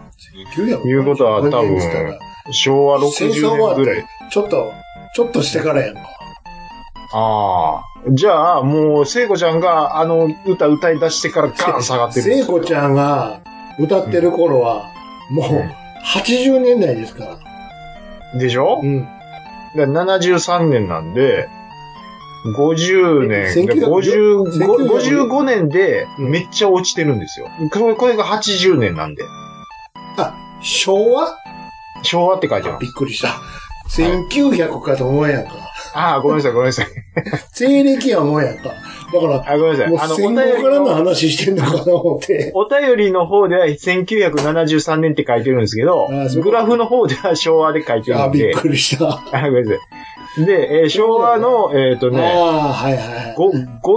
Speaker 3: けど。
Speaker 2: いうことは多分
Speaker 3: ですから
Speaker 2: 昭和60年ぐらい。
Speaker 3: ちょっと、ちょっとしてからやんか。
Speaker 2: ああ。じゃあ、もう、聖子ちゃんがあの歌歌い出してからガン下がってる。
Speaker 3: 聖子ち
Speaker 2: ん。
Speaker 3: ゃんが歌ってる頃は、もう
Speaker 2: うん、
Speaker 3: 80年代ですから。
Speaker 2: でしょ
Speaker 3: うん。
Speaker 2: だから73年なんで、50年、で50 55年でめっちゃ落ちてるんですよ。これこれが80年なんで。
Speaker 3: 昭和
Speaker 2: 昭和って書いてます。
Speaker 3: びっくりした。1900かと思うやんか。
Speaker 2: ああ、ごめんなさい、ごめんなさい。
Speaker 3: 西暦や思うやんか。だか
Speaker 2: あごめんなさ
Speaker 3: ら、
Speaker 2: い。
Speaker 3: もう
Speaker 2: あの、お
Speaker 3: 戦
Speaker 2: 便
Speaker 3: 後
Speaker 2: り
Speaker 3: からの
Speaker 2: の、
Speaker 3: 話してんのかな思って。
Speaker 2: お便りの方では1973年って書いてるんですけど
Speaker 3: ああそう、
Speaker 2: グラフの方では昭和で書いてる
Speaker 3: あ、
Speaker 2: んで。
Speaker 3: びっくりした。
Speaker 2: あ、ごめんなさい。で、えー昭和の、えっ、と
Speaker 3: あ
Speaker 2: ね、
Speaker 3: あ、はいはいはい。
Speaker 2: ご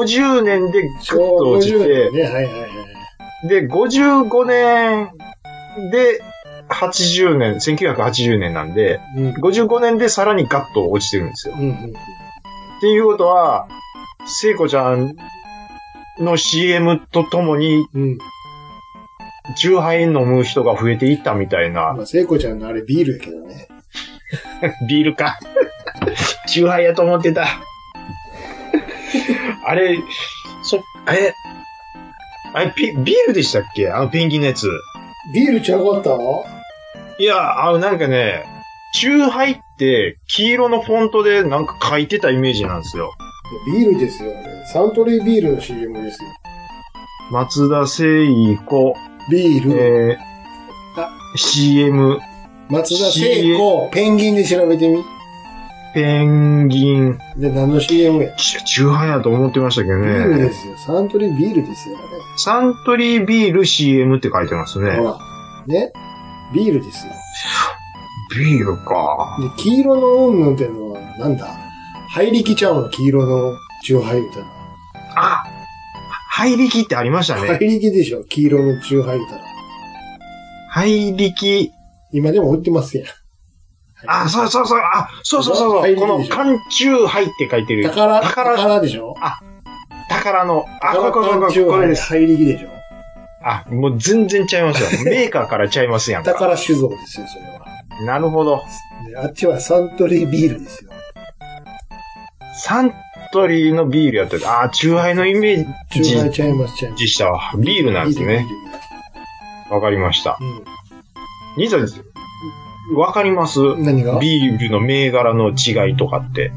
Speaker 2: 50年でグッ
Speaker 3: 昭
Speaker 2: と
Speaker 3: 和
Speaker 2: 落ち
Speaker 3: 50
Speaker 2: て、
Speaker 3: 年ね、はいはいはい。
Speaker 2: で、55年で80年、1980年なんで、
Speaker 3: うん。
Speaker 2: 55年でさらにガッと落ちてるんですよ。
Speaker 3: うんうん。
Speaker 2: っていうことは、聖子ちゃんの CM とともに、
Speaker 3: うん。
Speaker 2: チューハイ飲む人が増えていったみたいな、
Speaker 3: まあ、聖子ちゃんのあれビールやけどね。
Speaker 2: ビールか。 チューハイやと思ってた。あれ、そ、え、あれ、ピビールでしたっけあのペンギンのやつ。
Speaker 3: ビールちゃうかった
Speaker 2: いや、あの、なんかね、チューハイって黄色のフォントでなんか書いてたイメージなんですよ。
Speaker 3: ビールですよ、あれサントリービールの CM ですよ。
Speaker 2: 松田聖子、
Speaker 3: ビール、
Speaker 2: え
Speaker 3: あ
Speaker 2: ー、CM、
Speaker 3: 松田聖子、ペンギンで調べてみ。
Speaker 2: ペンギン、
Speaker 3: で、何の CM や。
Speaker 2: チュチューハイやと思ってましたけど
Speaker 3: ビールで
Speaker 2: ね。
Speaker 3: すよ。サントリービールですよ、
Speaker 2: サントリービール CM って書いてます
Speaker 3: あれ。ほ
Speaker 2: ね。
Speaker 3: ら。ね。ビールですよ。
Speaker 2: ビールか。
Speaker 3: で、黄色のうんぬんってのは、なんだハイリキちゃうの黄色のチューハイ歌の。
Speaker 2: あ、入りきってありました
Speaker 3: ハイ
Speaker 2: ね。
Speaker 3: リキでしょ黄色のチューハイ歌の。
Speaker 2: 入りき。
Speaker 3: 今でも売ってますやん。
Speaker 2: あ、そうそうそう。あ、そうそうそ
Speaker 3: 入
Speaker 2: うそ
Speaker 3: り
Speaker 2: う。
Speaker 3: き
Speaker 2: この、
Speaker 3: でしょ
Speaker 2: 缶中杯って書いてる。
Speaker 3: 宝、
Speaker 2: 宝
Speaker 3: 宝でしょ
Speaker 2: 宝の。あ、これこれこ
Speaker 3: 宝
Speaker 2: れ
Speaker 3: チュー
Speaker 2: こ
Speaker 3: ハ
Speaker 2: れ
Speaker 3: イ、
Speaker 2: です。
Speaker 3: ハイリキでしょ
Speaker 2: あ、もう全然ちゃいますよ。メーカーからちゃいますやんか。
Speaker 3: 宝酒造ですよ、それは。
Speaker 2: なるほど。
Speaker 3: であっちはサントリービールですよ。
Speaker 2: サントリーのビールやってる。あ、中杯のイメ
Speaker 3: チ
Speaker 2: ー
Speaker 3: ューハイ
Speaker 2: ジ
Speaker 3: ちゃいます、ちゃいます。
Speaker 2: したわ。ビールなんですね。
Speaker 3: ビール。ビール
Speaker 2: わかりました。
Speaker 3: うん
Speaker 2: 兄さん、わかります
Speaker 3: 何が
Speaker 2: ビールの銘柄の違いとかって。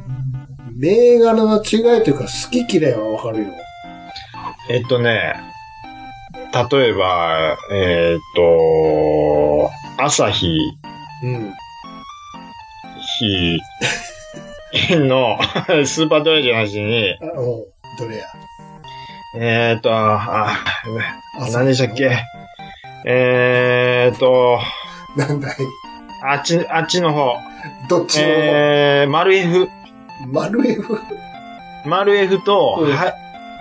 Speaker 3: 銘柄の違いというか、好き嫌いはわかるよ。
Speaker 2: えっとね、例えば、えーっと、朝日
Speaker 3: うん。
Speaker 2: ひ、 の、スーパードライジャーの話に、
Speaker 3: あおどれや
Speaker 2: えーと、あ、
Speaker 3: あ
Speaker 2: 何でしたっけえーと、
Speaker 3: なんだい
Speaker 2: あっち、あっちの方。
Speaker 3: どっちの、
Speaker 2: えー、丸 F。
Speaker 3: 丸 F?
Speaker 2: 丸 F と、
Speaker 3: うん
Speaker 2: は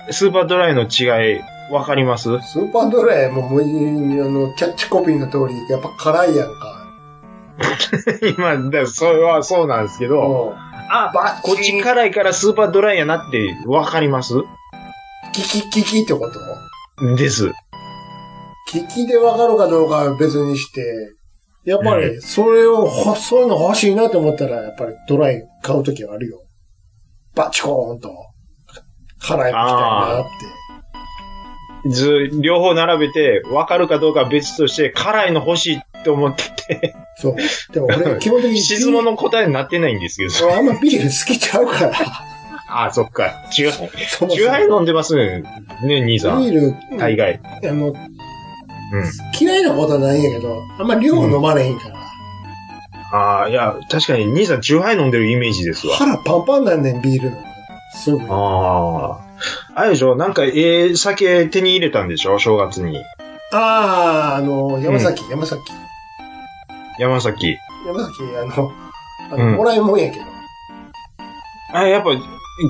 Speaker 2: スーパードライの違い、わかります
Speaker 3: スーパードライも、もう、あの、キャッチコピーの通り、やっぱ辛いやんか。
Speaker 2: 今、だそれはそうなんですけ
Speaker 3: うん。
Speaker 2: ど、あ、
Speaker 3: バッ
Speaker 2: こっち辛いからスーパードライやなってわかります
Speaker 3: キキキキってこと
Speaker 2: です。
Speaker 3: キキでわかるかどうかは別にして、やっぱり、それを、ほそういうの欲しいなと思ったら、やっぱりドライ買うときはあるよ。バチコーンと、辛いの来たいなって。
Speaker 2: ず、両方並べて、わかるかどうかは別として、辛いの欲しいって思ってて、
Speaker 3: そう。でも俺、基本的にビール。
Speaker 2: 質問の答えになってないんですけど。
Speaker 3: 俺あんまビール好きちゃうから。
Speaker 2: あ、そっか。違う。
Speaker 3: そもそ
Speaker 2: チューハイ
Speaker 3: も
Speaker 2: 飲んでますね、兄さん。
Speaker 3: ビール、
Speaker 2: 大概。
Speaker 3: あの、
Speaker 2: うん。
Speaker 3: 嫌いなことはないんやけど、あんま量飲まれへんから。
Speaker 2: ああ、いや、確かに兄さんチューハイ飲んでるイメージで すわ。
Speaker 3: 腹パンパンなんねん、ビールの。すぐ。
Speaker 2: ああ。あれでしょなんか、ええ酒手に入れたんでしょ正月に。
Speaker 3: あー、あの、山崎、山崎。
Speaker 2: 山崎。
Speaker 3: 山崎、あの、あ
Speaker 2: うん
Speaker 3: の、もらいもんやけど。
Speaker 2: あれ、やっぱ、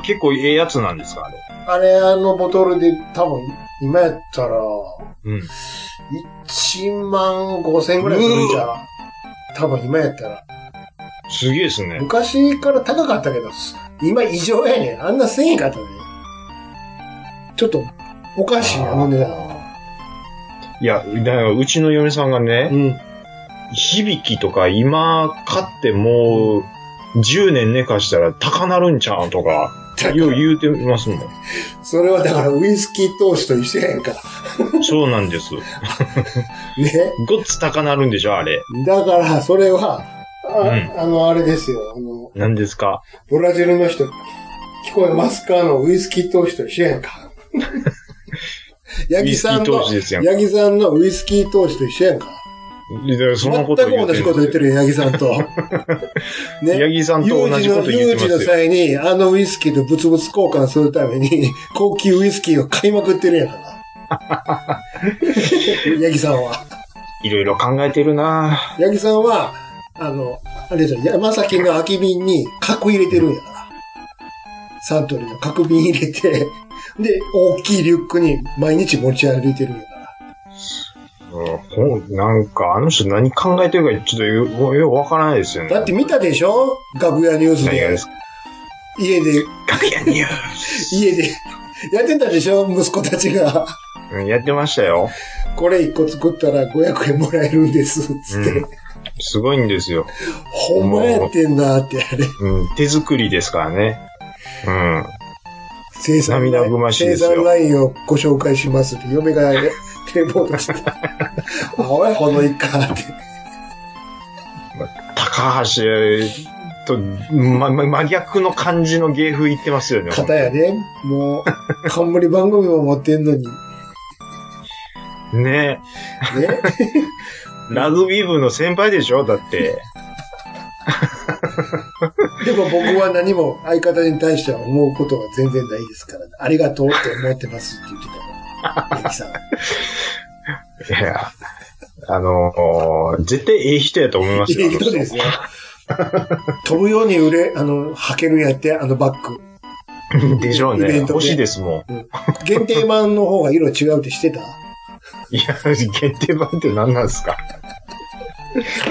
Speaker 2: 結構ええやつなんですかあれ。
Speaker 3: あれ、あのボトルで多分、今やったら、
Speaker 2: うん。
Speaker 3: 1万5千ぐらいするんじゃん。多分今やったら。
Speaker 2: すげえですね。
Speaker 3: 昔から高かったけど、今異常やねん。あんな1000円かったね。ちょっと、おかしいな、飲んでた
Speaker 2: いや、だからうちの嫁さんがね、
Speaker 3: うん。
Speaker 2: 響きとか今買ってもう10年寝かしたら高なるんちゃうとか、よう言うてますもん。
Speaker 3: それはだからウイスキー投資と一緒やんか。
Speaker 2: そうなんです。
Speaker 3: ね。
Speaker 2: ごっつ高なるんでしょあれ。
Speaker 3: だから、それは、あ,、
Speaker 2: うん
Speaker 3: あの、あれですよ。あの、
Speaker 2: 何ですか
Speaker 3: ブラジルの人、聞こえますかのウイスキー投資と一緒やん か。ヤギさん
Speaker 2: ウイスキー
Speaker 3: の
Speaker 2: 投資ですやん、か
Speaker 3: ヤギさんのウイスキー投資と一緒やんか。
Speaker 2: いやそんなこと
Speaker 3: 全く同じこと言って
Speaker 2: る。
Speaker 3: るよ、ヤギさん と。ね
Speaker 2: ヤギさんと同じこと言ってます
Speaker 3: 有事の有事の
Speaker 2: よ。
Speaker 3: 際に、あのウイスキーと物々交換するために、高級ウイスキーを買いまくってるやん か。ヤギさんは。
Speaker 2: いろいろ考えてるな
Speaker 3: 八木さんは、あの、あれじゃん、山崎の空き瓶に角入れてるんやから。サントリーの角瓶入れて、 で、大きいリュックに毎日持ち歩いてるんやから。
Speaker 2: うんほんなんか、あの人何考えてるかちょっとよよくわからないですよね。
Speaker 3: だって見たでしょ楽屋ニュース
Speaker 2: 何がで
Speaker 3: で。
Speaker 2: すか
Speaker 3: 家で、
Speaker 2: 楽屋ニュース
Speaker 3: 家で、やってたでしょ息子たちが。
Speaker 2: うんやってましたよ。
Speaker 3: これ一個作ったら500円もらえるんです。つって。
Speaker 2: うんすごいんですよ。
Speaker 3: ほんまやってんなって、あれ。
Speaker 2: うん、手作りですからね。うん。
Speaker 3: 生産
Speaker 2: 涙ぐましいですよ
Speaker 3: 生産ラインをご紹介しますって、嫁がね、テレポートして た。あ、おい、この一家って。
Speaker 2: 高橋と、ま、ま真逆の感じの芸風言ってますよね。
Speaker 3: 方やね。もう、冠番組も持ってん のに。ね。
Speaker 2: ねラグビー部の先輩でしょだって。
Speaker 3: でも僕は何も相方に対しては思うことが全然ないですから、ありがとうって思ってますって言ってたよ。 ヤギさん。
Speaker 2: いや、あの絶対ええ人やと思いますよ。
Speaker 3: いい人ですよ。 飛ぶように売れ、あの、履けるんやって、あのバッグ。
Speaker 2: あの人 でしょう
Speaker 3: イベ
Speaker 2: ね。
Speaker 3: ントで
Speaker 2: 欲しいですも
Speaker 3: 限定版の方が色違うってしてた
Speaker 2: ん。いや、限定版って何な んですか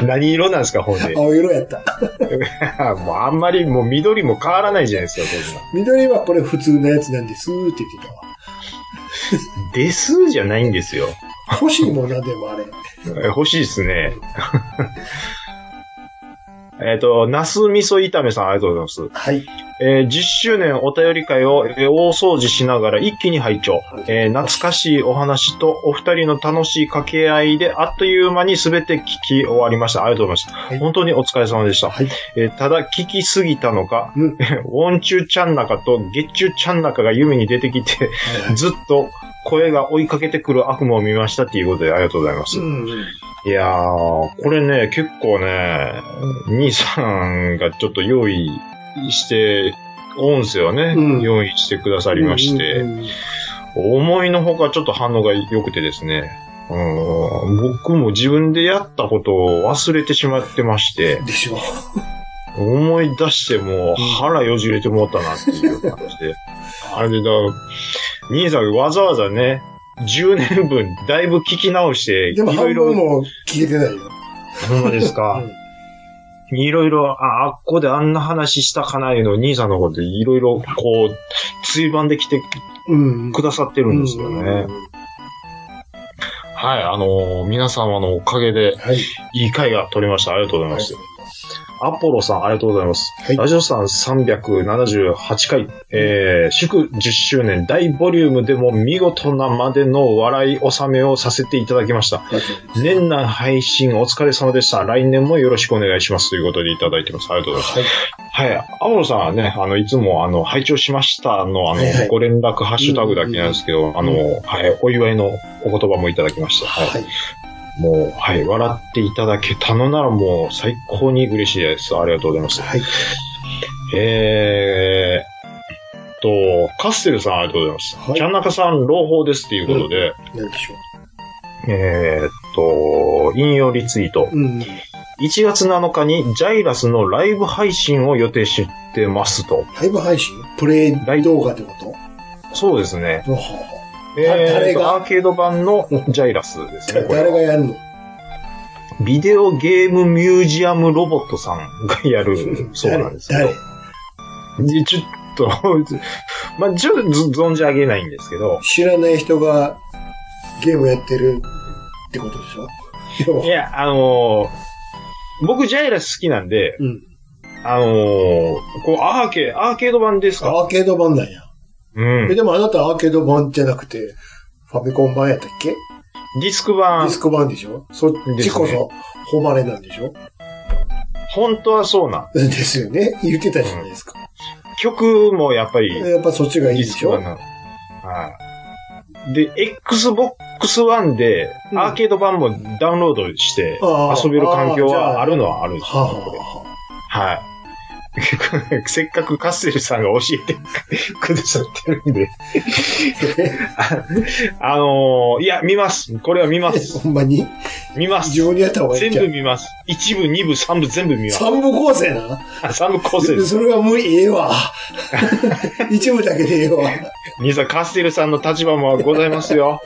Speaker 2: 何色なんですか、ほんで。も
Speaker 3: 青色やった。
Speaker 2: うあんまりもう緑も変わらないじゃないですか、こ
Speaker 3: 緑はこれ普通のやつなんですって言ってたわ。
Speaker 2: んな。ですじゃないんですよ。
Speaker 3: 欲しいもんな、でもあれ。
Speaker 2: 欲しいですね。 えっと、ナス味噌炒めさん、ありがとうございます。
Speaker 3: はい。
Speaker 2: えー10周年お便り会を、えー大掃除しながら一気に拝聴。えー懐かしいお話とお二人の楽しい掛け合いであっという間に全て聞き終わりました。ありがとうございました。
Speaker 3: い
Speaker 2: 本当にお疲れ様でした。
Speaker 3: はい
Speaker 2: えーただ聞きすぎたのか、
Speaker 3: うん
Speaker 2: 音中ちゃん中と月中ちゃん中が夢に出てきて、 ずっと声が追いかけてくる悪夢を見ましたっていうことでありがとうございます。
Speaker 3: うん。
Speaker 2: いやー、これね、結構ね、兄さんがちょっと用意して、音声をね、
Speaker 3: うん
Speaker 2: 用意してくださ
Speaker 3: あ
Speaker 2: りまして、
Speaker 3: うん
Speaker 2: 思いのほかちょっと反応が良くてですね、うん、僕も自分でやったことを忘れてしまってまして、
Speaker 3: でしょ。
Speaker 2: 思い出してもう腹よじれてもうたなっていう感じで。 あれで、だから兄さんがわざわざね、10年分だいぶ聞き直して、い
Speaker 3: でも
Speaker 2: ろ
Speaker 3: 半
Speaker 2: いろ
Speaker 3: 分、も聞いてないよ。
Speaker 2: ほんまですか。いろいろ、あ、あっこであんな話したかないうのを兄さんの方でいろいろこう、追番で来て
Speaker 3: うん。
Speaker 2: くださってるんですよね。
Speaker 3: うん
Speaker 2: はい、あのー皆様のおかげで、
Speaker 3: はい。
Speaker 2: いい回が取れました。ありがとうございます。アポロさん、ありがとうございます。
Speaker 3: はい
Speaker 2: ラジオさん378回、えー、祝10周年大ボリュームでも見事なまでの笑い納めをさせていただきました。年内配信お疲れ様でした。来年もよろしくお願いします。ということでいただいてます。ありがとうございます。はい。アポロさんはね、あの、いつも、あの、拝聴しましたの、あの、
Speaker 3: はいはい
Speaker 2: ご連絡ハッシュタグだけなんですけど、あの、はい、お祝いのお言葉もいただきました。はい
Speaker 3: はい。
Speaker 2: もう、はい、笑っていただけたのならもう最高に嬉しいです。ありがとうございます。
Speaker 3: はい。
Speaker 2: えーっと、カステルさんありがとうございます。
Speaker 3: はい
Speaker 2: キャンナカさん、朗報ですっていうことで、
Speaker 3: なんでしょ
Speaker 2: えーっと、引用リツイート。
Speaker 3: う。うん。
Speaker 2: 1月7日にジャイラスのライブ配信を予定してますと。
Speaker 3: ライブ配信プレ
Speaker 2: ライ
Speaker 3: イ
Speaker 2: ブ
Speaker 3: 動画ってこと
Speaker 2: そうですね。
Speaker 3: ほうほうほう
Speaker 2: えー
Speaker 3: 誰
Speaker 2: っと、
Speaker 3: が
Speaker 2: アーケード版のジャイラスですね。これは
Speaker 3: 誰がやるの
Speaker 2: ビデオゲームミュージアムロボットさんがやるそうなんですけど
Speaker 3: 誰誰
Speaker 2: でちょっと、 まあ、ちょっと存じ上げないんですけど、
Speaker 3: 知らない人がゲームやってるってことでしょ要はい
Speaker 2: や、あのー僕ジャイラス好きなんで、
Speaker 3: うん。
Speaker 2: あのーこう、アーケー、アーケード版ですか
Speaker 3: アーケード版なんや。
Speaker 2: うん。
Speaker 3: え
Speaker 2: デ
Speaker 3: でもあなたアーケード版じゃなくて、ファミコン版やったっけデ
Speaker 2: ィスク版
Speaker 3: ィス、ク版でしょそっちこ
Speaker 2: ですね
Speaker 3: そ、誉れなんでしょ
Speaker 2: 本当はそうなん。
Speaker 3: ですよね。 言ってたじゃないですか。
Speaker 2: 曲もやっぱり、
Speaker 3: やっぱそっちが
Speaker 2: デ
Speaker 3: いいで
Speaker 2: ィス
Speaker 3: し
Speaker 2: ク
Speaker 3: ょ
Speaker 2: 版なの。はい。で、Xbox One で、
Speaker 3: うん
Speaker 2: アーケード版もダウンロードして、
Speaker 3: あー
Speaker 2: 遊べる環境
Speaker 3: あーじゃ
Speaker 2: は
Speaker 3: あ
Speaker 2: あるのはあるんです
Speaker 3: はあ、
Speaker 2: よこれ
Speaker 3: は
Speaker 2: はい。 せっかくカステルさんが教えてくださってるんで。あのーいや、見ます。これは見ま
Speaker 3: あ、
Speaker 2: す。
Speaker 3: ほんまに
Speaker 2: 見ます
Speaker 3: 自。分にやった方がいい
Speaker 2: 全
Speaker 3: んちゃ
Speaker 2: 部
Speaker 3: う
Speaker 2: 見ます。一部、二部、三部、全部見ます。
Speaker 3: 三部構成な
Speaker 2: 三部構 成です。
Speaker 3: それは無理、ええ わ。一部だけでええわ。
Speaker 2: 兄さん、カステルさんの立場もございますよ。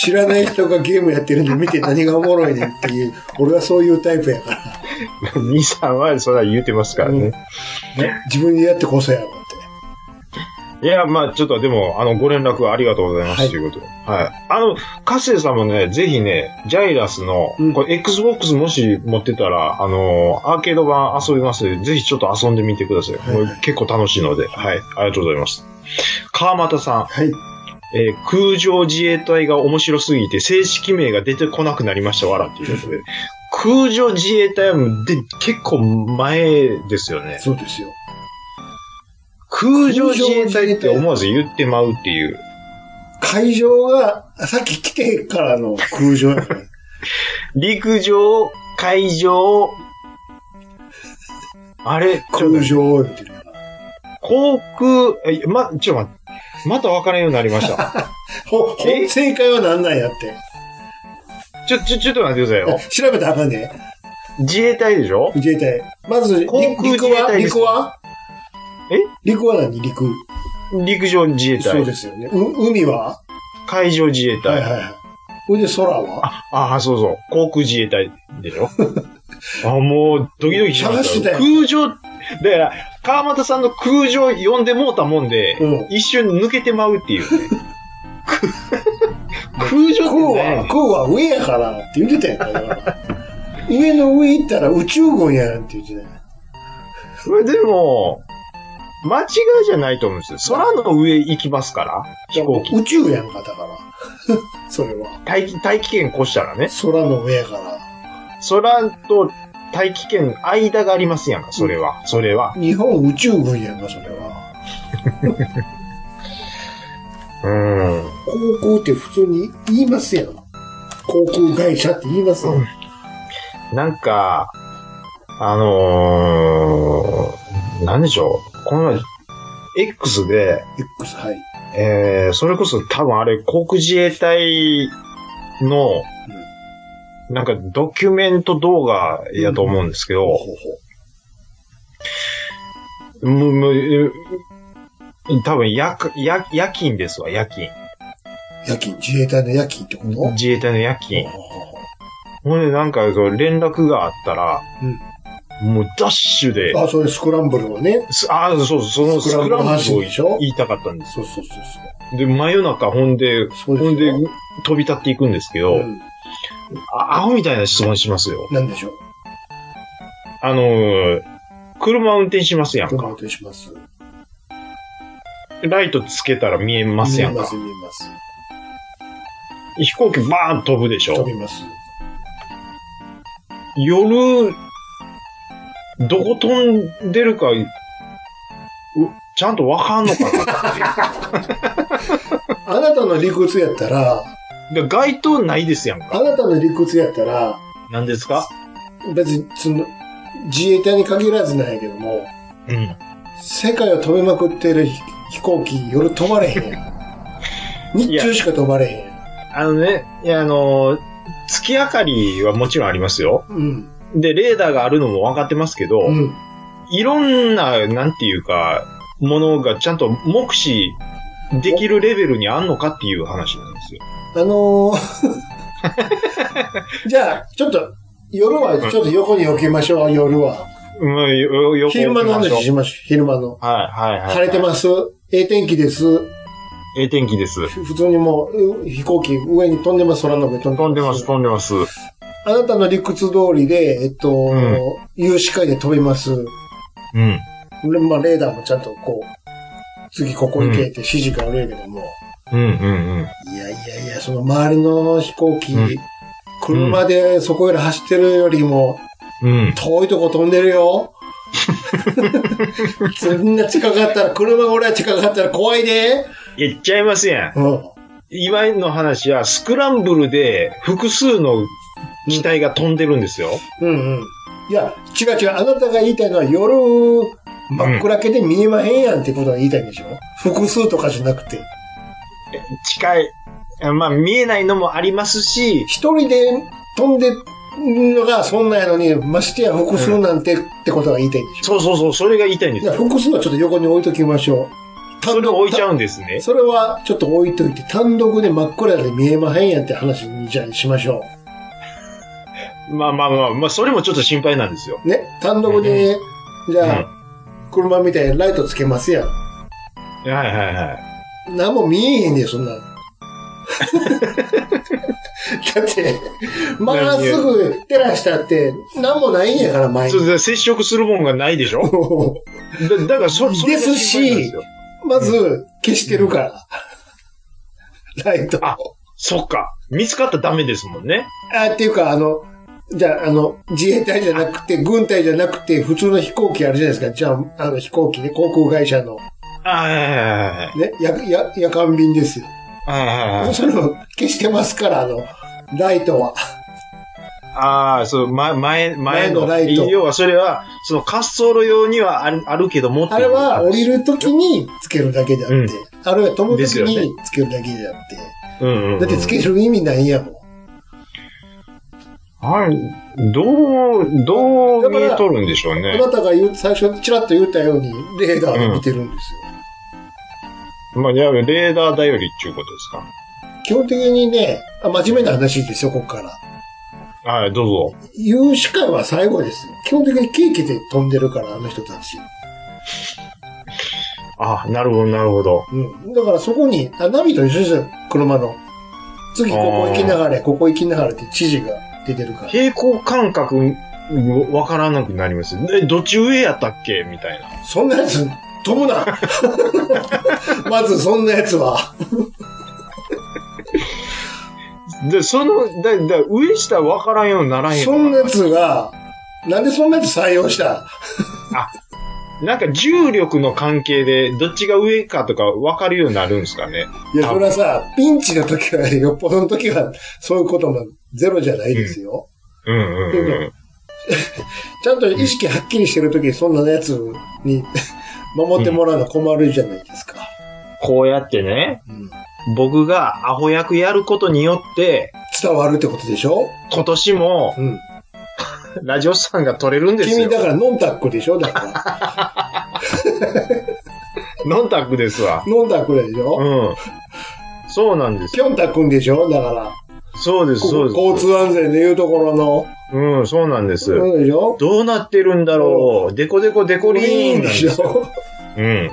Speaker 3: 知らない人がゲームやってるの見て何がおもろいねんっていう、俺はそういうタイプやから。
Speaker 2: 兄さんはそれは言うてますからね。
Speaker 3: 自分でやってこそやろうって。
Speaker 2: いや、まあちょっとでも、あの、ご連絡ありがとうございます、
Speaker 3: はい
Speaker 2: ということで。はい。あの、カステルさんもね、ぜひね、ジャイラスの、
Speaker 3: うん
Speaker 2: これ Xbox もし持ってたら、あの、アーケード版遊びますので、ぜひちょっと遊んでみてください。
Speaker 3: はいはい
Speaker 2: これ結構楽しいので、はい。ありがとうございます。川又さ
Speaker 3: はい。
Speaker 2: ん、えー空上自衛隊が面白すぎて、正式名が出てこなくなりました、わら、ということで。空上自衛隊もで結構前ですよね。
Speaker 3: そうですよ。
Speaker 2: 空上自衛隊って思わず言ってまうっていう。
Speaker 3: 会場が、さっき来てからの空場やね。
Speaker 2: 陸上、海上、あれ、ちょ
Speaker 3: 空場言ってるから。
Speaker 2: 航空、え、ま、ちょ、待って、また分からんようになりま した。
Speaker 3: ほ、ほ
Speaker 2: え、
Speaker 3: 正解は何なんやって。
Speaker 2: ちょ、ちょ、ちょっと待ってくださいよ。
Speaker 3: 調べたらあかんね。
Speaker 2: 自衛隊でしょ
Speaker 3: 自衛隊。まず、り
Speaker 2: 航空自
Speaker 3: 陸
Speaker 2: 衛
Speaker 3: は、
Speaker 2: 隊です
Speaker 3: 陸は
Speaker 2: え
Speaker 3: 陸は何陸。
Speaker 2: 陸上自衛
Speaker 3: そう
Speaker 2: 隊。
Speaker 3: ですよね。う海は
Speaker 2: 海上自衛隊。
Speaker 3: はいはいはい。ほいで空は
Speaker 2: ああ、そうそう。航空自衛隊でし ょあ、もう、ドキドキしま
Speaker 3: 探し
Speaker 2: して
Speaker 3: た
Speaker 2: た。
Speaker 3: よ
Speaker 2: 空上、だから、川又さんの空上呼んでもうたもんで、
Speaker 3: うん
Speaker 2: 一瞬抜けてまうっていう ね、
Speaker 3: 空
Speaker 2: 空上ってね
Speaker 3: は、空は上やからって言ってたやんかだから。上の上行ったら宇宙軍やんって言ってたやん
Speaker 2: これでも、間違いじゃないと思うんですよ。空の上行きますから、飛行機。
Speaker 3: 宇宙やんか、だから。 それは。
Speaker 2: 大気、大気圏越したらね。
Speaker 3: 空の上やから。
Speaker 2: 空と大気圏間がありますやんか、それは。それは。
Speaker 3: 日本宇宙軍やんか、それは。
Speaker 2: うん。
Speaker 3: 航空って普通に言いますやん。航空会社って言いますよ。
Speaker 2: なんか、あのー、なんでしょう。この前、X で、
Speaker 3: X、はい。
Speaker 2: えー、それこそ多分あれ、航空自衛隊の、なんかドキュメント動画やと思うんですけど、
Speaker 3: ほうほう
Speaker 2: もう、もうえ多分夜か、夜、夜勤ですわ、夜勤。
Speaker 3: 夜勤、自衛隊の夜勤ってこと
Speaker 2: 自衛隊の夜勤。
Speaker 3: ほうほうほ
Speaker 2: ほんで、なんか、そう連絡があったら、もうダッシュで
Speaker 3: う、あ、それスクランブルのね。
Speaker 2: すああ、そう、その
Speaker 3: ス
Speaker 2: ス
Speaker 3: クランブル
Speaker 2: クランブルを
Speaker 3: 発進でしょ
Speaker 2: 言いたかったんです
Speaker 3: そうそうそうそう。
Speaker 2: よ。で、真夜中、ほんで、
Speaker 3: そうですよ
Speaker 2: ほんで、飛び立っていくんですけど、
Speaker 3: うん
Speaker 2: あアホみたいな質問しますよ。
Speaker 3: なんでしょう。
Speaker 2: あのー車運転しますやん
Speaker 3: ド
Speaker 2: か。
Speaker 3: ラとします。
Speaker 2: ライトつけたら見えますやん
Speaker 3: 見えま
Speaker 2: か
Speaker 3: す、。見えます。
Speaker 2: 飛行機バーン飛ぶでし
Speaker 3: 飛
Speaker 2: ょ。
Speaker 3: びます。
Speaker 2: 夜、どこ飛んでるか、うちゃんとわかんのか な。
Speaker 3: あなたの理屈やったら、
Speaker 2: で街灯ないですやん
Speaker 3: あ
Speaker 2: か。
Speaker 3: なたの理屈やったら、
Speaker 2: 何ですか
Speaker 3: 別に、その、自衛隊に限らずなんやけども、
Speaker 2: うん。
Speaker 3: 世界を飛びまくってる飛飛行機、夜飛ばれ へんやん。日中しか飛ばれへんやん。
Speaker 2: あのね、いや、あのー月明かりはもちろんありますよ。
Speaker 3: うん。
Speaker 2: で、レーダーがあるのも分かってますけど、
Speaker 3: うん。
Speaker 2: いろんな、なんていうか、ものがちゃんと目視できるレベルにあんのかっていう話なんですよ。
Speaker 3: あのー、 じゃあ、ちょっと、夜はちょっと横に置きましょう、夜は。
Speaker 2: まあ、よ、よく
Speaker 3: 昼間の
Speaker 2: はい、
Speaker 3: 話しましょう、昼間の。
Speaker 2: はい、はい。
Speaker 3: 晴れて
Speaker 2: す。
Speaker 3: ます。ええ天気です。
Speaker 2: ええ天気です。
Speaker 3: ふ普通にもうう飛行機上に飛んでます、空の上飛
Speaker 2: 飛んでます、飛んでます。
Speaker 3: あなたの理屈通りで、えっと、
Speaker 2: ん
Speaker 3: 有視界で飛びます。
Speaker 2: うん。
Speaker 3: レまあ、レーダーもちゃんとこう、次ここ行けって指示があるんやけども、
Speaker 2: うん、うん、うん。
Speaker 3: いやいやいや、その周りの飛行機、
Speaker 2: うん
Speaker 3: 車でそこより走ってるよりも、
Speaker 2: うん。
Speaker 3: 遠いとこ飛んでる よ。そんな近かったら、車ぐらい近かったら怖いで。
Speaker 2: 言っちゃいますやん。
Speaker 3: うん。
Speaker 2: 今の話は、スクランブルで複数の機体が飛んでるんですよ。
Speaker 3: うんうん。いや、違う違う。あなたが言いたいのは夜、真っ暗けで見えまへんやんってことが言いたいんでしょ、複数とかじゃなくて。
Speaker 2: 近い。まあ、見えないのもありますし、
Speaker 3: 一人で飛んでんのがそんなんやのに、ましてや複数なんてってことが言いたいんでしょ、
Speaker 2: そうそうそう、それが言いたいんです
Speaker 3: じゃあ
Speaker 2: よ。
Speaker 3: 複数はちょっと横に置いときましょう。
Speaker 2: それを置いちゃ
Speaker 3: う
Speaker 2: うんですね。
Speaker 3: それはちょっと置いといて、単独で真っ暗で見えまへんやんって話にじゃあしましょ
Speaker 2: まあまあまあ、まあ、それもちょっと心配なんですよ。
Speaker 3: う。ね、単独で、じゃあ、
Speaker 2: うん
Speaker 3: 車みたいにライトつけますやん。
Speaker 2: はいはいはい。
Speaker 3: 何も見えへんねん、そ んなん。だって、まっすぐ照らしたって、何もないんやから、前
Speaker 2: それ
Speaker 3: に。
Speaker 2: で接触するもんがないでしょだだから そ、それが
Speaker 3: です
Speaker 2: 心配なん
Speaker 3: し
Speaker 2: よ、
Speaker 3: まず、消してるから。ライト。あ
Speaker 2: あ、そっか。見つかったらダメですもんね。
Speaker 3: っていうか、あの、じゃあ、あの、自衛隊じゃなくて、軍隊じゃなくて、普通の飛行機あるじゃないですか。じゃあ、あの飛行機ね、航空会社の、
Speaker 2: あはいはいはいはい
Speaker 3: ね、や、や、夜間便ですよ。
Speaker 2: はいはいはい。
Speaker 3: それを消してますから、あの、ライトは。
Speaker 2: ああ、そう、ま、前、前
Speaker 3: 前の
Speaker 2: の。
Speaker 3: ライト
Speaker 2: 要はそれは、その滑走路用にはあるあるけどもってい
Speaker 3: あ
Speaker 2: う
Speaker 3: れは降りるときにつけるだけであって、
Speaker 2: うん
Speaker 3: あるいは飛ぶと
Speaker 2: で
Speaker 3: き
Speaker 2: すよね
Speaker 3: につけるだけであって、
Speaker 2: うんうんうん、
Speaker 3: だってつける意味ないやもん。
Speaker 2: はい。どう、ど
Speaker 3: だ
Speaker 2: う
Speaker 3: から
Speaker 2: 見えとるんでしょうね
Speaker 3: あ。なたが言う、最初ちらっと言ったように、レーダーで見てるんですよ。
Speaker 2: まあ、いわゆるレーダー頼りっていうことですか。
Speaker 3: 基本的にね、あ真面目な話ですよ、ここから。
Speaker 2: はい、どうぞ。
Speaker 3: 有視界は最後ですよ。基本的にケーキで飛んでるから、あの人たち。
Speaker 2: あ、なるほど、なるほど。
Speaker 3: うん。だからそこに、あナビと一緒ですよ、車の。次、ここ行きながら、ここ行きながらって指示が出てるから。
Speaker 2: 平行感覚、わからなくなります。え、どっち上やったっけみたいな。
Speaker 3: そんなやつ、飛ぶな まずそんなやつは。
Speaker 2: で、その、だ、だ、上下わからんようにならへん
Speaker 3: そ
Speaker 2: よ
Speaker 3: んな
Speaker 2: な
Speaker 3: やつが、なんでそんなやつ採用した
Speaker 2: なんか重力の関係で、どっちが上かとかわかるようになるんですかね。
Speaker 3: いや、
Speaker 2: あ
Speaker 3: それはさ、ピンチの時は、よっぽどの時は、そういうこともゼロじゃないですよ。
Speaker 2: うんうんうん。
Speaker 3: ちゃんと意識はっきりしてるときにそんなやつに 守ってもらうの困るじゃないですか。
Speaker 2: こうやってね、
Speaker 3: うん
Speaker 2: 僕がアホ役やることによって、
Speaker 3: 伝わるってことでしょ
Speaker 2: 今年も
Speaker 3: うん。
Speaker 2: ラジオさんが取れるんです
Speaker 3: 君
Speaker 2: よ。
Speaker 3: だからノンタックでしょだ から。
Speaker 2: ノンタックですわ。
Speaker 3: ノンタックでしょ
Speaker 2: うん。そうなんです
Speaker 3: ピ
Speaker 2: よ。
Speaker 3: ョンタ君でしょだから。
Speaker 2: そうです、そうです。
Speaker 3: 交通安全でいうところの。
Speaker 2: うん、そうなんです。
Speaker 3: そうでしょ
Speaker 2: どうなってるんだろう。デコデコデコリーンなん
Speaker 3: で
Speaker 2: で
Speaker 3: し
Speaker 2: すよ。
Speaker 3: ょ
Speaker 2: うん。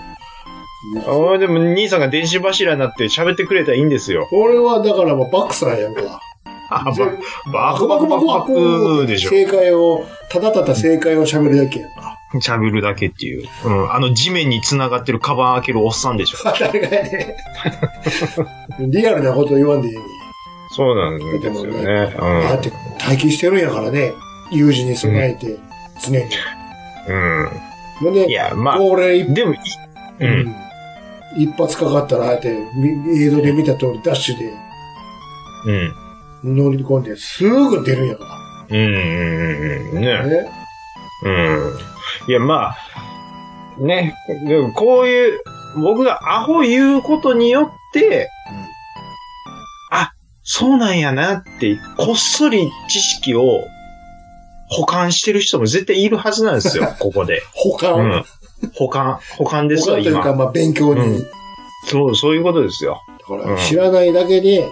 Speaker 2: あーでも、兄さんが電子柱になって喋ってくれたらいいんですよ。
Speaker 3: 俺はだからもうバックさんやんか。
Speaker 2: あ、ば、
Speaker 3: ぜ
Speaker 2: バクバクバクバクでしょ。
Speaker 3: 正解を、ただただ正解を喋るだけやんか。
Speaker 2: 喋るだけっていう。うん。あの地面に繋がってるカバン開けるおっさんでしょ。
Speaker 3: 誰がやね んリアルなこと言わんでいいねん
Speaker 2: そうなんですよね。
Speaker 3: だって、待機してるんやからね。有事に備えて、常に。
Speaker 2: うん。
Speaker 3: ほん
Speaker 2: うん。い
Speaker 3: で、
Speaker 2: や、まあ、
Speaker 3: これ一
Speaker 2: でも、いうん。
Speaker 3: 一発かかったら、あえて、み映像で見た通り、ダッシュで
Speaker 2: うん。
Speaker 3: 乗り込んで、すぐ出るんやか
Speaker 2: うん、うん、うん。
Speaker 3: ら。
Speaker 2: ね。
Speaker 3: ね。
Speaker 2: うん。いや、まあ、ね。でも、こういう、僕がアホ言うことによって、あ、そうなんやなって、こっそり知識を保管してる人も絶対いるはずなんですよ、ここで。
Speaker 3: 保
Speaker 2: う
Speaker 3: 管。
Speaker 2: ん。保管、保管です
Speaker 3: 保
Speaker 2: わ、
Speaker 3: 管という
Speaker 2: 今
Speaker 3: か、。まあ、勉強
Speaker 2: うん
Speaker 3: に。
Speaker 2: そう、そういうことですよ。
Speaker 3: だか
Speaker 2: う
Speaker 3: ら、
Speaker 2: ん
Speaker 3: 知らないだけで、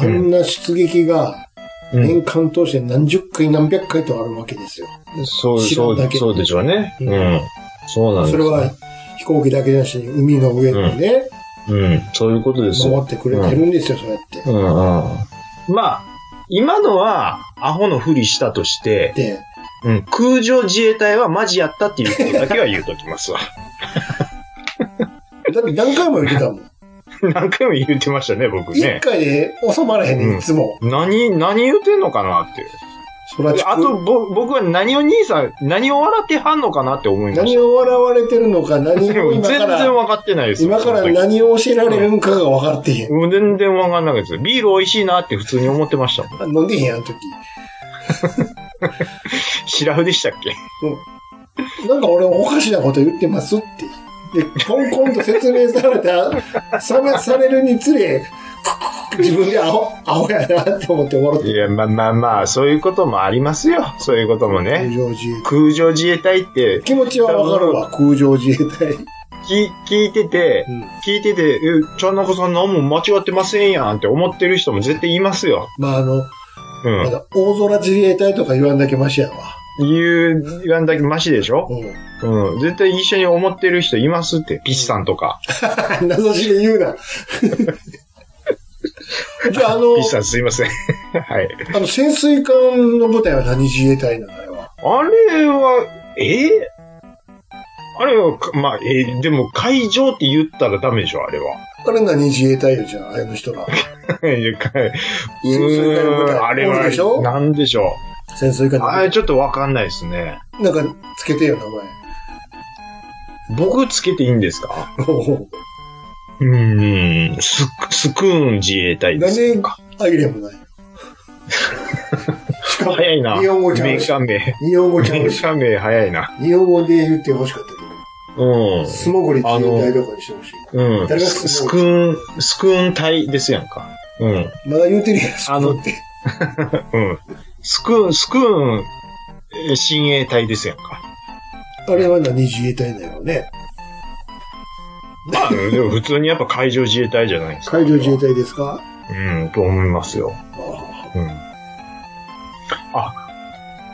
Speaker 3: あんな出撃が、
Speaker 2: うん
Speaker 3: 年間通して何十回何百回とあるわけですよ。
Speaker 2: そう、
Speaker 3: 知ら
Speaker 2: そ
Speaker 3: んだ
Speaker 2: う、
Speaker 3: け
Speaker 2: そうでしょうね。
Speaker 3: うん
Speaker 2: うん。そうなんです。
Speaker 3: それは、飛行機だけだし、海の上でね、
Speaker 2: うん。そういうことです
Speaker 3: 守
Speaker 2: よ。
Speaker 3: ってくれてるんですよ、そうやって。
Speaker 2: うんうん。まあ、今のは、アホのふりしたとして、
Speaker 3: で、
Speaker 2: うん、空上自衛隊はマジやったっていうことだけは言うときますわ。
Speaker 3: だ って何回も言ってたもん。
Speaker 2: 何回も言ってましたね、僕
Speaker 3: 一、
Speaker 2: ね。
Speaker 3: 回で収まらへんね
Speaker 2: うん
Speaker 3: ん、いつも。
Speaker 2: 何、何言ってんのかなって。
Speaker 3: そらちく
Speaker 2: あと、ぼ、僕は何を兄さん、何を笑ってはんのかなって思いまし
Speaker 3: 何を笑われてるのか、
Speaker 2: た。
Speaker 3: 何
Speaker 2: で
Speaker 3: を
Speaker 2: も全
Speaker 3: 今か
Speaker 2: 然
Speaker 3: ら、
Speaker 2: 分かってないですよ
Speaker 3: 今から
Speaker 2: その時
Speaker 3: 何を教えられるんかが分かってへん。
Speaker 2: もう全然わかんなかったです。ビール美味しいなって普通に思ってましたもん。
Speaker 3: 飲んでへんやん、あの時。
Speaker 2: 白フでしたっけ
Speaker 3: なんか俺おかしなこと言ってますって。で、コンコンと説明された、 されされるにつれ、クククク自分でアホ、アホやなって思って笑って
Speaker 2: いや、まあまあまあ、そういうこともありますよ。そういうことも
Speaker 3: た。
Speaker 2: ね。
Speaker 3: 空上自衛隊。
Speaker 2: 空上自衛隊って
Speaker 3: 気持ちはわかるわ、空上自衛隊。
Speaker 2: 聞聞いてて、
Speaker 3: うん
Speaker 2: 聞いてて、え、ちゃんなこさん何も間違ってませんやんって思ってる人も絶対いますよ。
Speaker 3: まああの、
Speaker 2: う
Speaker 3: ま
Speaker 2: ん。
Speaker 3: だ大空自衛隊とか言わんだけマシやわ。
Speaker 2: 言う、言わんだけマシでしょ
Speaker 3: うん。
Speaker 2: うん。絶対一緒に思ってる人いますって。ピッチさんとか。
Speaker 3: 謎しで言 うな。じゃあ、あの
Speaker 2: ピッ、チさんすいません。 はい。
Speaker 3: あの潜水艦の部隊は何自衛隊なのよ。
Speaker 2: あれは、えーあれは、かまあ、えーでも、会場って言ったらダメでしょ、あ れは。
Speaker 3: あれ何自衛隊よ、じゃあ、あの人 ら。
Speaker 2: いやか
Speaker 3: 潜水艦の部
Speaker 2: うー
Speaker 3: 隊。
Speaker 2: んあれ
Speaker 3: おるでし
Speaker 2: は、
Speaker 3: ょ
Speaker 2: なんでしょ
Speaker 3: 潜水艦
Speaker 2: う。
Speaker 3: の部
Speaker 2: あ
Speaker 3: 隊
Speaker 2: れ、。ちょっとわかんないですね。
Speaker 3: なんか、つけてよ、名前。
Speaker 2: 僕つけていいんですか
Speaker 3: お
Speaker 2: うーん、スク、スクーン自衛隊で
Speaker 3: なん
Speaker 2: す
Speaker 3: で
Speaker 2: か。、
Speaker 3: アイレもない。 しかも、
Speaker 2: 早いな。
Speaker 3: 日本語ちゃ
Speaker 2: メ
Speaker 3: う
Speaker 2: ー
Speaker 3: し。
Speaker 2: カー名。
Speaker 3: 日本語ちゃ
Speaker 2: メ
Speaker 3: う
Speaker 2: ー
Speaker 3: し。
Speaker 2: カー名早いな。
Speaker 3: 日本語で言ってほしかったけ
Speaker 2: うん
Speaker 3: ど、。素潜り自衛隊とかにしてほしい。
Speaker 2: うん。
Speaker 3: 誰が
Speaker 2: ススクーン、スクーン隊ですやんか。うん。
Speaker 3: まだ言うてるやん、
Speaker 2: あの
Speaker 3: そうって。
Speaker 2: うん。スクーン、スクーン、えー親衛隊ですやんか。
Speaker 3: あれは何自衛隊なのね。
Speaker 2: まあ、でも普通にやっぱ海上自衛隊じゃないですか。
Speaker 3: 海上自衛隊ですか
Speaker 2: 隊。うん、と思いますよ。
Speaker 3: あ
Speaker 2: うん。あ、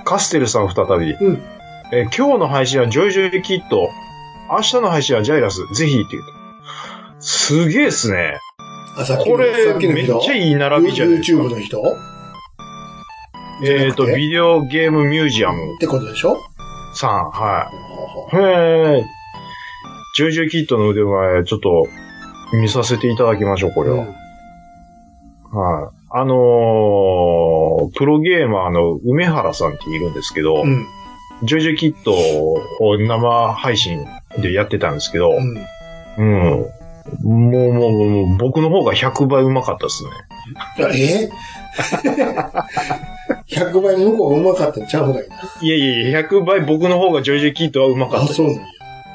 Speaker 2: カステルさん再び。
Speaker 3: うん
Speaker 2: えー今日の配信はジョイジョイキッド。明日の配信はジャイラス。ぜひっていうと。すげえっすね。
Speaker 3: あ、さっきの
Speaker 2: これ
Speaker 3: さ、っきの
Speaker 2: めっ
Speaker 3: 人
Speaker 2: ちゃいい並びじゃないですか
Speaker 3: YouTube。の人
Speaker 2: えっ、と、ビデオゲームミュージアム
Speaker 3: ってことでしょ
Speaker 2: さん。は
Speaker 3: あ
Speaker 2: い。
Speaker 3: あ
Speaker 2: へえ。ジョイジョイキッドの腕前、ちょっと、見させていただきましょう、これは。
Speaker 3: うん
Speaker 2: はい。あのープロゲーマーの梅原さんっているんですけど、
Speaker 3: うん。
Speaker 2: ジョジョキットを生配信でやってたんですけど
Speaker 3: う、ん。
Speaker 2: うん。もうもうもう、僕の方が100倍うまかったですね。
Speaker 3: え ?100 倍向こううまかったんちゃう方がいいな。
Speaker 2: いやいやいや、100倍僕の方がジョージー・キートはうまかっ
Speaker 3: あ、
Speaker 2: たです
Speaker 3: そうなんや。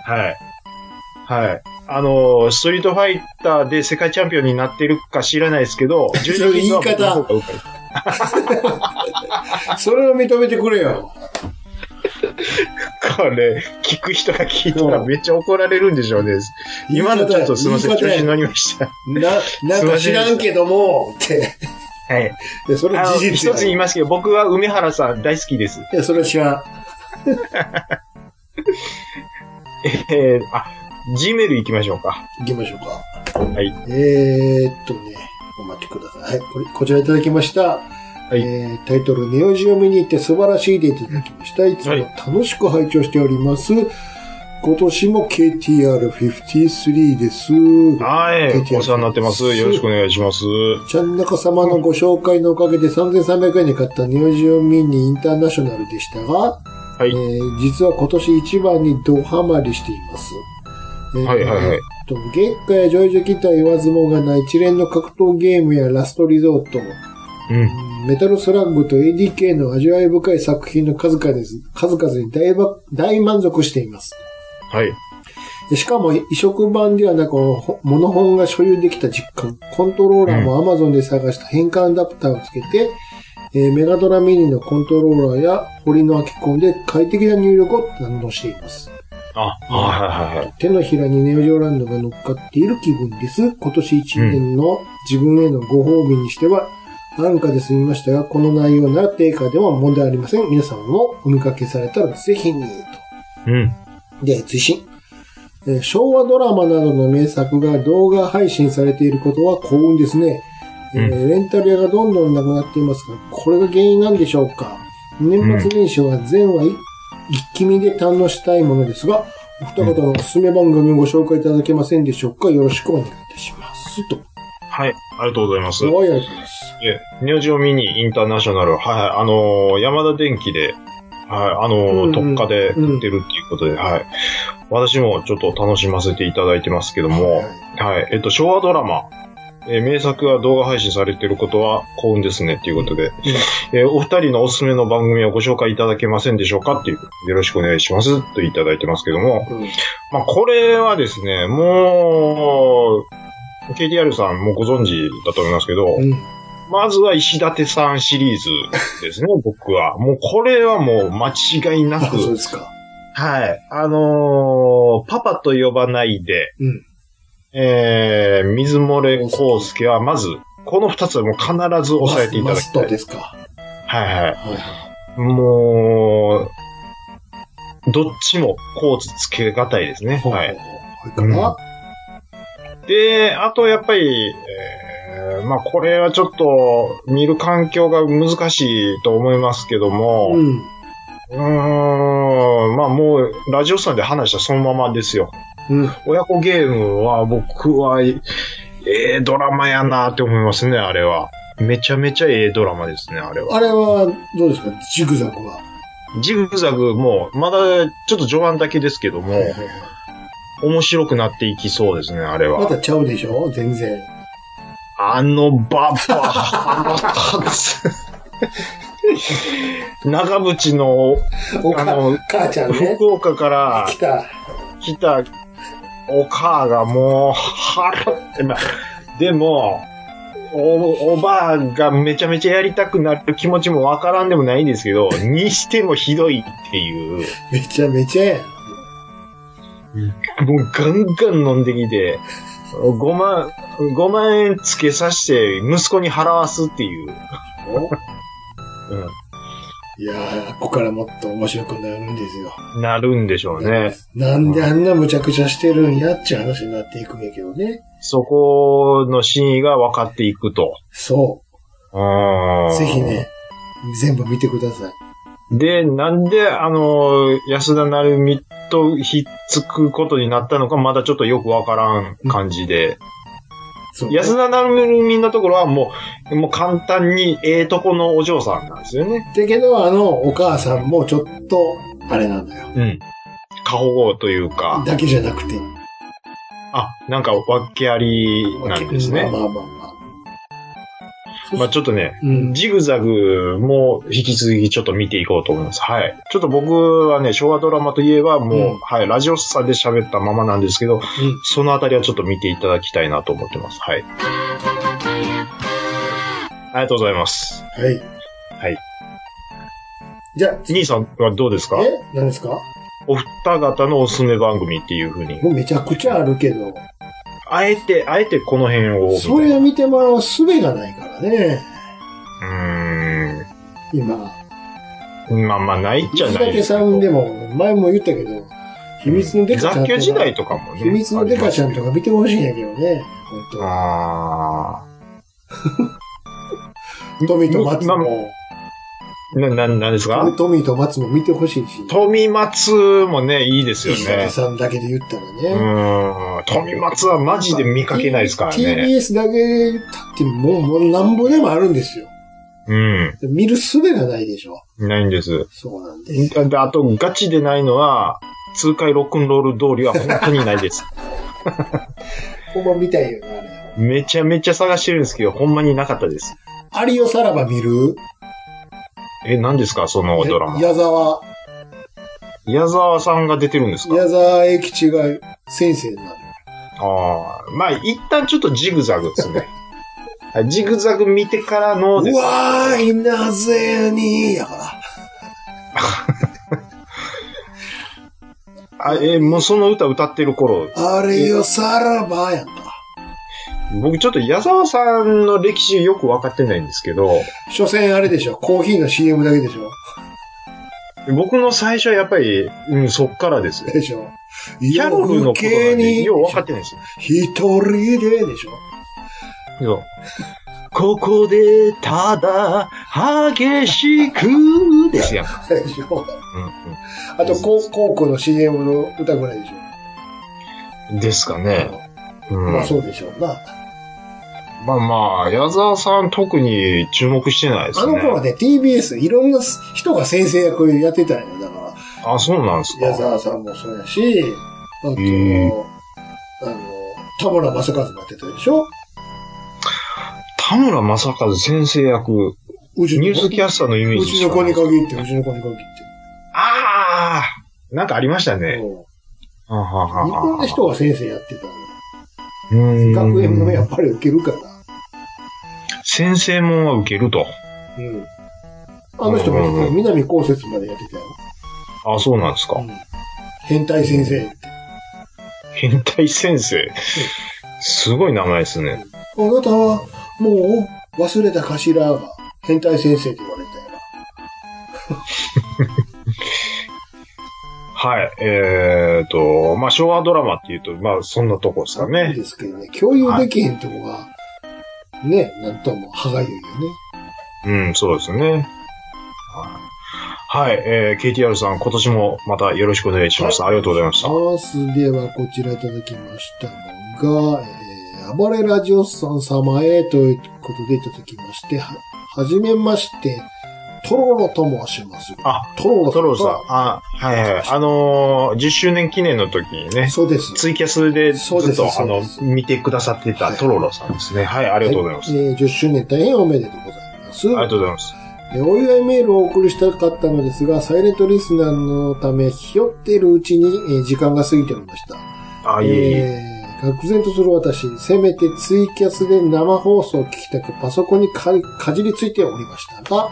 Speaker 2: はい。はい。あのー、ストリートファイターで世界チャンピオンになってるか知らないです けど、ジョージー・キートは僕の方がうまかった
Speaker 3: それを認めてくれよ。
Speaker 2: これ、聞く人が聞いたらめっちゃ怒られるんでしょうね。今のちょっとすみません、調
Speaker 3: 言い
Speaker 2: 子
Speaker 3: 方
Speaker 2: に
Speaker 3: や
Speaker 2: 乗りました。
Speaker 3: な、なんか知らんけども、って。
Speaker 2: はい。
Speaker 3: いやそれ
Speaker 2: あ
Speaker 3: は
Speaker 2: の
Speaker 3: 事実
Speaker 2: 一
Speaker 3: や
Speaker 2: つ言いますけど、僕は梅原さん大好きです。
Speaker 3: いや、それは知らん。
Speaker 2: えー、あ、G メール行きましょうか。
Speaker 3: 行きましょうか。
Speaker 2: はい。
Speaker 3: えーっとね、お待ちください。はい、これ、こちらいただきました。
Speaker 2: い
Speaker 3: えータイトル、ネオジオ見に行って素晴らしいでいただきました。いつも
Speaker 2: はい
Speaker 3: 楽しく拝聴しております。今年も KTR53 です。
Speaker 2: はい。
Speaker 3: KTR
Speaker 2: お世話になってます。よろしくお願いします。
Speaker 3: ちゃんなか様のご紹介のおかげで3300円で買ったネオジオミニインターナショナルでしたが、
Speaker 2: はい
Speaker 3: えー実は今年一番にドハマりしています。えー
Speaker 2: はいはいはい
Speaker 3: えっと月下やジョイジョキとは言わずもがない一連の格闘ゲームやラストリゾート、
Speaker 2: うん。
Speaker 3: メタルスラッグと ADK の味わい深い作品の数々です数々に大ば大満足しています。
Speaker 2: はい。
Speaker 3: しかも移植版ではなく、ほモノ本が所有できた実感。コントローラーも Amazon で探した変換アダプターをつけて、えーメガドラミニのコントローラーや堀の空き込んで快適な入力を堪能しています。
Speaker 2: あ、はいはいはい。
Speaker 3: 手のひらにネオジオランドが乗っかっている気分です。今年1年の自分へのご褒美にしては、安価で済みましたが、この内容なら定価では問題ありません。皆さんもお見かけされたらぜひに、と。
Speaker 2: うん。
Speaker 3: で、追伸。えー昭和ドラマなどの名作が動画配信されていることは幸運ですね。えーレンタル屋がどんどんなくなっていますが、これが原因なんでしょうか年末年始は全話い一気見で堪能したいものですが、お二方のおすすめ番組をご紹介いただけませんでしょうかよろしくお願いいたします。と。
Speaker 2: はい。ありがとうございます。
Speaker 3: おいありがとうございます。
Speaker 2: え、ネオジオミニインターナショナル、はい、あのー、山田電機で、はい、あ
Speaker 3: うんう
Speaker 2: のー、
Speaker 3: ん
Speaker 2: 特化で売ってるっていうことで、はい。私もちょっと楽しませていただいてますけども、はい、えっと、昭和ドラマ、えー名作が動画配信されてることは幸運ですねっていうことで、えーお二人のおすすめの番組をご紹介いただけませんでしょうかっていう、よろしくお願いしますといただいてますけども、
Speaker 3: うん
Speaker 2: まあ、これはですね、もう、KTR さんもご存知だと思いますけど、
Speaker 3: うん。
Speaker 2: まずは石立さんシリーズですね、 僕は。もうこれはもう間違いな
Speaker 3: あ、そう
Speaker 2: く。
Speaker 3: ですか。
Speaker 2: はい。あのーパパと呼ばないで、
Speaker 3: うん。
Speaker 2: えー、水漏れ康介はまず、この二つはもう必ず押さえていた
Speaker 3: マ
Speaker 2: だ
Speaker 3: ス
Speaker 2: きた
Speaker 3: ト
Speaker 2: い。
Speaker 3: ですか。
Speaker 2: はいはい。
Speaker 3: はいは
Speaker 2: もう、どっちもコーツつけがたいですね。
Speaker 3: い。
Speaker 2: はい。。
Speaker 3: これから、
Speaker 2: で、あとやっぱり、えーまあこれはちょっと見る環境が難しいと思いますけども、
Speaker 3: うん。
Speaker 2: うーん、まあもう、ラジオさんで話したそのままですよ。
Speaker 3: うん。
Speaker 2: 親子ゲームは僕は、ええドラマやなって思いますね、あれは。めちゃめちゃええドラマですね、あれは。
Speaker 3: あれは、どうですかジグザグは。
Speaker 2: ジグザグも、まだちょっと序盤だけですけども、面白くなっていきそうですね、あれ
Speaker 3: ま
Speaker 2: は。
Speaker 3: たちゃうでしょ全然。
Speaker 2: あのババア 長渕の、
Speaker 3: お
Speaker 2: あ
Speaker 3: か、
Speaker 2: の、
Speaker 3: 母ちゃんね。
Speaker 2: 福岡から、
Speaker 3: 来た。
Speaker 2: 来たお母がもう、腹ってな。でも、お、おばあがめちゃめちゃやりたくなる気持ちもわからんでもないんですけど、にしてもひどいっていう、
Speaker 3: めちゃめちゃやん。
Speaker 2: もうガンガン飲んできて、5万、5万円つけさせて息子に払わすっていう。
Speaker 3: いやー、ここからもっと面白くなるんですよ。
Speaker 2: うん。なるんでしょうね。
Speaker 3: なんであんな無茶苦茶してるんやっちゅう話になっていくんやけどね。
Speaker 2: そこの真意が分かっていくと。
Speaker 3: そ
Speaker 2: うん
Speaker 3: う。ぜひね、全部見てください。
Speaker 2: で、なんで、あの、安田成美とひっつくことになったのか、まだちょっとよくわからん感じで。
Speaker 3: そう。
Speaker 2: 安田成美のところはもう、もう簡単にええとこのお嬢さんなんですよね。
Speaker 3: だけど、あの、お母さんもちょっと、あれなんだよ。
Speaker 2: うん。過保護というか。
Speaker 3: だけじゃなくて。
Speaker 2: あ、なんか、わけありなんですね。
Speaker 3: まあまあまあまあ。
Speaker 2: まあちょっとね、
Speaker 3: うん。
Speaker 2: ジグザグも引き続きちょっと見ていこうと思います。はい。ちょっと僕はね、昭和ドラマといえばもう、
Speaker 3: うん
Speaker 2: はい、ラジオスさんで喋ったままなんですけど、そのあたりはちょっと見ていただきたいなと思ってます。はい。ありがとうございます。
Speaker 3: はい。
Speaker 2: はい。
Speaker 3: じゃあ、
Speaker 2: 兄さんはどうですか
Speaker 3: え何ですか
Speaker 2: お二方のおすすめ番組っていうふうに。
Speaker 3: もうめちゃくちゃあるけど、
Speaker 2: あえて、あえてこの辺を。みたいな
Speaker 3: それを見てもらう術がないからね、
Speaker 2: う
Speaker 3: 今。
Speaker 2: ーん。まあまあ、ないっちゃ
Speaker 3: 水
Speaker 2: ない
Speaker 3: 竹
Speaker 2: です
Speaker 3: さ
Speaker 2: けど。
Speaker 3: んでも、前も言ったけど、秘密のデカちゃん
Speaker 2: 雑
Speaker 3: と
Speaker 2: 居
Speaker 3: か、
Speaker 2: 時代とかもね。
Speaker 3: 秘密のデカちゃんとか見てほしいんやけどね、本当は。
Speaker 2: あー。
Speaker 3: トミーと松
Speaker 2: まあ
Speaker 3: も、
Speaker 2: な、な、なんですか
Speaker 3: トミーと松も見てほしいし、
Speaker 2: 富松もね、いいですよ
Speaker 3: 水竹
Speaker 2: ね。
Speaker 3: さんだけで言ったら
Speaker 2: う
Speaker 3: ね。
Speaker 2: ーん。富松はマジで見かけないですからね。
Speaker 3: TBS だけで言ったってもう、もうなんぼでもあるんですよ。
Speaker 2: うん。
Speaker 3: 見る術がないでしょ。
Speaker 2: ないんです。
Speaker 3: そうなんです。
Speaker 2: であと、ガチでないのは、痛快ロックンロール通りは本当にない です。
Speaker 3: ほんま見たいよな、あ
Speaker 2: めちゃめちゃ探してるんですけど、ほんまになかったです。
Speaker 3: れ。アリオさらば見る
Speaker 2: え、何ですかそのドラマ。
Speaker 3: 矢沢、
Speaker 2: 矢沢さんが出てるんですか
Speaker 3: 矢沢永吉が先生になる。
Speaker 2: ああ、まあ、一旦ちょっとジグザグですね。 はいジグザグ見てからので
Speaker 3: う
Speaker 2: す。
Speaker 3: わーい、なぜに、やから。
Speaker 2: あえーもうその歌歌ってる頃、
Speaker 3: あれよ、さらばやんか。
Speaker 2: 僕ちょっと矢沢さんの歴史よく分かってないんですけど、
Speaker 3: 所詮あれでしょ、コーヒーの CM だけでしょ。
Speaker 2: 僕の最初はやっぱり、うん、そっからですよ。
Speaker 3: でしょ。
Speaker 2: キャロルのことなん
Speaker 3: 夜更け
Speaker 2: で、
Speaker 3: に
Speaker 2: よう分かってないですよ。
Speaker 3: 一人ででしょ。
Speaker 2: そうここで、ただ、激しく、ですやんか。
Speaker 3: でしょ。
Speaker 2: うん
Speaker 3: あと、こうコークの CM の歌ぐらいでしょ。
Speaker 2: うん、ですかね。うん
Speaker 3: まあそうでしょうな。
Speaker 2: まあまあ、矢沢さん特に注目してないです
Speaker 3: あ
Speaker 2: ね。
Speaker 3: の頃ね、TBS いろんな人が先生役やってたんよ。だから、
Speaker 2: あ、そうなんです
Speaker 3: 矢
Speaker 2: か。
Speaker 3: 沢さんもそうやし、あと、あ
Speaker 2: ん
Speaker 3: の、田村正和もやってたでしょ
Speaker 2: 田村正和先生役、
Speaker 3: うちの
Speaker 2: ニュースキャスターのイメー
Speaker 3: う
Speaker 2: ジし
Speaker 3: ち
Speaker 2: か
Speaker 3: の
Speaker 2: な
Speaker 3: 子
Speaker 2: い
Speaker 3: に限って、うちの子に限って。
Speaker 2: ああなんかありましたね。
Speaker 3: うん
Speaker 2: あはははい
Speaker 3: ろんな人が先生やってたのよ。
Speaker 2: うん
Speaker 3: 学園もやっぱり受けるから。
Speaker 2: 先生もんは受けると。
Speaker 3: うん。あの人も、
Speaker 2: うんうんうん
Speaker 3: 南高節までやってたよ。
Speaker 2: あ、そうなんですか。
Speaker 3: うん変態先生って。
Speaker 2: 変態先生。すごい名前ですね。
Speaker 3: あなたは、もう、忘れたかしらが、変態先生って言われたよ。
Speaker 2: はい。えーと、まあ、昭和ドラマっていうと、まあ、そんなとこですか
Speaker 3: いい
Speaker 2: ね。
Speaker 3: ですけどね、共有できへんとこが、ね、なんとも歯がゆいよね。
Speaker 2: うん、そうですね。はい。はいえー、KTR さん、今年もまたよろしくお願いしました。ありがとうございました。
Speaker 3: アースではこちらいただきましたのが、えー、暴れラジオスさん様へということでいただきまして、は、はじめまして、トロロと申します。
Speaker 2: あ、
Speaker 3: トロロ
Speaker 2: トローさん
Speaker 3: と、
Speaker 2: あ、はいはいはい。あのー、10周年記念の時にね、
Speaker 3: そうです。
Speaker 2: ツイキャスでず
Speaker 3: そうで
Speaker 2: っ
Speaker 3: す
Speaker 2: と、あ
Speaker 3: そう
Speaker 2: の
Speaker 3: で、す
Speaker 2: 見てくださってたトロロさんですね。はい、ありがとうございます。
Speaker 3: はえー10周年大変おめでとうございます。
Speaker 2: ありがとうございます。
Speaker 3: えーお祝いメールをお送りしたかったのですが、サイレントリスナーのため、ひよっているうちに、えー時間が過ぎておりました。
Speaker 2: あ、いえいえ。
Speaker 3: えー、愕然とする私、せめてツイキャスで生放送を聞きたく、パソコンにかかじりついておりましたが、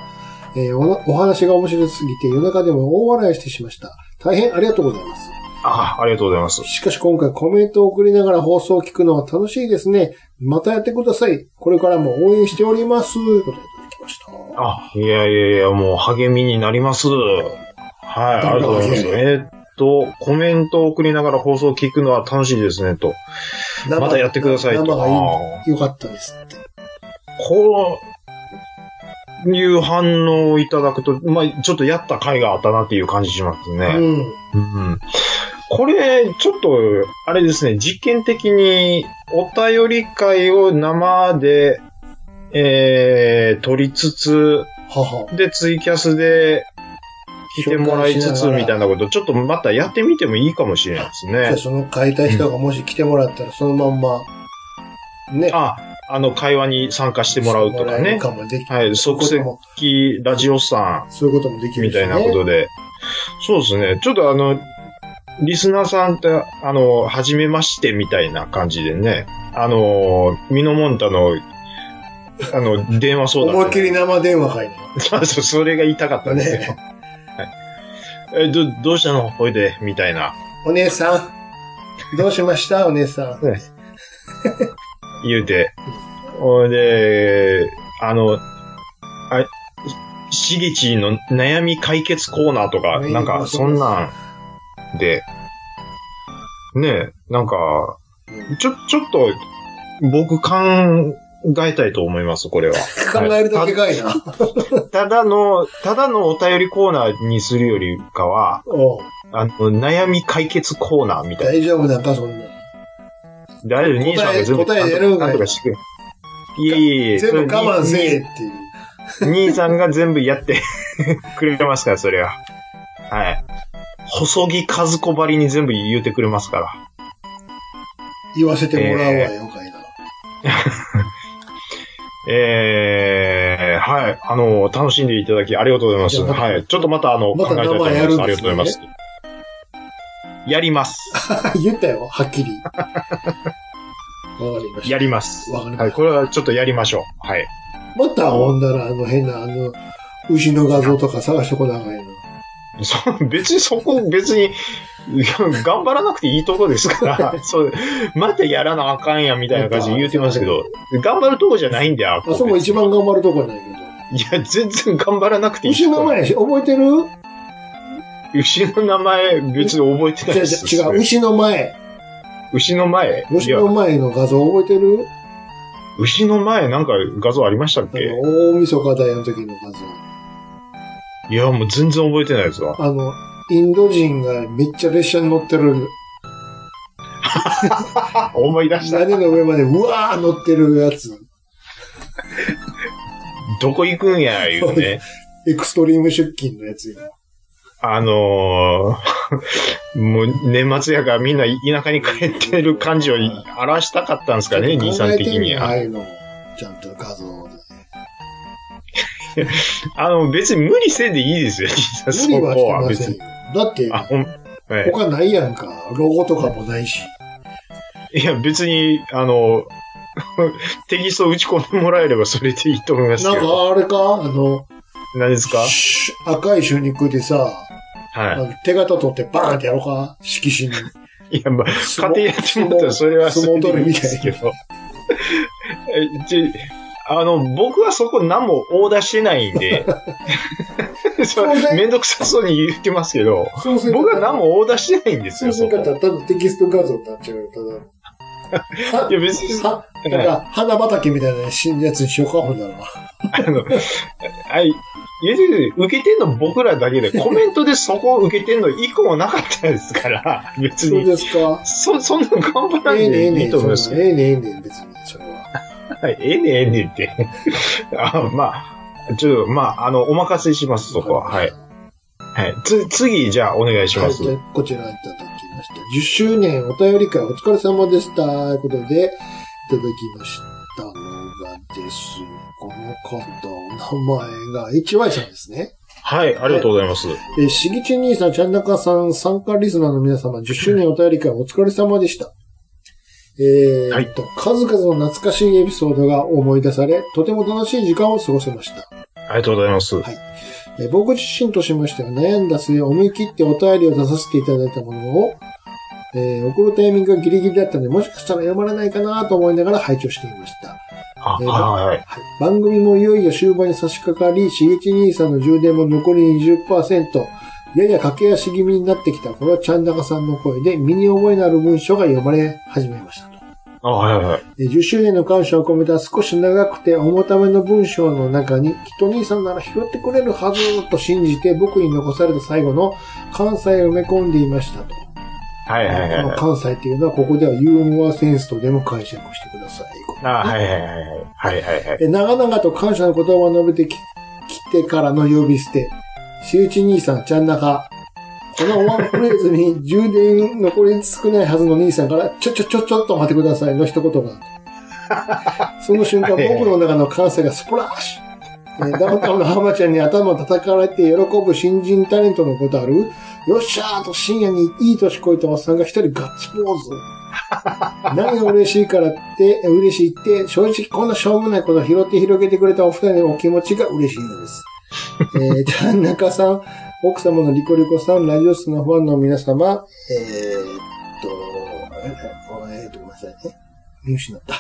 Speaker 3: えーおなお話が面白すぎて夜中でも大笑いしてしました。大変ありがとうございます。
Speaker 2: あ、ありがとうございます。
Speaker 3: しかし今回コメントを送りながら放送を聞くのは楽しいですね。またやってください。これからも応援しております。ということでいただきました。
Speaker 2: あ、いやいやいや、もう励みになります。はい、ありがとうございます。
Speaker 3: 誰
Speaker 2: えーっと、コメントを送りながら放送を聞くのは楽しいですね、と。
Speaker 3: 生
Speaker 2: またやってくださいと
Speaker 3: 生がい
Speaker 2: あ
Speaker 3: いよかったですって。
Speaker 2: こう、いう反応をいただくと、まあ、ちょっとやった甲斐があったなっていう感じしますね。
Speaker 3: うん。
Speaker 2: うんこれ、ちょっと、あれですね、実験的にお便り会を生で、えー、撮りつつ、
Speaker 3: はは。
Speaker 2: で、ツイキャスで来てもらいつつみたいなこと、ちょっとまたやってみてもいいかもしれないです
Speaker 3: じゃあ
Speaker 2: ね。
Speaker 3: その書いた人がもし来てもらったら、そのまんま、ね。
Speaker 2: あ、あの、会話に参加してもらうとか
Speaker 3: してもらえ
Speaker 2: ね
Speaker 3: る。かもでき
Speaker 2: はい、即
Speaker 3: そういうこと
Speaker 2: 席
Speaker 3: も
Speaker 2: ラジオさ
Speaker 3: そういうこともでき
Speaker 2: ん
Speaker 3: る
Speaker 2: み
Speaker 3: した
Speaker 2: いなことで。そうですね。ちょっとあの、リスナーさんって、あの、はじめましてみたいな感じでね。あの、ミノモンタの、あの、電話相談。
Speaker 3: 思いっきり生電話会に。
Speaker 2: そうそう、それが言いたかったんですよ。 はい。え、ど、どうしたのほいで、みたいな。
Speaker 3: お姉さん、どうしましたお姉さん。
Speaker 2: 言うて。ほいで、あの、あ、しげちの悩み解決コーナーとか、
Speaker 3: ね
Speaker 2: なんか、そんなんで、ねえ、なんか、ちょ、ちょっと、僕考えたいと思います、これは。
Speaker 3: 考えるだけかいな。
Speaker 2: ただの、ただのお便りコーナーにするよりかは、
Speaker 3: おう
Speaker 2: あの、悩み解決コーナーみたいな。
Speaker 3: 大丈夫なんか、そんな。
Speaker 2: 大丈夫、兄さんが全部
Speaker 3: 答え
Speaker 2: なんと
Speaker 3: やるん
Speaker 2: か
Speaker 3: かい
Speaker 2: なんとかしてくれ。いえいえいえ。
Speaker 3: 全部我慢せえっ
Speaker 2: そ
Speaker 3: ていう。
Speaker 2: れに兄さんが全部やって くれますから、それは。はい。細木和子ばりに全部言うてくれますから。
Speaker 3: 言わせてもらうわよかいな。
Speaker 2: えー、はい。あの、楽しんでいただきありがとうございます。
Speaker 3: じゃあまた
Speaker 2: はい。ちょっとまた、あの、
Speaker 3: また
Speaker 2: 考えたいと思います。ありがとうございます。や ります。
Speaker 3: 言ったよ、はっき り。わかりました。
Speaker 2: やります。
Speaker 3: わかりました
Speaker 2: はい。これはちょっとやりましょう。はい。
Speaker 3: またほんだら、あの変な、あの、牛の画像とか探してこなあかんやな。
Speaker 2: そう別にそこ、別に、いや頑張らなくていいとこですから、そう、またやらなあかんや、みたいな感じで言うてますけど、頑張るとこじゃないんだよ、
Speaker 3: あそこ一番頑張るとこやないけ
Speaker 2: いや、全然頑張らなく
Speaker 3: ど。
Speaker 2: ていい。
Speaker 3: 牛の名前やし、覚えてる
Speaker 2: 牛の名前、別に覚えてない
Speaker 3: 違う
Speaker 2: で
Speaker 3: 違
Speaker 2: す。
Speaker 3: う違う、牛の前。
Speaker 2: 牛の前い
Speaker 3: 牛
Speaker 2: や
Speaker 3: の、前の画像覚えてる
Speaker 2: 牛の前なんか画像ありましたっ
Speaker 3: あ
Speaker 2: け
Speaker 3: の、大晦日だよの時の画像。
Speaker 2: いや、もう全然覚えてないですわ。
Speaker 3: あの、インド人がめっちゃ列車に乗ってる、
Speaker 2: あ、思い出した。
Speaker 3: 屋根の上までうわー乗ってるやつ。
Speaker 2: どこ行くんや、言うね。
Speaker 3: エクストリーム出勤のやつや。
Speaker 2: あのー もう年末やからみんな田舎に帰ってる感じを表したかったんですかね、兄さん的に
Speaker 3: ああ
Speaker 2: は。
Speaker 3: いうのをちゃんと画像で。
Speaker 2: あの、別に無理せんでいいですよ、兄さん。そ
Speaker 3: 無理は
Speaker 2: こは
Speaker 3: してま
Speaker 2: 別
Speaker 3: せん
Speaker 2: に。
Speaker 3: よ。だって、
Speaker 2: あ、ほん、え
Speaker 3: 他ないやんか。ロゴとかもないし。
Speaker 2: えいや、別に、あの、 テキスト打ち込んでもらえればそれでいいと思います
Speaker 3: なん
Speaker 2: けど。
Speaker 3: かあれかあの、
Speaker 2: 何ですか
Speaker 3: シュ赤い手肉でさ、あ
Speaker 2: は
Speaker 3: の手形取ってバーンってやろうか色紙に。
Speaker 2: い。いや、まあ、
Speaker 3: 相 撲
Speaker 2: 家庭やってもらったらそれは
Speaker 3: 相撲
Speaker 2: それ
Speaker 3: 取り
Speaker 2: でいい
Speaker 3: み
Speaker 2: で
Speaker 3: たい
Speaker 2: すけ
Speaker 3: に。
Speaker 2: ど。 え、ちあの、僕はそこ何もオーダーしてない んで、そ
Speaker 3: そうね
Speaker 2: れめんどくさそうに言ってますけど、
Speaker 3: そうすると
Speaker 2: 僕は何もオーダーしてないんです
Speaker 3: そう
Speaker 2: よ、
Speaker 3: す
Speaker 2: そ
Speaker 3: る方、
Speaker 2: こ。
Speaker 3: 多分テキスト画像になっちゃうよ、ただの。
Speaker 2: いや、別に、
Speaker 3: は、は、なんか、花畑みたいな死んだやつにしようか、ほんなら。
Speaker 2: あの、あい、言うてるけど受けてんの僕らだけで、コメントでそこを受けてんの一個もなかったですから、別
Speaker 3: そう
Speaker 2: に。
Speaker 3: ですか。
Speaker 2: そ、 そんなの頑張らん
Speaker 3: ええねんええ
Speaker 2: で
Speaker 3: ね
Speaker 2: いい
Speaker 3: ん
Speaker 2: と思います
Speaker 3: そ
Speaker 2: け
Speaker 3: ん
Speaker 2: ど
Speaker 3: なええねんええねん別に、それは。
Speaker 2: はいええねんええねんって。 あまあ、ちょっと、まあ、あの、お任せします、そこは。はい。はい。つ、次、じゃあ、お願いします。
Speaker 3: はいこちらいただきました。10周年お便り会お疲れ様でした。ということで、いただきましたのがです。この方、お名前が HY さんですね。
Speaker 2: はい、ありがとうございます。
Speaker 3: えー、しぎち兄さん、ちゃんなかさん、参加リスナーの皆様、10周年お便り会お疲れ様でした。えーっと、数々の懐かしいエピソードが思い出され、とても楽しい時間を過ごせました。
Speaker 2: ありがとうございます。
Speaker 3: いえー僕自身としましては悩んだ末、思い切ってお便りを出させていただいたものを、えー送るタイミングがギリギリだったので、もしかしたら読まれないかなと思いながら拝聴していました。
Speaker 2: あ、
Speaker 3: えー
Speaker 2: はい、は
Speaker 3: は
Speaker 2: い。
Speaker 3: い番組もいよいよ終盤に差し掛かり、しげち兄さんの充電も残り20%、やや駆け足気味になってきた頃、ちゃんなかさんの声で身に覚えのある文章が読まれ始めましたと。
Speaker 2: あ、はい、はい。
Speaker 3: えー10周年の感謝を込めた少し長くて重ための文章の中に、きっと兄さんなら拾ってくれるはずと信じて、僕に残された最後の関西を埋め込んでいましたと。
Speaker 2: はい、はい、はい
Speaker 3: こ
Speaker 2: は
Speaker 3: の
Speaker 2: い。
Speaker 3: 関西というのは、ここではユーモアセンスとでも解釈してください。
Speaker 2: あ、はい、はい、はい。はい、はい、はい。
Speaker 3: え長々と感謝の言葉を述べてき来てからの呼び捨て。しうち兄さん、ちゃんなか。このワンフレーズに充電残り少ないはずの兄さんから、ちょちょちょちょっと待ってくださいの一言が。その瞬間、 僕の中の感性がスプラッシュ。ねダウンタウンの浜ちゃんに頭を叩かれて喜ぶ新人タレントのことあるよっしゃーと深夜にいい年こいたおっさんが一人ガッツポーズ。何が嬉しいからって、嬉しいって、正直こんなしょうもないことを拾って広げてくれたお二人のお気持ちが嬉しいのです。えー、田中さん、奥様のリコリコさん、ラジオスのファンの皆様、えー、っと、えーえーっと、ごめんなさいね。見失った。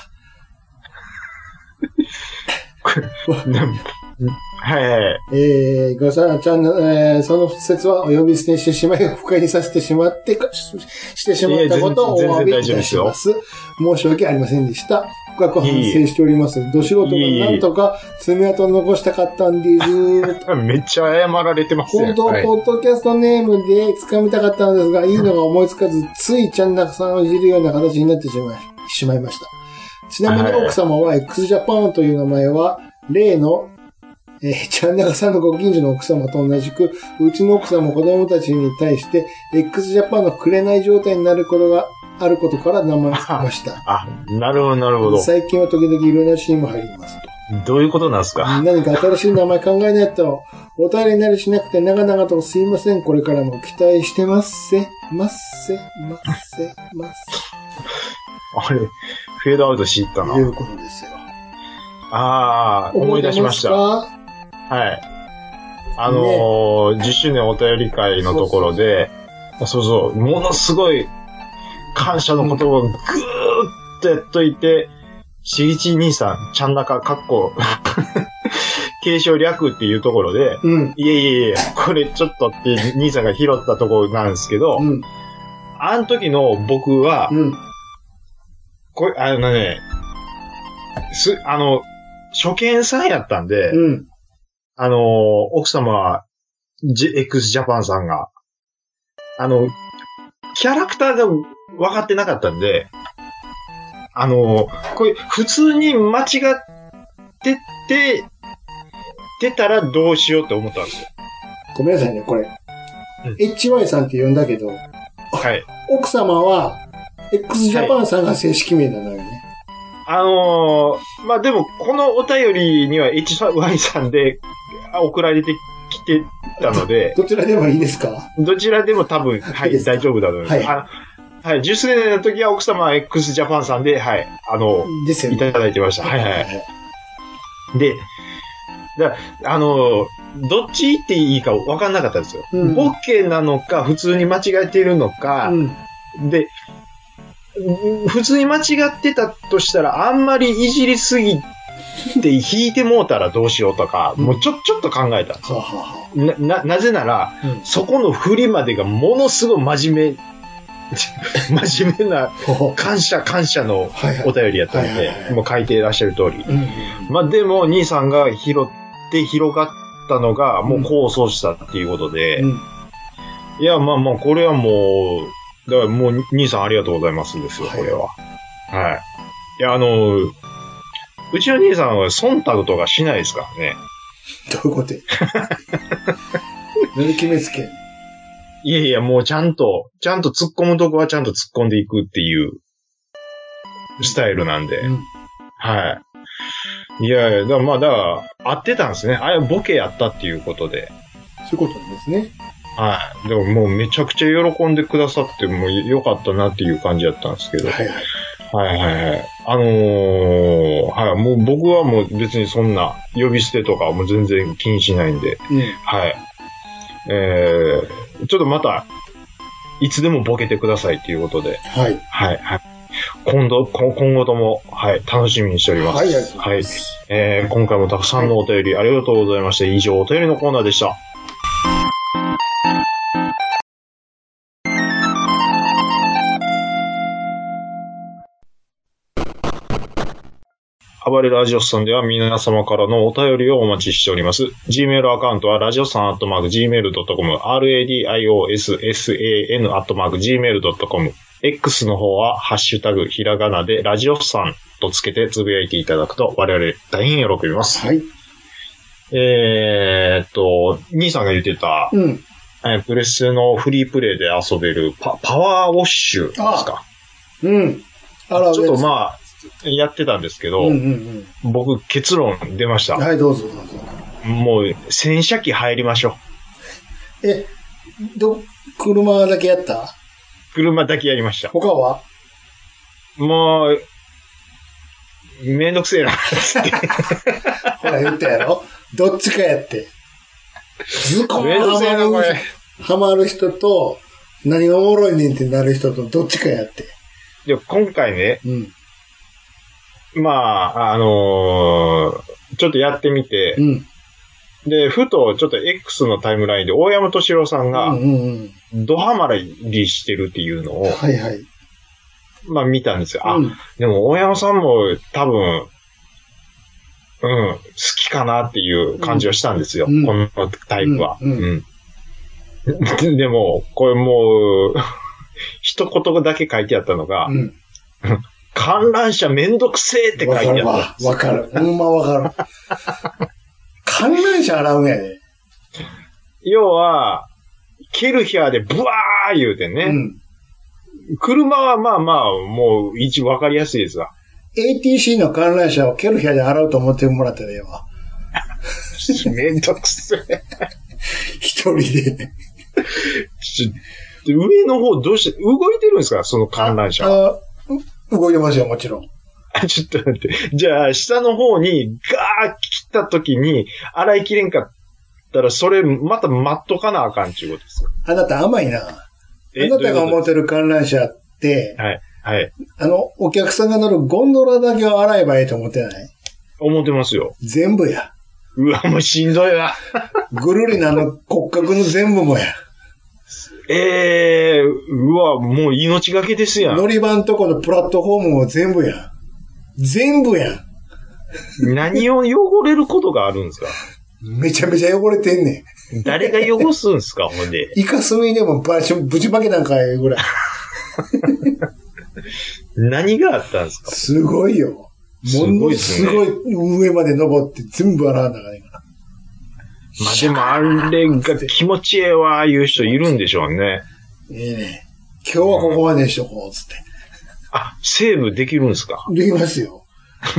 Speaker 2: はいはいはい。
Speaker 3: えー、ごさん、ちゃんの、えー、その説はお呼び捨てにしてしまい、不快にさせてしまってか、ししてしまったことをお
Speaker 2: いや
Speaker 3: 詫
Speaker 2: 全然
Speaker 3: びい
Speaker 2: 全然大丈夫
Speaker 3: た
Speaker 2: で
Speaker 3: し
Speaker 2: す
Speaker 3: ま
Speaker 2: よ
Speaker 3: す。申し訳ありませんでした。深く反省しております。ど素人がなんとか爪痕を残したかったんです。
Speaker 2: めっちゃ謝られてますね。
Speaker 3: 本当、
Speaker 2: はい
Speaker 3: ポッドキャストネームで掴みたかったんですが、いいのが思いつかず、ついちゃんなかさんをいじるような形になってしまいしまいました。ちなみに
Speaker 2: はい
Speaker 3: 奥様は x ジャパンという名前は、例の、えーちゃんなかさんのご近所の奥様と同じく、うちの奥さんも子供たちに対して、x ジャパンのくれない状態になることが、あることから名前を付けました。
Speaker 2: あ、 なるほど、なるほど。
Speaker 3: 最近は時々いろんなシーンも入りますと。
Speaker 2: どういうことなんですか
Speaker 3: 何か新しい名前考えないと、お便りになりしなくて長々とすいません。これからも期待してますせ、ますせ、ますせ、ます
Speaker 2: あれ、フェードアウトしていった
Speaker 3: せ。
Speaker 2: な
Speaker 3: と。いうことですよ。
Speaker 2: ああ、思い出しました。は
Speaker 3: 覚
Speaker 2: い。あのー10周年お便り会のところで、そうそうものすごい感謝の言葉をぐーってやっといて、しぎち兄さん、ちゃんなか、かっこ、 継承略っていうところで、
Speaker 3: えてますか
Speaker 2: いえいえいえ、これちょっとって兄さんが拾ったところなんですけど、
Speaker 3: うん、うん、
Speaker 2: あの時の僕は、
Speaker 3: うん。
Speaker 2: これ、あのね、す、あの、初見さんやったんで、
Speaker 3: うん。
Speaker 2: あの、奥様は、ジ x ジャパンさんが、あの、キャラクターが分かってなかったんで、あの、これ、普通に間違ってて、出たらどうしようって思ったんですよ。
Speaker 3: ごめんなさいね、これ
Speaker 2: うん。
Speaker 3: HY さんって呼んだけど、
Speaker 2: はい。
Speaker 3: 奥様は、x ジャパンさんが正式名なのよね。
Speaker 2: あのーまあ、でも、このお便りには HY さんであ送られてきてたので、
Speaker 3: どちらでもいいですか
Speaker 2: どちらでも多分、はい
Speaker 3: いで
Speaker 2: い、
Speaker 3: すか
Speaker 2: 大丈夫だと思います。
Speaker 3: はい
Speaker 2: あはい、10周年の時は奥様は x ジャパンさんで、はい、あの、
Speaker 3: ですよ
Speaker 2: い
Speaker 3: ね。
Speaker 2: ただいてました。はいはい。で、だあの、どっち行っていいか分かんなかったんですよ。
Speaker 3: うん
Speaker 2: ボケなのか、普通に間違えてるのか、
Speaker 3: うん。
Speaker 2: で、うん普通に間違ってたとしたら、あんまりいじりすぎて引いてもうたらどうしようとか、
Speaker 3: うん
Speaker 2: もうちょ、ちょっと考えたんです
Speaker 3: はあ、はあは
Speaker 2: な、な、なぜなら、
Speaker 3: あ、うん
Speaker 2: そこの振りまでがものすごい真面目、 真面目な
Speaker 3: ほほ
Speaker 2: 感謝感謝の
Speaker 3: はいはい
Speaker 2: お。便りやったん
Speaker 3: はいはいはい
Speaker 2: で、もう書いていらっしゃる通り。
Speaker 3: うん
Speaker 2: まあでも、兄さんが拾って広がったのが、もう功を奏したっていうことで、
Speaker 3: うん。
Speaker 2: いや、まあまあ、これはもう、だからもう、兄さんありがとうございますですよ、
Speaker 3: はい
Speaker 2: これは。はい。いや、あの、うちの兄さんは忖度とかしないですからね。
Speaker 3: どういうことやなんで決めつけんの
Speaker 2: いやいや、もうちゃんと、ちゃんと突っ込むとこはちゃんと突っ込んでいくっていう、スタイルなんで。
Speaker 3: うん
Speaker 2: はい。いやいや、だからまあ、だから、合ってたんですね。あれ、ボケやったっていうことで。
Speaker 3: そういうことなんですね。
Speaker 2: はい。でももうめちゃくちゃ喜んでくださって、もう良かったなっていう感じだったんですけど。
Speaker 3: はいはい。
Speaker 2: はいはいはい。あのー、はい、もう僕はもう別にそんな呼び捨てとかはもう全然気にしないんで、
Speaker 3: うん。
Speaker 2: はい。えー、ちょっとまた、いつでもボケてくださいということで、
Speaker 3: はい。
Speaker 2: はいはい。今度、こ今後とも、はい、楽しみにしております。
Speaker 3: はい、ありがとうござ
Speaker 2: はいい
Speaker 3: ま。す。
Speaker 2: えー、今回もたくさんのお便りありがとうございました。以上、お便りのコーナーでした。暴れラジオスさんでは皆様からのお便りをお待ちしております。Gmail アカウントは、ラジオさんアットマーク Gmail.com、radiossan アットマーク Gmail.com、X の方は、ハッシュタグ、ひらがなで、ラジオさんとつけてつぶやいていただくと、我々大変喜びます。
Speaker 3: はい。
Speaker 2: ええーっと、兄さんが言ってた、
Speaker 3: うん。
Speaker 2: えープレスのフリープレイで遊べるパパワーウォッシュですか。
Speaker 3: うん。あら、
Speaker 2: ちょっと
Speaker 3: あ。
Speaker 2: まあ、やってたんですけど、
Speaker 3: うんうん
Speaker 2: 僕結論出まし
Speaker 3: うん。
Speaker 2: た。
Speaker 3: はい、どうぞどうぞ。
Speaker 2: もう、洗車機入りましょう。
Speaker 3: え、ど、車だけやった
Speaker 2: 車だけやりました。
Speaker 3: 他は
Speaker 2: もう、めんどく せえな、つって。
Speaker 3: ほら言ったやろどっちかやって。ずこ
Speaker 2: めんどくせえな、これ。
Speaker 3: ハマる人と、何がおもろいねんってなる人とどっちかやって。
Speaker 2: で、今回ね、
Speaker 3: うん。
Speaker 2: まあ、あのーちょっとやってみて
Speaker 3: う、ん。
Speaker 2: で、ふと、ちょっと X のタイムラインで、大山敏郎さん
Speaker 3: うん
Speaker 2: が、
Speaker 3: うんうん。
Speaker 2: ドハマりしてるっていうのを、
Speaker 3: はいはい。
Speaker 2: まあ見たんですよ。あ、
Speaker 3: うん
Speaker 2: でも大山さんも多分、うん、好きかなっていう感じはしたんですよ。
Speaker 3: うん
Speaker 2: このタイプは。
Speaker 3: うんう
Speaker 2: うん ででも、これもう、 一言だけ書いてあったのが、
Speaker 3: うん。
Speaker 2: 観覧車めんどくせえって書い
Speaker 3: わ
Speaker 2: て
Speaker 3: か
Speaker 2: あっ
Speaker 3: る
Speaker 2: たん
Speaker 3: わ
Speaker 2: で。すよ
Speaker 3: わかる。ほんまわかる。観覧車洗うんやで。
Speaker 2: 要は、ケルヒャーでブワー言うて
Speaker 3: う
Speaker 2: ね、
Speaker 3: ん。
Speaker 2: 車はまあまあ、もう一わかりやすいですわ。
Speaker 3: ATC の観覧車をケルヒャで洗うと思ってもらったらええわ。
Speaker 2: めんどくせえ。
Speaker 3: 一人で。
Speaker 2: ちょで上の方どうして、動いてるんですかその観覧車は。
Speaker 3: あう動いてますよ、もちろん。
Speaker 2: あちょっと待って。じゃあ、下の方にガーッ来た時に、洗いきれんかったら、それ、また待っとかなあかんちゅうことですよ。
Speaker 3: あなた甘いな。あなたが
Speaker 2: どういう
Speaker 3: 思
Speaker 2: こ
Speaker 3: ってる観覧車って
Speaker 2: と、はい。はい。
Speaker 3: あの、お客さんが乗るゴンドラだけを洗えばいいと思ってない
Speaker 2: 思ってますよ。
Speaker 3: 全部や。
Speaker 2: うわ、もうしんどいな。
Speaker 3: ぐるりなの骨格の全部もや。
Speaker 2: ええー、うわ、もう命がけですやん
Speaker 3: 乗。り場んとこのプラットフォームも全部や。全部や。
Speaker 2: 何を汚れることがあるんですか
Speaker 3: めちゃめちゃ汚れてんね
Speaker 2: 誰が汚すんですかほんで。
Speaker 3: ん。イカスミでもばしぶちまけなんかいうぐらい。
Speaker 2: 何があったんですか
Speaker 3: すごいよ。ものすごい上まで登って全部洗わなあかんねんから。
Speaker 2: まあでも、あれが気持ちええわ、いう人いるんでしょうね。
Speaker 3: ええね。今日はここまでにしとこう、つって。
Speaker 2: あ、セーブできるんですか
Speaker 3: できますよ。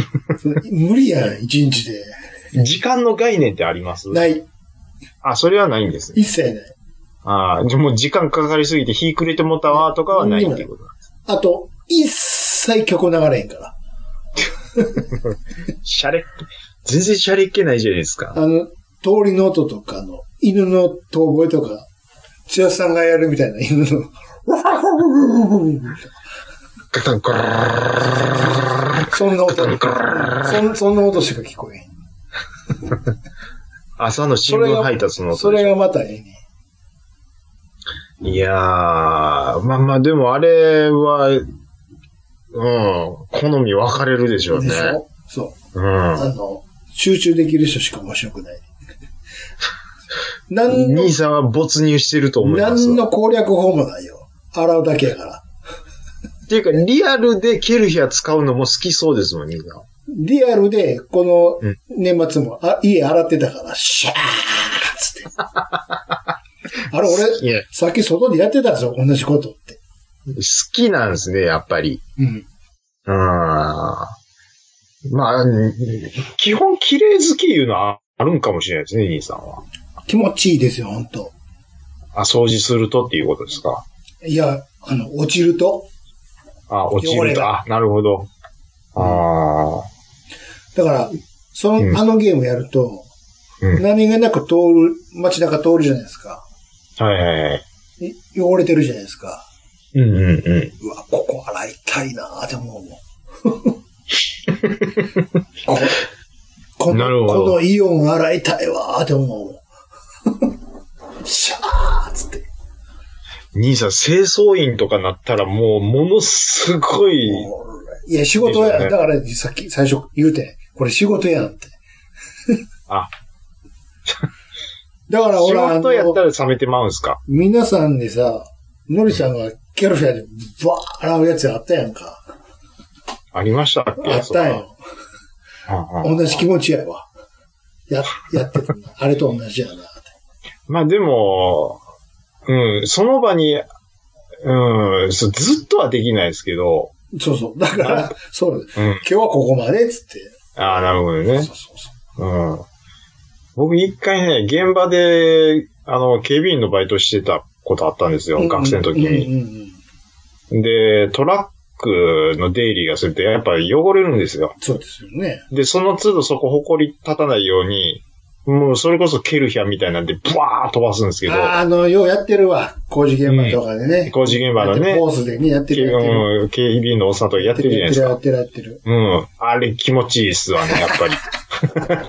Speaker 3: 無理やん、一日で。
Speaker 2: 時間の概念ってあります
Speaker 3: ない。
Speaker 2: あ、それはないんですね。
Speaker 3: 一切ない。
Speaker 2: ああ、じゃあもう時間かかりすぎて日暮れてもたわとかはないっていうことなんです。
Speaker 3: あと、一切曲流れへんから。
Speaker 2: シャレっ気、全然シャレっ気ないじゃないですか。
Speaker 3: あの、通りの音とかの、犬の遠吠えとか、千代さんがやるみたいな犬の、
Speaker 2: ガタンガラーン
Speaker 3: そんな音、そんそんな音しか聞こえへん。
Speaker 2: 朝の新
Speaker 3: それ
Speaker 2: 聞
Speaker 3: が
Speaker 2: 配達の
Speaker 3: そ
Speaker 2: 音で
Speaker 3: れ
Speaker 2: しょ。
Speaker 3: がまたええね
Speaker 2: いやー、まあまあでもあれは、うん、好み分かれるでしょうね
Speaker 3: で。しょそう。
Speaker 2: うん
Speaker 3: あ。の、集中できる人しか面白くない。何の
Speaker 2: 兄、さんは没入してると思います。
Speaker 3: 何の攻略法もないよ。洗うだけやから。
Speaker 2: っていうか、リアルでケルヒア使うのも好きそうですもん、兄さん。
Speaker 3: リアルで、こ
Speaker 2: う
Speaker 3: の
Speaker 2: ん
Speaker 3: 年末も、あ、家洗ってたから、シャーッつ って。あれ、
Speaker 2: い
Speaker 3: 俺、
Speaker 2: や、好
Speaker 3: さっき外でやってたぞ、同じことって。
Speaker 2: きなんですね、やっぱり。
Speaker 3: うん。
Speaker 2: うん。まあ、うん基本綺麗好きいうのはあるんかもしれないですね、兄さんは。
Speaker 3: 気持ちいいですよ、本当
Speaker 2: あ、掃除するとっていうことですか。
Speaker 3: いや、あの、落ちると。
Speaker 2: あ、落ち
Speaker 3: 汚
Speaker 2: る
Speaker 3: れ
Speaker 2: と。
Speaker 3: が
Speaker 2: あ、なるほど。ああ。
Speaker 3: だから、その、
Speaker 2: うん
Speaker 3: あのゲームやると、
Speaker 2: うん
Speaker 3: 何気なく通る、街中通るじゃないですか。
Speaker 2: はいはいはい。
Speaker 3: い汚れてるじゃないですか。
Speaker 2: うんうんうん。
Speaker 3: うわ、ここ洗いたいなーって思うも ん。ここ
Speaker 2: なる
Speaker 3: の
Speaker 2: ほど
Speaker 3: このイオン洗いたいわーって思うもん。シャーっつって。
Speaker 2: 兄さん、清掃員とかなったらもう、ものすごい、
Speaker 3: いや、仕事やん。
Speaker 2: いいです
Speaker 3: だ
Speaker 2: よ
Speaker 3: から、さっき最初言うてん、これ仕事やんって。
Speaker 2: あ。
Speaker 3: だから
Speaker 2: 仕
Speaker 3: 俺、あ
Speaker 2: 事やった
Speaker 3: の、
Speaker 2: ら冷めてまうんすか。
Speaker 3: 皆さんでさ、のりさんがキャルフェアでバー洗うやつあったやんか。
Speaker 2: ありましたっけ
Speaker 3: あったやん。
Speaker 2: そんなうんうん
Speaker 3: 同じ気持ちやわ。や、やってた。あれと同じやな。
Speaker 2: まあでも、うん、その場に、うん、そうずっとはできないですけど、
Speaker 3: そうそう。だから、そう。
Speaker 2: うん
Speaker 3: 今日はここまでっつって。
Speaker 2: ああ、なるほどね。
Speaker 3: そうそうそ
Speaker 2: うん。僕一回ね、現場で、あの、警備員のバイトしてたことあったんですよ、
Speaker 3: う。
Speaker 2: 学生の時に。
Speaker 3: うんうんうんうん。
Speaker 2: で、トラックの出入りがすると、やっぱ汚れるんですよ。
Speaker 3: そうですよね。
Speaker 2: で、その都度そこ埃立たないように、もうそれこそケルヒャみたいなんで、ブワー飛ばすんですけど、
Speaker 3: あーあの、ようやってるわ。工事現場とかでね。
Speaker 2: 工事現場のね
Speaker 3: コースでね、やって
Speaker 2: 警
Speaker 3: るやってる。
Speaker 2: うん警備員のおっさんとかやってるじゃないです
Speaker 3: や
Speaker 2: か
Speaker 3: っ。てるやってるやって
Speaker 2: うん。あれ気持ちいいっすわね、やっ ぱり。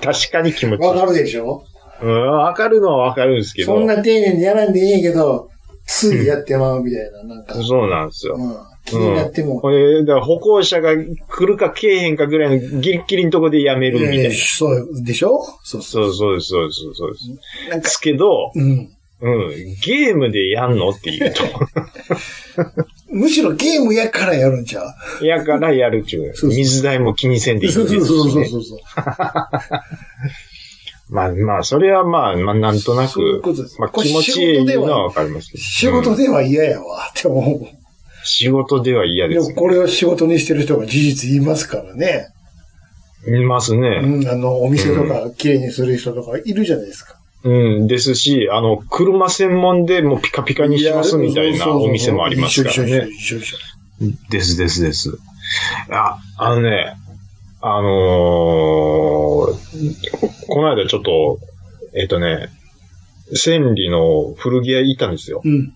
Speaker 2: 確かに気持ちい
Speaker 3: る。わ
Speaker 2: い。
Speaker 3: かるでしょ
Speaker 2: うん、わかるのはわかるんですけど。
Speaker 3: そんな丁寧にやらんでいいんやけど、ついやってまうみたいな、なんか。
Speaker 2: そうなんですよ。
Speaker 3: うん。気になっても。
Speaker 2: これ、だから歩行者が来るか来えへんかぐらいのギリギリのとこでやめる
Speaker 3: い
Speaker 2: みた
Speaker 3: や
Speaker 2: い
Speaker 3: い
Speaker 2: な。
Speaker 3: やそうでしょそうそう。
Speaker 2: そうそうです、そうです、そうです。
Speaker 3: なん
Speaker 2: で
Speaker 3: か、
Speaker 2: すけど、
Speaker 3: うん。
Speaker 2: うん、ゲームでやんのって言うと。
Speaker 3: むしろゲームやからやるんちゃう
Speaker 2: やからやるっちゅう。
Speaker 3: そうそう
Speaker 2: 水代も気にせんでいいん
Speaker 3: そ
Speaker 2: で
Speaker 3: う
Speaker 2: すし、
Speaker 3: そう
Speaker 2: ね。
Speaker 3: そうそうそう。
Speaker 2: まあまあ、それはまあ、まあ、なんとな
Speaker 3: そういう
Speaker 2: く
Speaker 3: ことです、
Speaker 2: まあ
Speaker 3: これ
Speaker 2: 気持ちいいのはわかりますけど。
Speaker 3: 仕事
Speaker 2: うん
Speaker 3: では嫌やわって思う。
Speaker 2: 仕事では嫌
Speaker 3: で
Speaker 2: で
Speaker 3: も
Speaker 2: す、ね。
Speaker 3: これを仕事にしてる人が事実言いますからね。
Speaker 2: いますね。
Speaker 3: うん、あの、お店とか綺麗にする人とかいるじゃないですか。
Speaker 2: うん、ですし、あの、車専門でもうピカピカにしますみたいなお店もありますからね。
Speaker 3: 一緒一緒一緒一緒
Speaker 2: ですですです。あ、あのね、あのーこの間ちょっと、えっ、とね、千里の古着屋行ったんですよ。
Speaker 3: うん。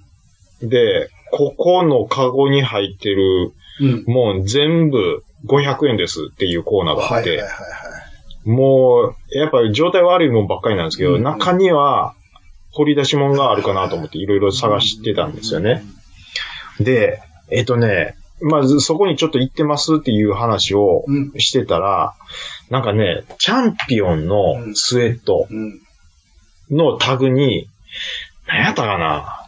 Speaker 2: で、ここのカゴに入ってる
Speaker 3: うん。
Speaker 2: もう全部500円ですっていうコーナーがあ
Speaker 3: は
Speaker 2: っ
Speaker 3: い
Speaker 2: て、
Speaker 3: はいはいはい。
Speaker 2: もう、やっぱり状態悪いもんばっかりなんですけど、
Speaker 3: うん
Speaker 2: 中には掘り出し物があるかなと思っていろいろ探してたんですよね。で、えっとね、まずそこにちょっと行ってますっていう話を
Speaker 3: うん。うん。
Speaker 2: してたら、なんかね、チャンピオンのスウェット
Speaker 3: うん。
Speaker 2: のタグに、何やったかな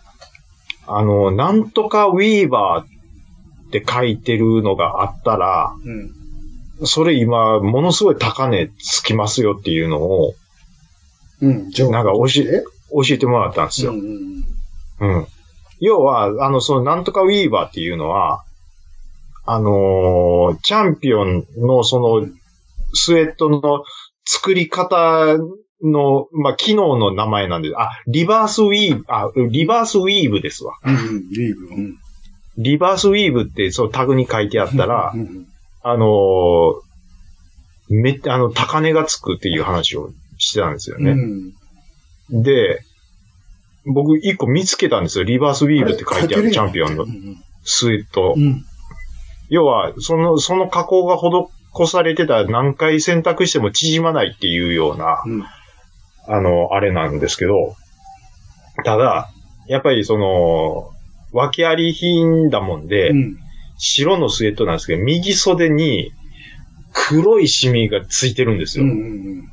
Speaker 2: あの、なんとかウィーバーって書いてるのがあったら、
Speaker 3: うん。
Speaker 2: それ今、ものすごい高値つきますよっていうのを
Speaker 3: うん。情報
Speaker 2: なんか教え
Speaker 3: として
Speaker 2: 教えてもらったんです
Speaker 3: う
Speaker 2: よ。
Speaker 3: んうん
Speaker 2: うん。要は、あの、その、なんとかウィーバーっていうのは、あのーチャンピオンの、その、スウェットの作り方の、まあ、機能の名前なんです。あ、リバースウィーブ、あ、リバースウィーブですわ。
Speaker 3: うん。うん。リーブ。うん。
Speaker 2: リバースウィーブって、そのタグに書いてあったら
Speaker 3: う、ん
Speaker 2: あのーめ、あの、高値がつくっていう話をしてたんですよ
Speaker 3: うん。う
Speaker 2: ね。
Speaker 3: ん。
Speaker 2: で、僕一個見つけたんですよ。リバースウィーブって書いてあるチャンピオンの
Speaker 3: うんうん
Speaker 2: スウェット
Speaker 3: う。ん。
Speaker 2: 要は、その、その加工が施されてたら何回選択しても縮まないっていうような、
Speaker 3: うん
Speaker 2: あの、あれなんですけど、ただ、やっぱりその、訳あり品だもんで、
Speaker 3: うん。
Speaker 2: 白のスウェットなんですけど、右袖に黒いシミがついてるんです
Speaker 3: う
Speaker 2: よ。
Speaker 3: んうん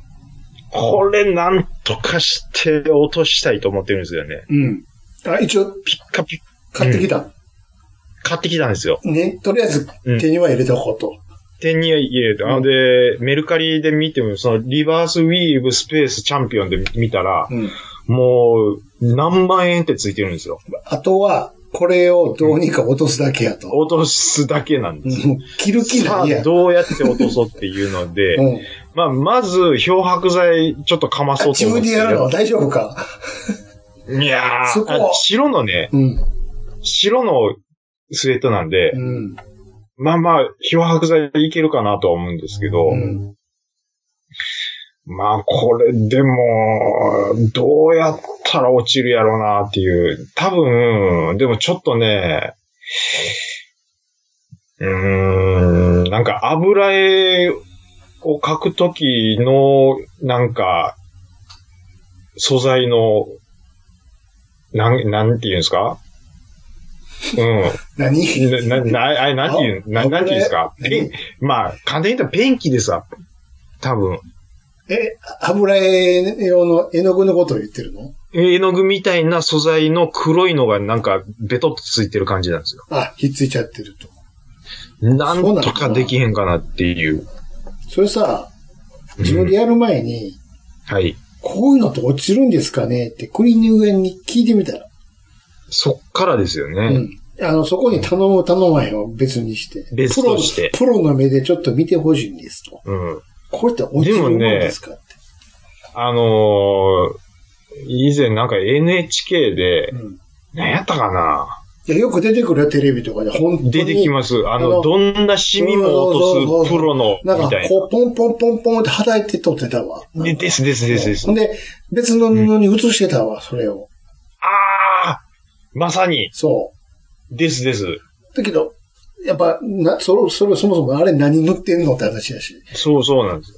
Speaker 2: これなんとかして落としたいと思ってるんですよね。
Speaker 3: うん。うん。あ、一応、
Speaker 2: ピッカピッ、
Speaker 3: 買ってきた。
Speaker 2: 買ってきたんですよ。
Speaker 3: ね。とりあえず、手には入れとこうと。
Speaker 2: 手に入れて、あので、メルカリで見ても、そのリバースウィーブスペースチャンピオンで見たら、
Speaker 3: うん。
Speaker 2: もう何万円ってついてるんですよ。
Speaker 3: あとは、これをどうにか落とすだけやと。
Speaker 2: 落とすだけなんですよ。
Speaker 3: もう着る気
Speaker 2: さ
Speaker 3: ない
Speaker 2: あ、
Speaker 3: や。
Speaker 2: どうやって落とそうっていうので、
Speaker 3: うん、
Speaker 2: まあ、まず、漂白剤ちょっとかまそうと
Speaker 3: 自
Speaker 2: 思っ
Speaker 3: 分
Speaker 2: て。
Speaker 3: でやるのは大丈夫か。
Speaker 2: いや
Speaker 3: そ
Speaker 2: ー、
Speaker 3: こは
Speaker 2: あ白のね、
Speaker 3: うん。
Speaker 2: 白のスウェットなんで、
Speaker 3: うん。
Speaker 2: まあまあ、漂白剤いけるかなとは思うんですけど、
Speaker 3: うん。
Speaker 2: まあ、これでも、どうやったら落ちるやろうなっていう。多分、でもちょっとね、うーん、なんか油絵を描くときの、なんか、素材の、なん、なんて言うんですかう
Speaker 3: 何
Speaker 2: ん。な、な、あれ、なんて言う、な、なんて言うんですか
Speaker 3: 油絵
Speaker 2: ペンまあ、簡単に言ったらペンキですわ。多分。
Speaker 3: え、油絵用の絵の具のことを言ってるの
Speaker 2: 絵の具みたいな素材の黒いのがなんかベトっとついてる感じなんですよ。
Speaker 3: あ、ひっついちゃってると。
Speaker 2: なんとかできへんかなっていう。
Speaker 3: それさ、自分でやる前に、
Speaker 2: はい。
Speaker 3: こういうのって落ちるんですかねってクリーニング屋に聞いてみたら。
Speaker 2: そっからですよ
Speaker 3: う
Speaker 2: ね。
Speaker 3: ん。あの、そこに頼む頼まへんを別にして。
Speaker 2: 別として
Speaker 3: プロ。プロの目でちょっと見てほしいんですと。
Speaker 2: うん。
Speaker 3: これって落ちるもんですかって。
Speaker 2: あのー以前なんか NHK で、
Speaker 3: うん。
Speaker 2: 何やったかない
Speaker 3: や、よく出てくるよ、テレビとかで。本当に。
Speaker 2: 出てきます。あ
Speaker 3: あの
Speaker 2: の、どんなシミも落とすプロの、
Speaker 3: なん
Speaker 2: みた
Speaker 3: か、
Speaker 2: い
Speaker 3: こう、ポンポンポンポンって叩いて撮ってたわ。
Speaker 2: な。でですですですです
Speaker 3: ほん。で、別の布に移してたわ、それを。
Speaker 2: ああまさに、
Speaker 3: そ
Speaker 2: ですです。
Speaker 3: う。だけど、やっぱ、な、それ、それそもそもあれ何塗ってんのって話だし。
Speaker 2: そうそうなんです。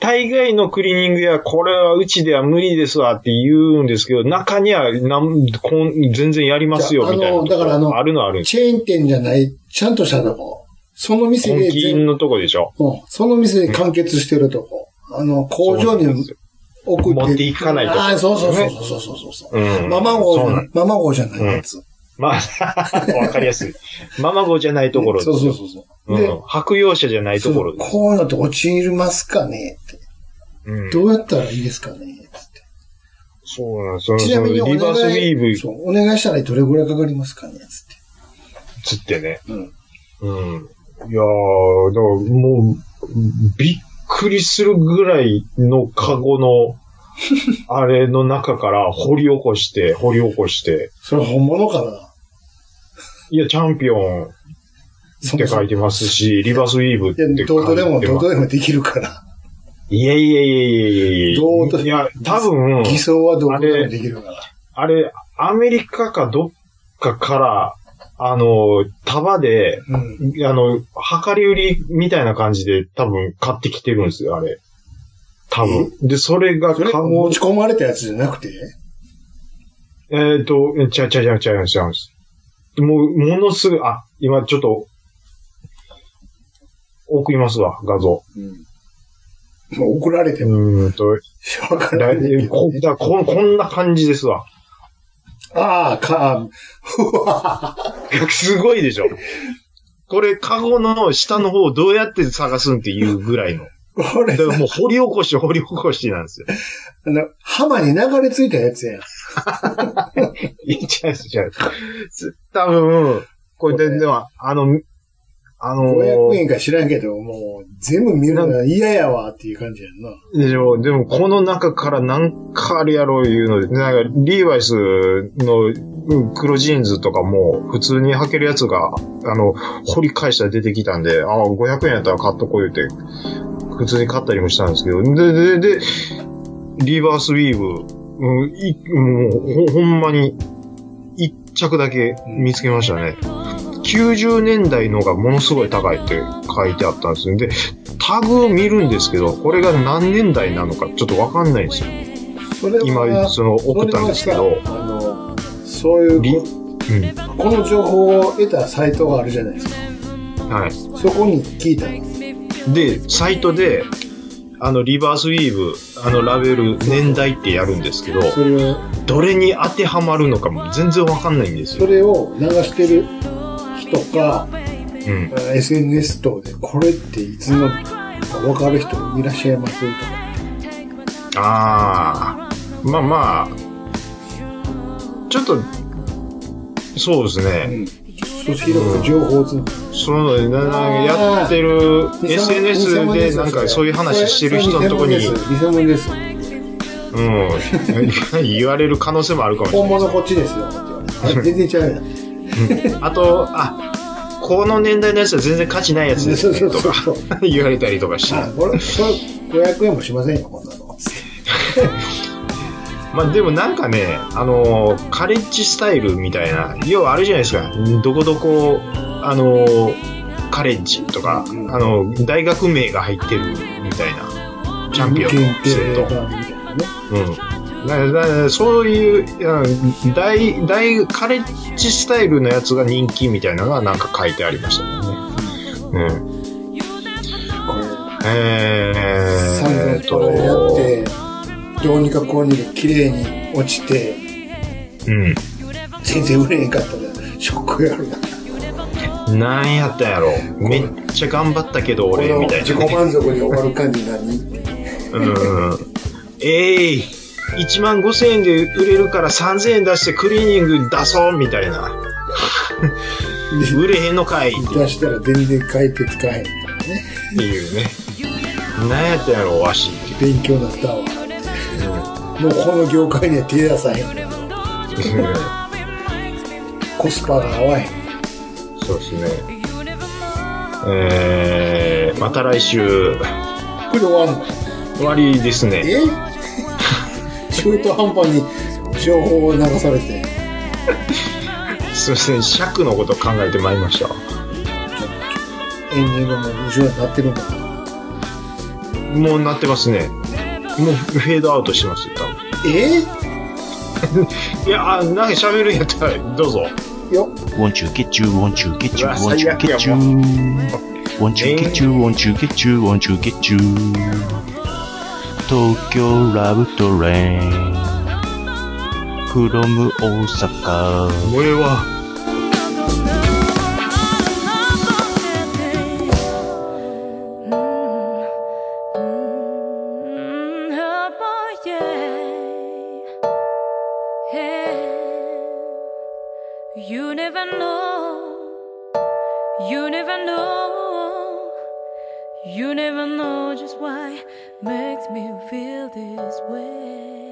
Speaker 2: 大概のクリーニングや、これはうちでは無理ですわって言うんですけど、中にはなんこん全然やりますよ、みたい
Speaker 3: あの
Speaker 2: な。
Speaker 3: だからあの
Speaker 2: あるのはあるんです。
Speaker 3: チェーン店じゃない、ちゃんとしたとこ。その店
Speaker 2: 本
Speaker 3: で
Speaker 2: 気
Speaker 3: 全、
Speaker 2: のとこでしょ。
Speaker 3: うん、その店で完結してるとこ。あの、工場
Speaker 2: そうなん
Speaker 3: に
Speaker 2: ですよ
Speaker 3: 送って。
Speaker 2: 持っていかないと
Speaker 3: ああ、そうそうそうそうそうそうそう。
Speaker 2: うん。
Speaker 3: ママ
Speaker 2: そ
Speaker 3: 号
Speaker 2: う
Speaker 3: じ
Speaker 2: な
Speaker 3: ゃ
Speaker 2: ん、
Speaker 3: ママ号じゃないやつ。
Speaker 2: まあ、 わかりやすい。ママ号じゃないところです
Speaker 3: そうそうそうそう。
Speaker 2: うん。白用者じゃないところです。
Speaker 3: こういうのって陥りますかねって。
Speaker 2: うん
Speaker 3: どうやったらいいですかねつって
Speaker 2: そうなんですその
Speaker 3: ちなみに
Speaker 2: そ
Speaker 3: お願い
Speaker 2: のリバースウィー
Speaker 3: そう、お願いしたらどれぐらいかかりますかねつっ
Speaker 2: ブつってね。
Speaker 3: て。うん。
Speaker 2: うん。いやー、だからもう、びっくりするぐらいのカ ゴの、あれの中から掘り起こして、掘り起こして、
Speaker 3: それ本物かない
Speaker 2: や、チャンピオンっ
Speaker 3: そ
Speaker 2: て書い
Speaker 3: い
Speaker 2: てますし、リバースウィーブって書い
Speaker 3: や、
Speaker 2: て
Speaker 3: どこでも、ど
Speaker 2: ま
Speaker 3: こ
Speaker 2: す。
Speaker 3: でもできるから。
Speaker 2: いやいやいやいやいやいや
Speaker 3: どうと
Speaker 2: いや、多分、
Speaker 3: 偽装はどこでもできるから。
Speaker 2: あれ、アメリカかどっかから、あの、束で、
Speaker 3: うん。
Speaker 2: あの、量り売りみたいな感じで多分買ってきてるんですよ、あれ。多分。で、それが
Speaker 3: それ、
Speaker 2: カ
Speaker 3: 持
Speaker 2: ゴ、
Speaker 3: ち込まれたやつじゃなくて、
Speaker 2: えっ、と、えちゃうちゃうちゃうちゃうちゃうですもう、ものすごい、あ、今ちょっと、送りますわ、画像。
Speaker 3: もう送られて
Speaker 2: う
Speaker 3: も、
Speaker 2: ーんと、
Speaker 3: わから
Speaker 2: だ
Speaker 3: ないけど
Speaker 2: いこ
Speaker 3: ね。
Speaker 2: だこんこんな感じですわ。
Speaker 3: ああ、か、うわ
Speaker 2: すごいでしょ。これ、カゴの下の方をどうやって探すんっていうぐらいの。
Speaker 3: これ
Speaker 2: だ、からもう掘り起こし、掘り起こしなんですよ。
Speaker 3: あの、浜に流れ着いたやつやん。
Speaker 2: いや、違う違う。す多分、これ
Speaker 3: これ
Speaker 2: で、でも、あの、あの
Speaker 3: 500
Speaker 2: ー、
Speaker 3: 円か知らんけど、もう、全部見るのは嫌やわっていう感じやんな。
Speaker 2: でしょでもこの中から何かあるやろういうので、なんか、リーバイスのうん黒ジーンズとかも、普通に履けるやつが、あの、掘り返したら出てきたんで、ああ、500円やったら買っとこう言うて、普通に買ったりもしたんですけど、で、で、で、リーバースウィーブ、うん、いもうほ、ほんまに、一着だけ見つけましたね。90年代のがものすごい高いって書いてあったんですよ。で、タグを見るんですけど、これが何年代なのかちょっとわかんないんですよ。
Speaker 3: それは
Speaker 2: 今、その、送ったんですけど、
Speaker 3: あの、そういう
Speaker 2: り
Speaker 3: こ、
Speaker 2: う
Speaker 3: この情報を得たサイトがあるじゃないですか。
Speaker 2: ん。はい。
Speaker 3: そこに聞いたの
Speaker 2: で、サイトで、あの、リバースウィーブ、あの、ラベル、年代ってやるんですけど、
Speaker 3: それを、
Speaker 2: どれに当てはまるのかも全然わかんないんです
Speaker 3: そ
Speaker 2: よ。
Speaker 3: れを流してる人か、
Speaker 2: うん。
Speaker 3: あ SNS 等で、これっていつのわかる人いらっしゃいますとか。
Speaker 2: ああ、まあまあ、ちょっと、そうですね。
Speaker 3: うん。そして広く情報をつなぐ
Speaker 2: そのななやってる
Speaker 3: 偽物
Speaker 2: SNS でなんかそういう話してる人のとこに、
Speaker 3: 偽
Speaker 2: う
Speaker 3: 物です。偽物です
Speaker 2: ん、 言われる可能性もあるかもしれ
Speaker 3: 本
Speaker 2: ない
Speaker 3: 物こっちですよ。って言われてあ全然ちゃうや ん。
Speaker 2: うん。あと、あ、この年代のやつは全然価値ないやつですね、とか
Speaker 3: そう。
Speaker 2: 言われたりとかして。
Speaker 3: あ、これ、これ500円もしませんよ、こんなの。
Speaker 2: まあでもなんかね、あのーカレッジスタイルみたいな、要はあるじゃないですか、どこどこ、あのーカレッジとか、あ
Speaker 3: うん
Speaker 2: の、大学名が入ってるみたいな、チャンピオンのセッ
Speaker 3: 限
Speaker 2: ト
Speaker 3: 定。版みたいなね。
Speaker 2: うん、だだそういううん大大カレッジスタイルのやつが人気みたいなのがなんか書いてありましたね。うん、
Speaker 3: これ、散々
Speaker 2: えー、っ
Speaker 3: と
Speaker 2: と、
Speaker 3: やって、どうにかこうにか綺麗に落ちて、
Speaker 2: う
Speaker 3: 全然売れへんかったら、ショックやるな。
Speaker 2: ん、なんやったんやろめっちゃ頑張ったけど俺みたい
Speaker 3: 自
Speaker 2: な
Speaker 3: 己
Speaker 2: ね。
Speaker 3: 満足に終わる感じ何
Speaker 2: うんうんえい、1万5千円で売れるから3千円出してクリーニング出そうみたいな。売れへんのかいっ
Speaker 3: 出したら全然帰って使えへん。
Speaker 2: ていうね。なんやったんやろ、わしっ
Speaker 3: 勉強になったわ。
Speaker 2: ていう。
Speaker 3: もうこの業界には手出さへん。
Speaker 2: うん
Speaker 3: コスパが合わへん。
Speaker 2: そうですね。えー、また来週、
Speaker 3: これで終わるの
Speaker 2: 終わりです ね。
Speaker 3: え中途半端に情報を流されて。
Speaker 2: すいません、尺のこと考えてまいりました。
Speaker 3: エンディングも無情になってるんだな。
Speaker 2: もうなってますね。もうフェードアウトしてますよ、多分。
Speaker 3: え
Speaker 2: いや、あなんか喋るんやったら、どうぞ。
Speaker 3: よ
Speaker 6: ウォンチューケチューウォンチューケチ
Speaker 2: う
Speaker 6: ュ
Speaker 2: わ
Speaker 6: ーウォンチューケチューウォンチューケチューウォンチューケチューウォンチューケチュー東京ラブトレインフロム大阪
Speaker 2: 俺は、
Speaker 7: You never know, you never know, you never know just why makes me feel this way.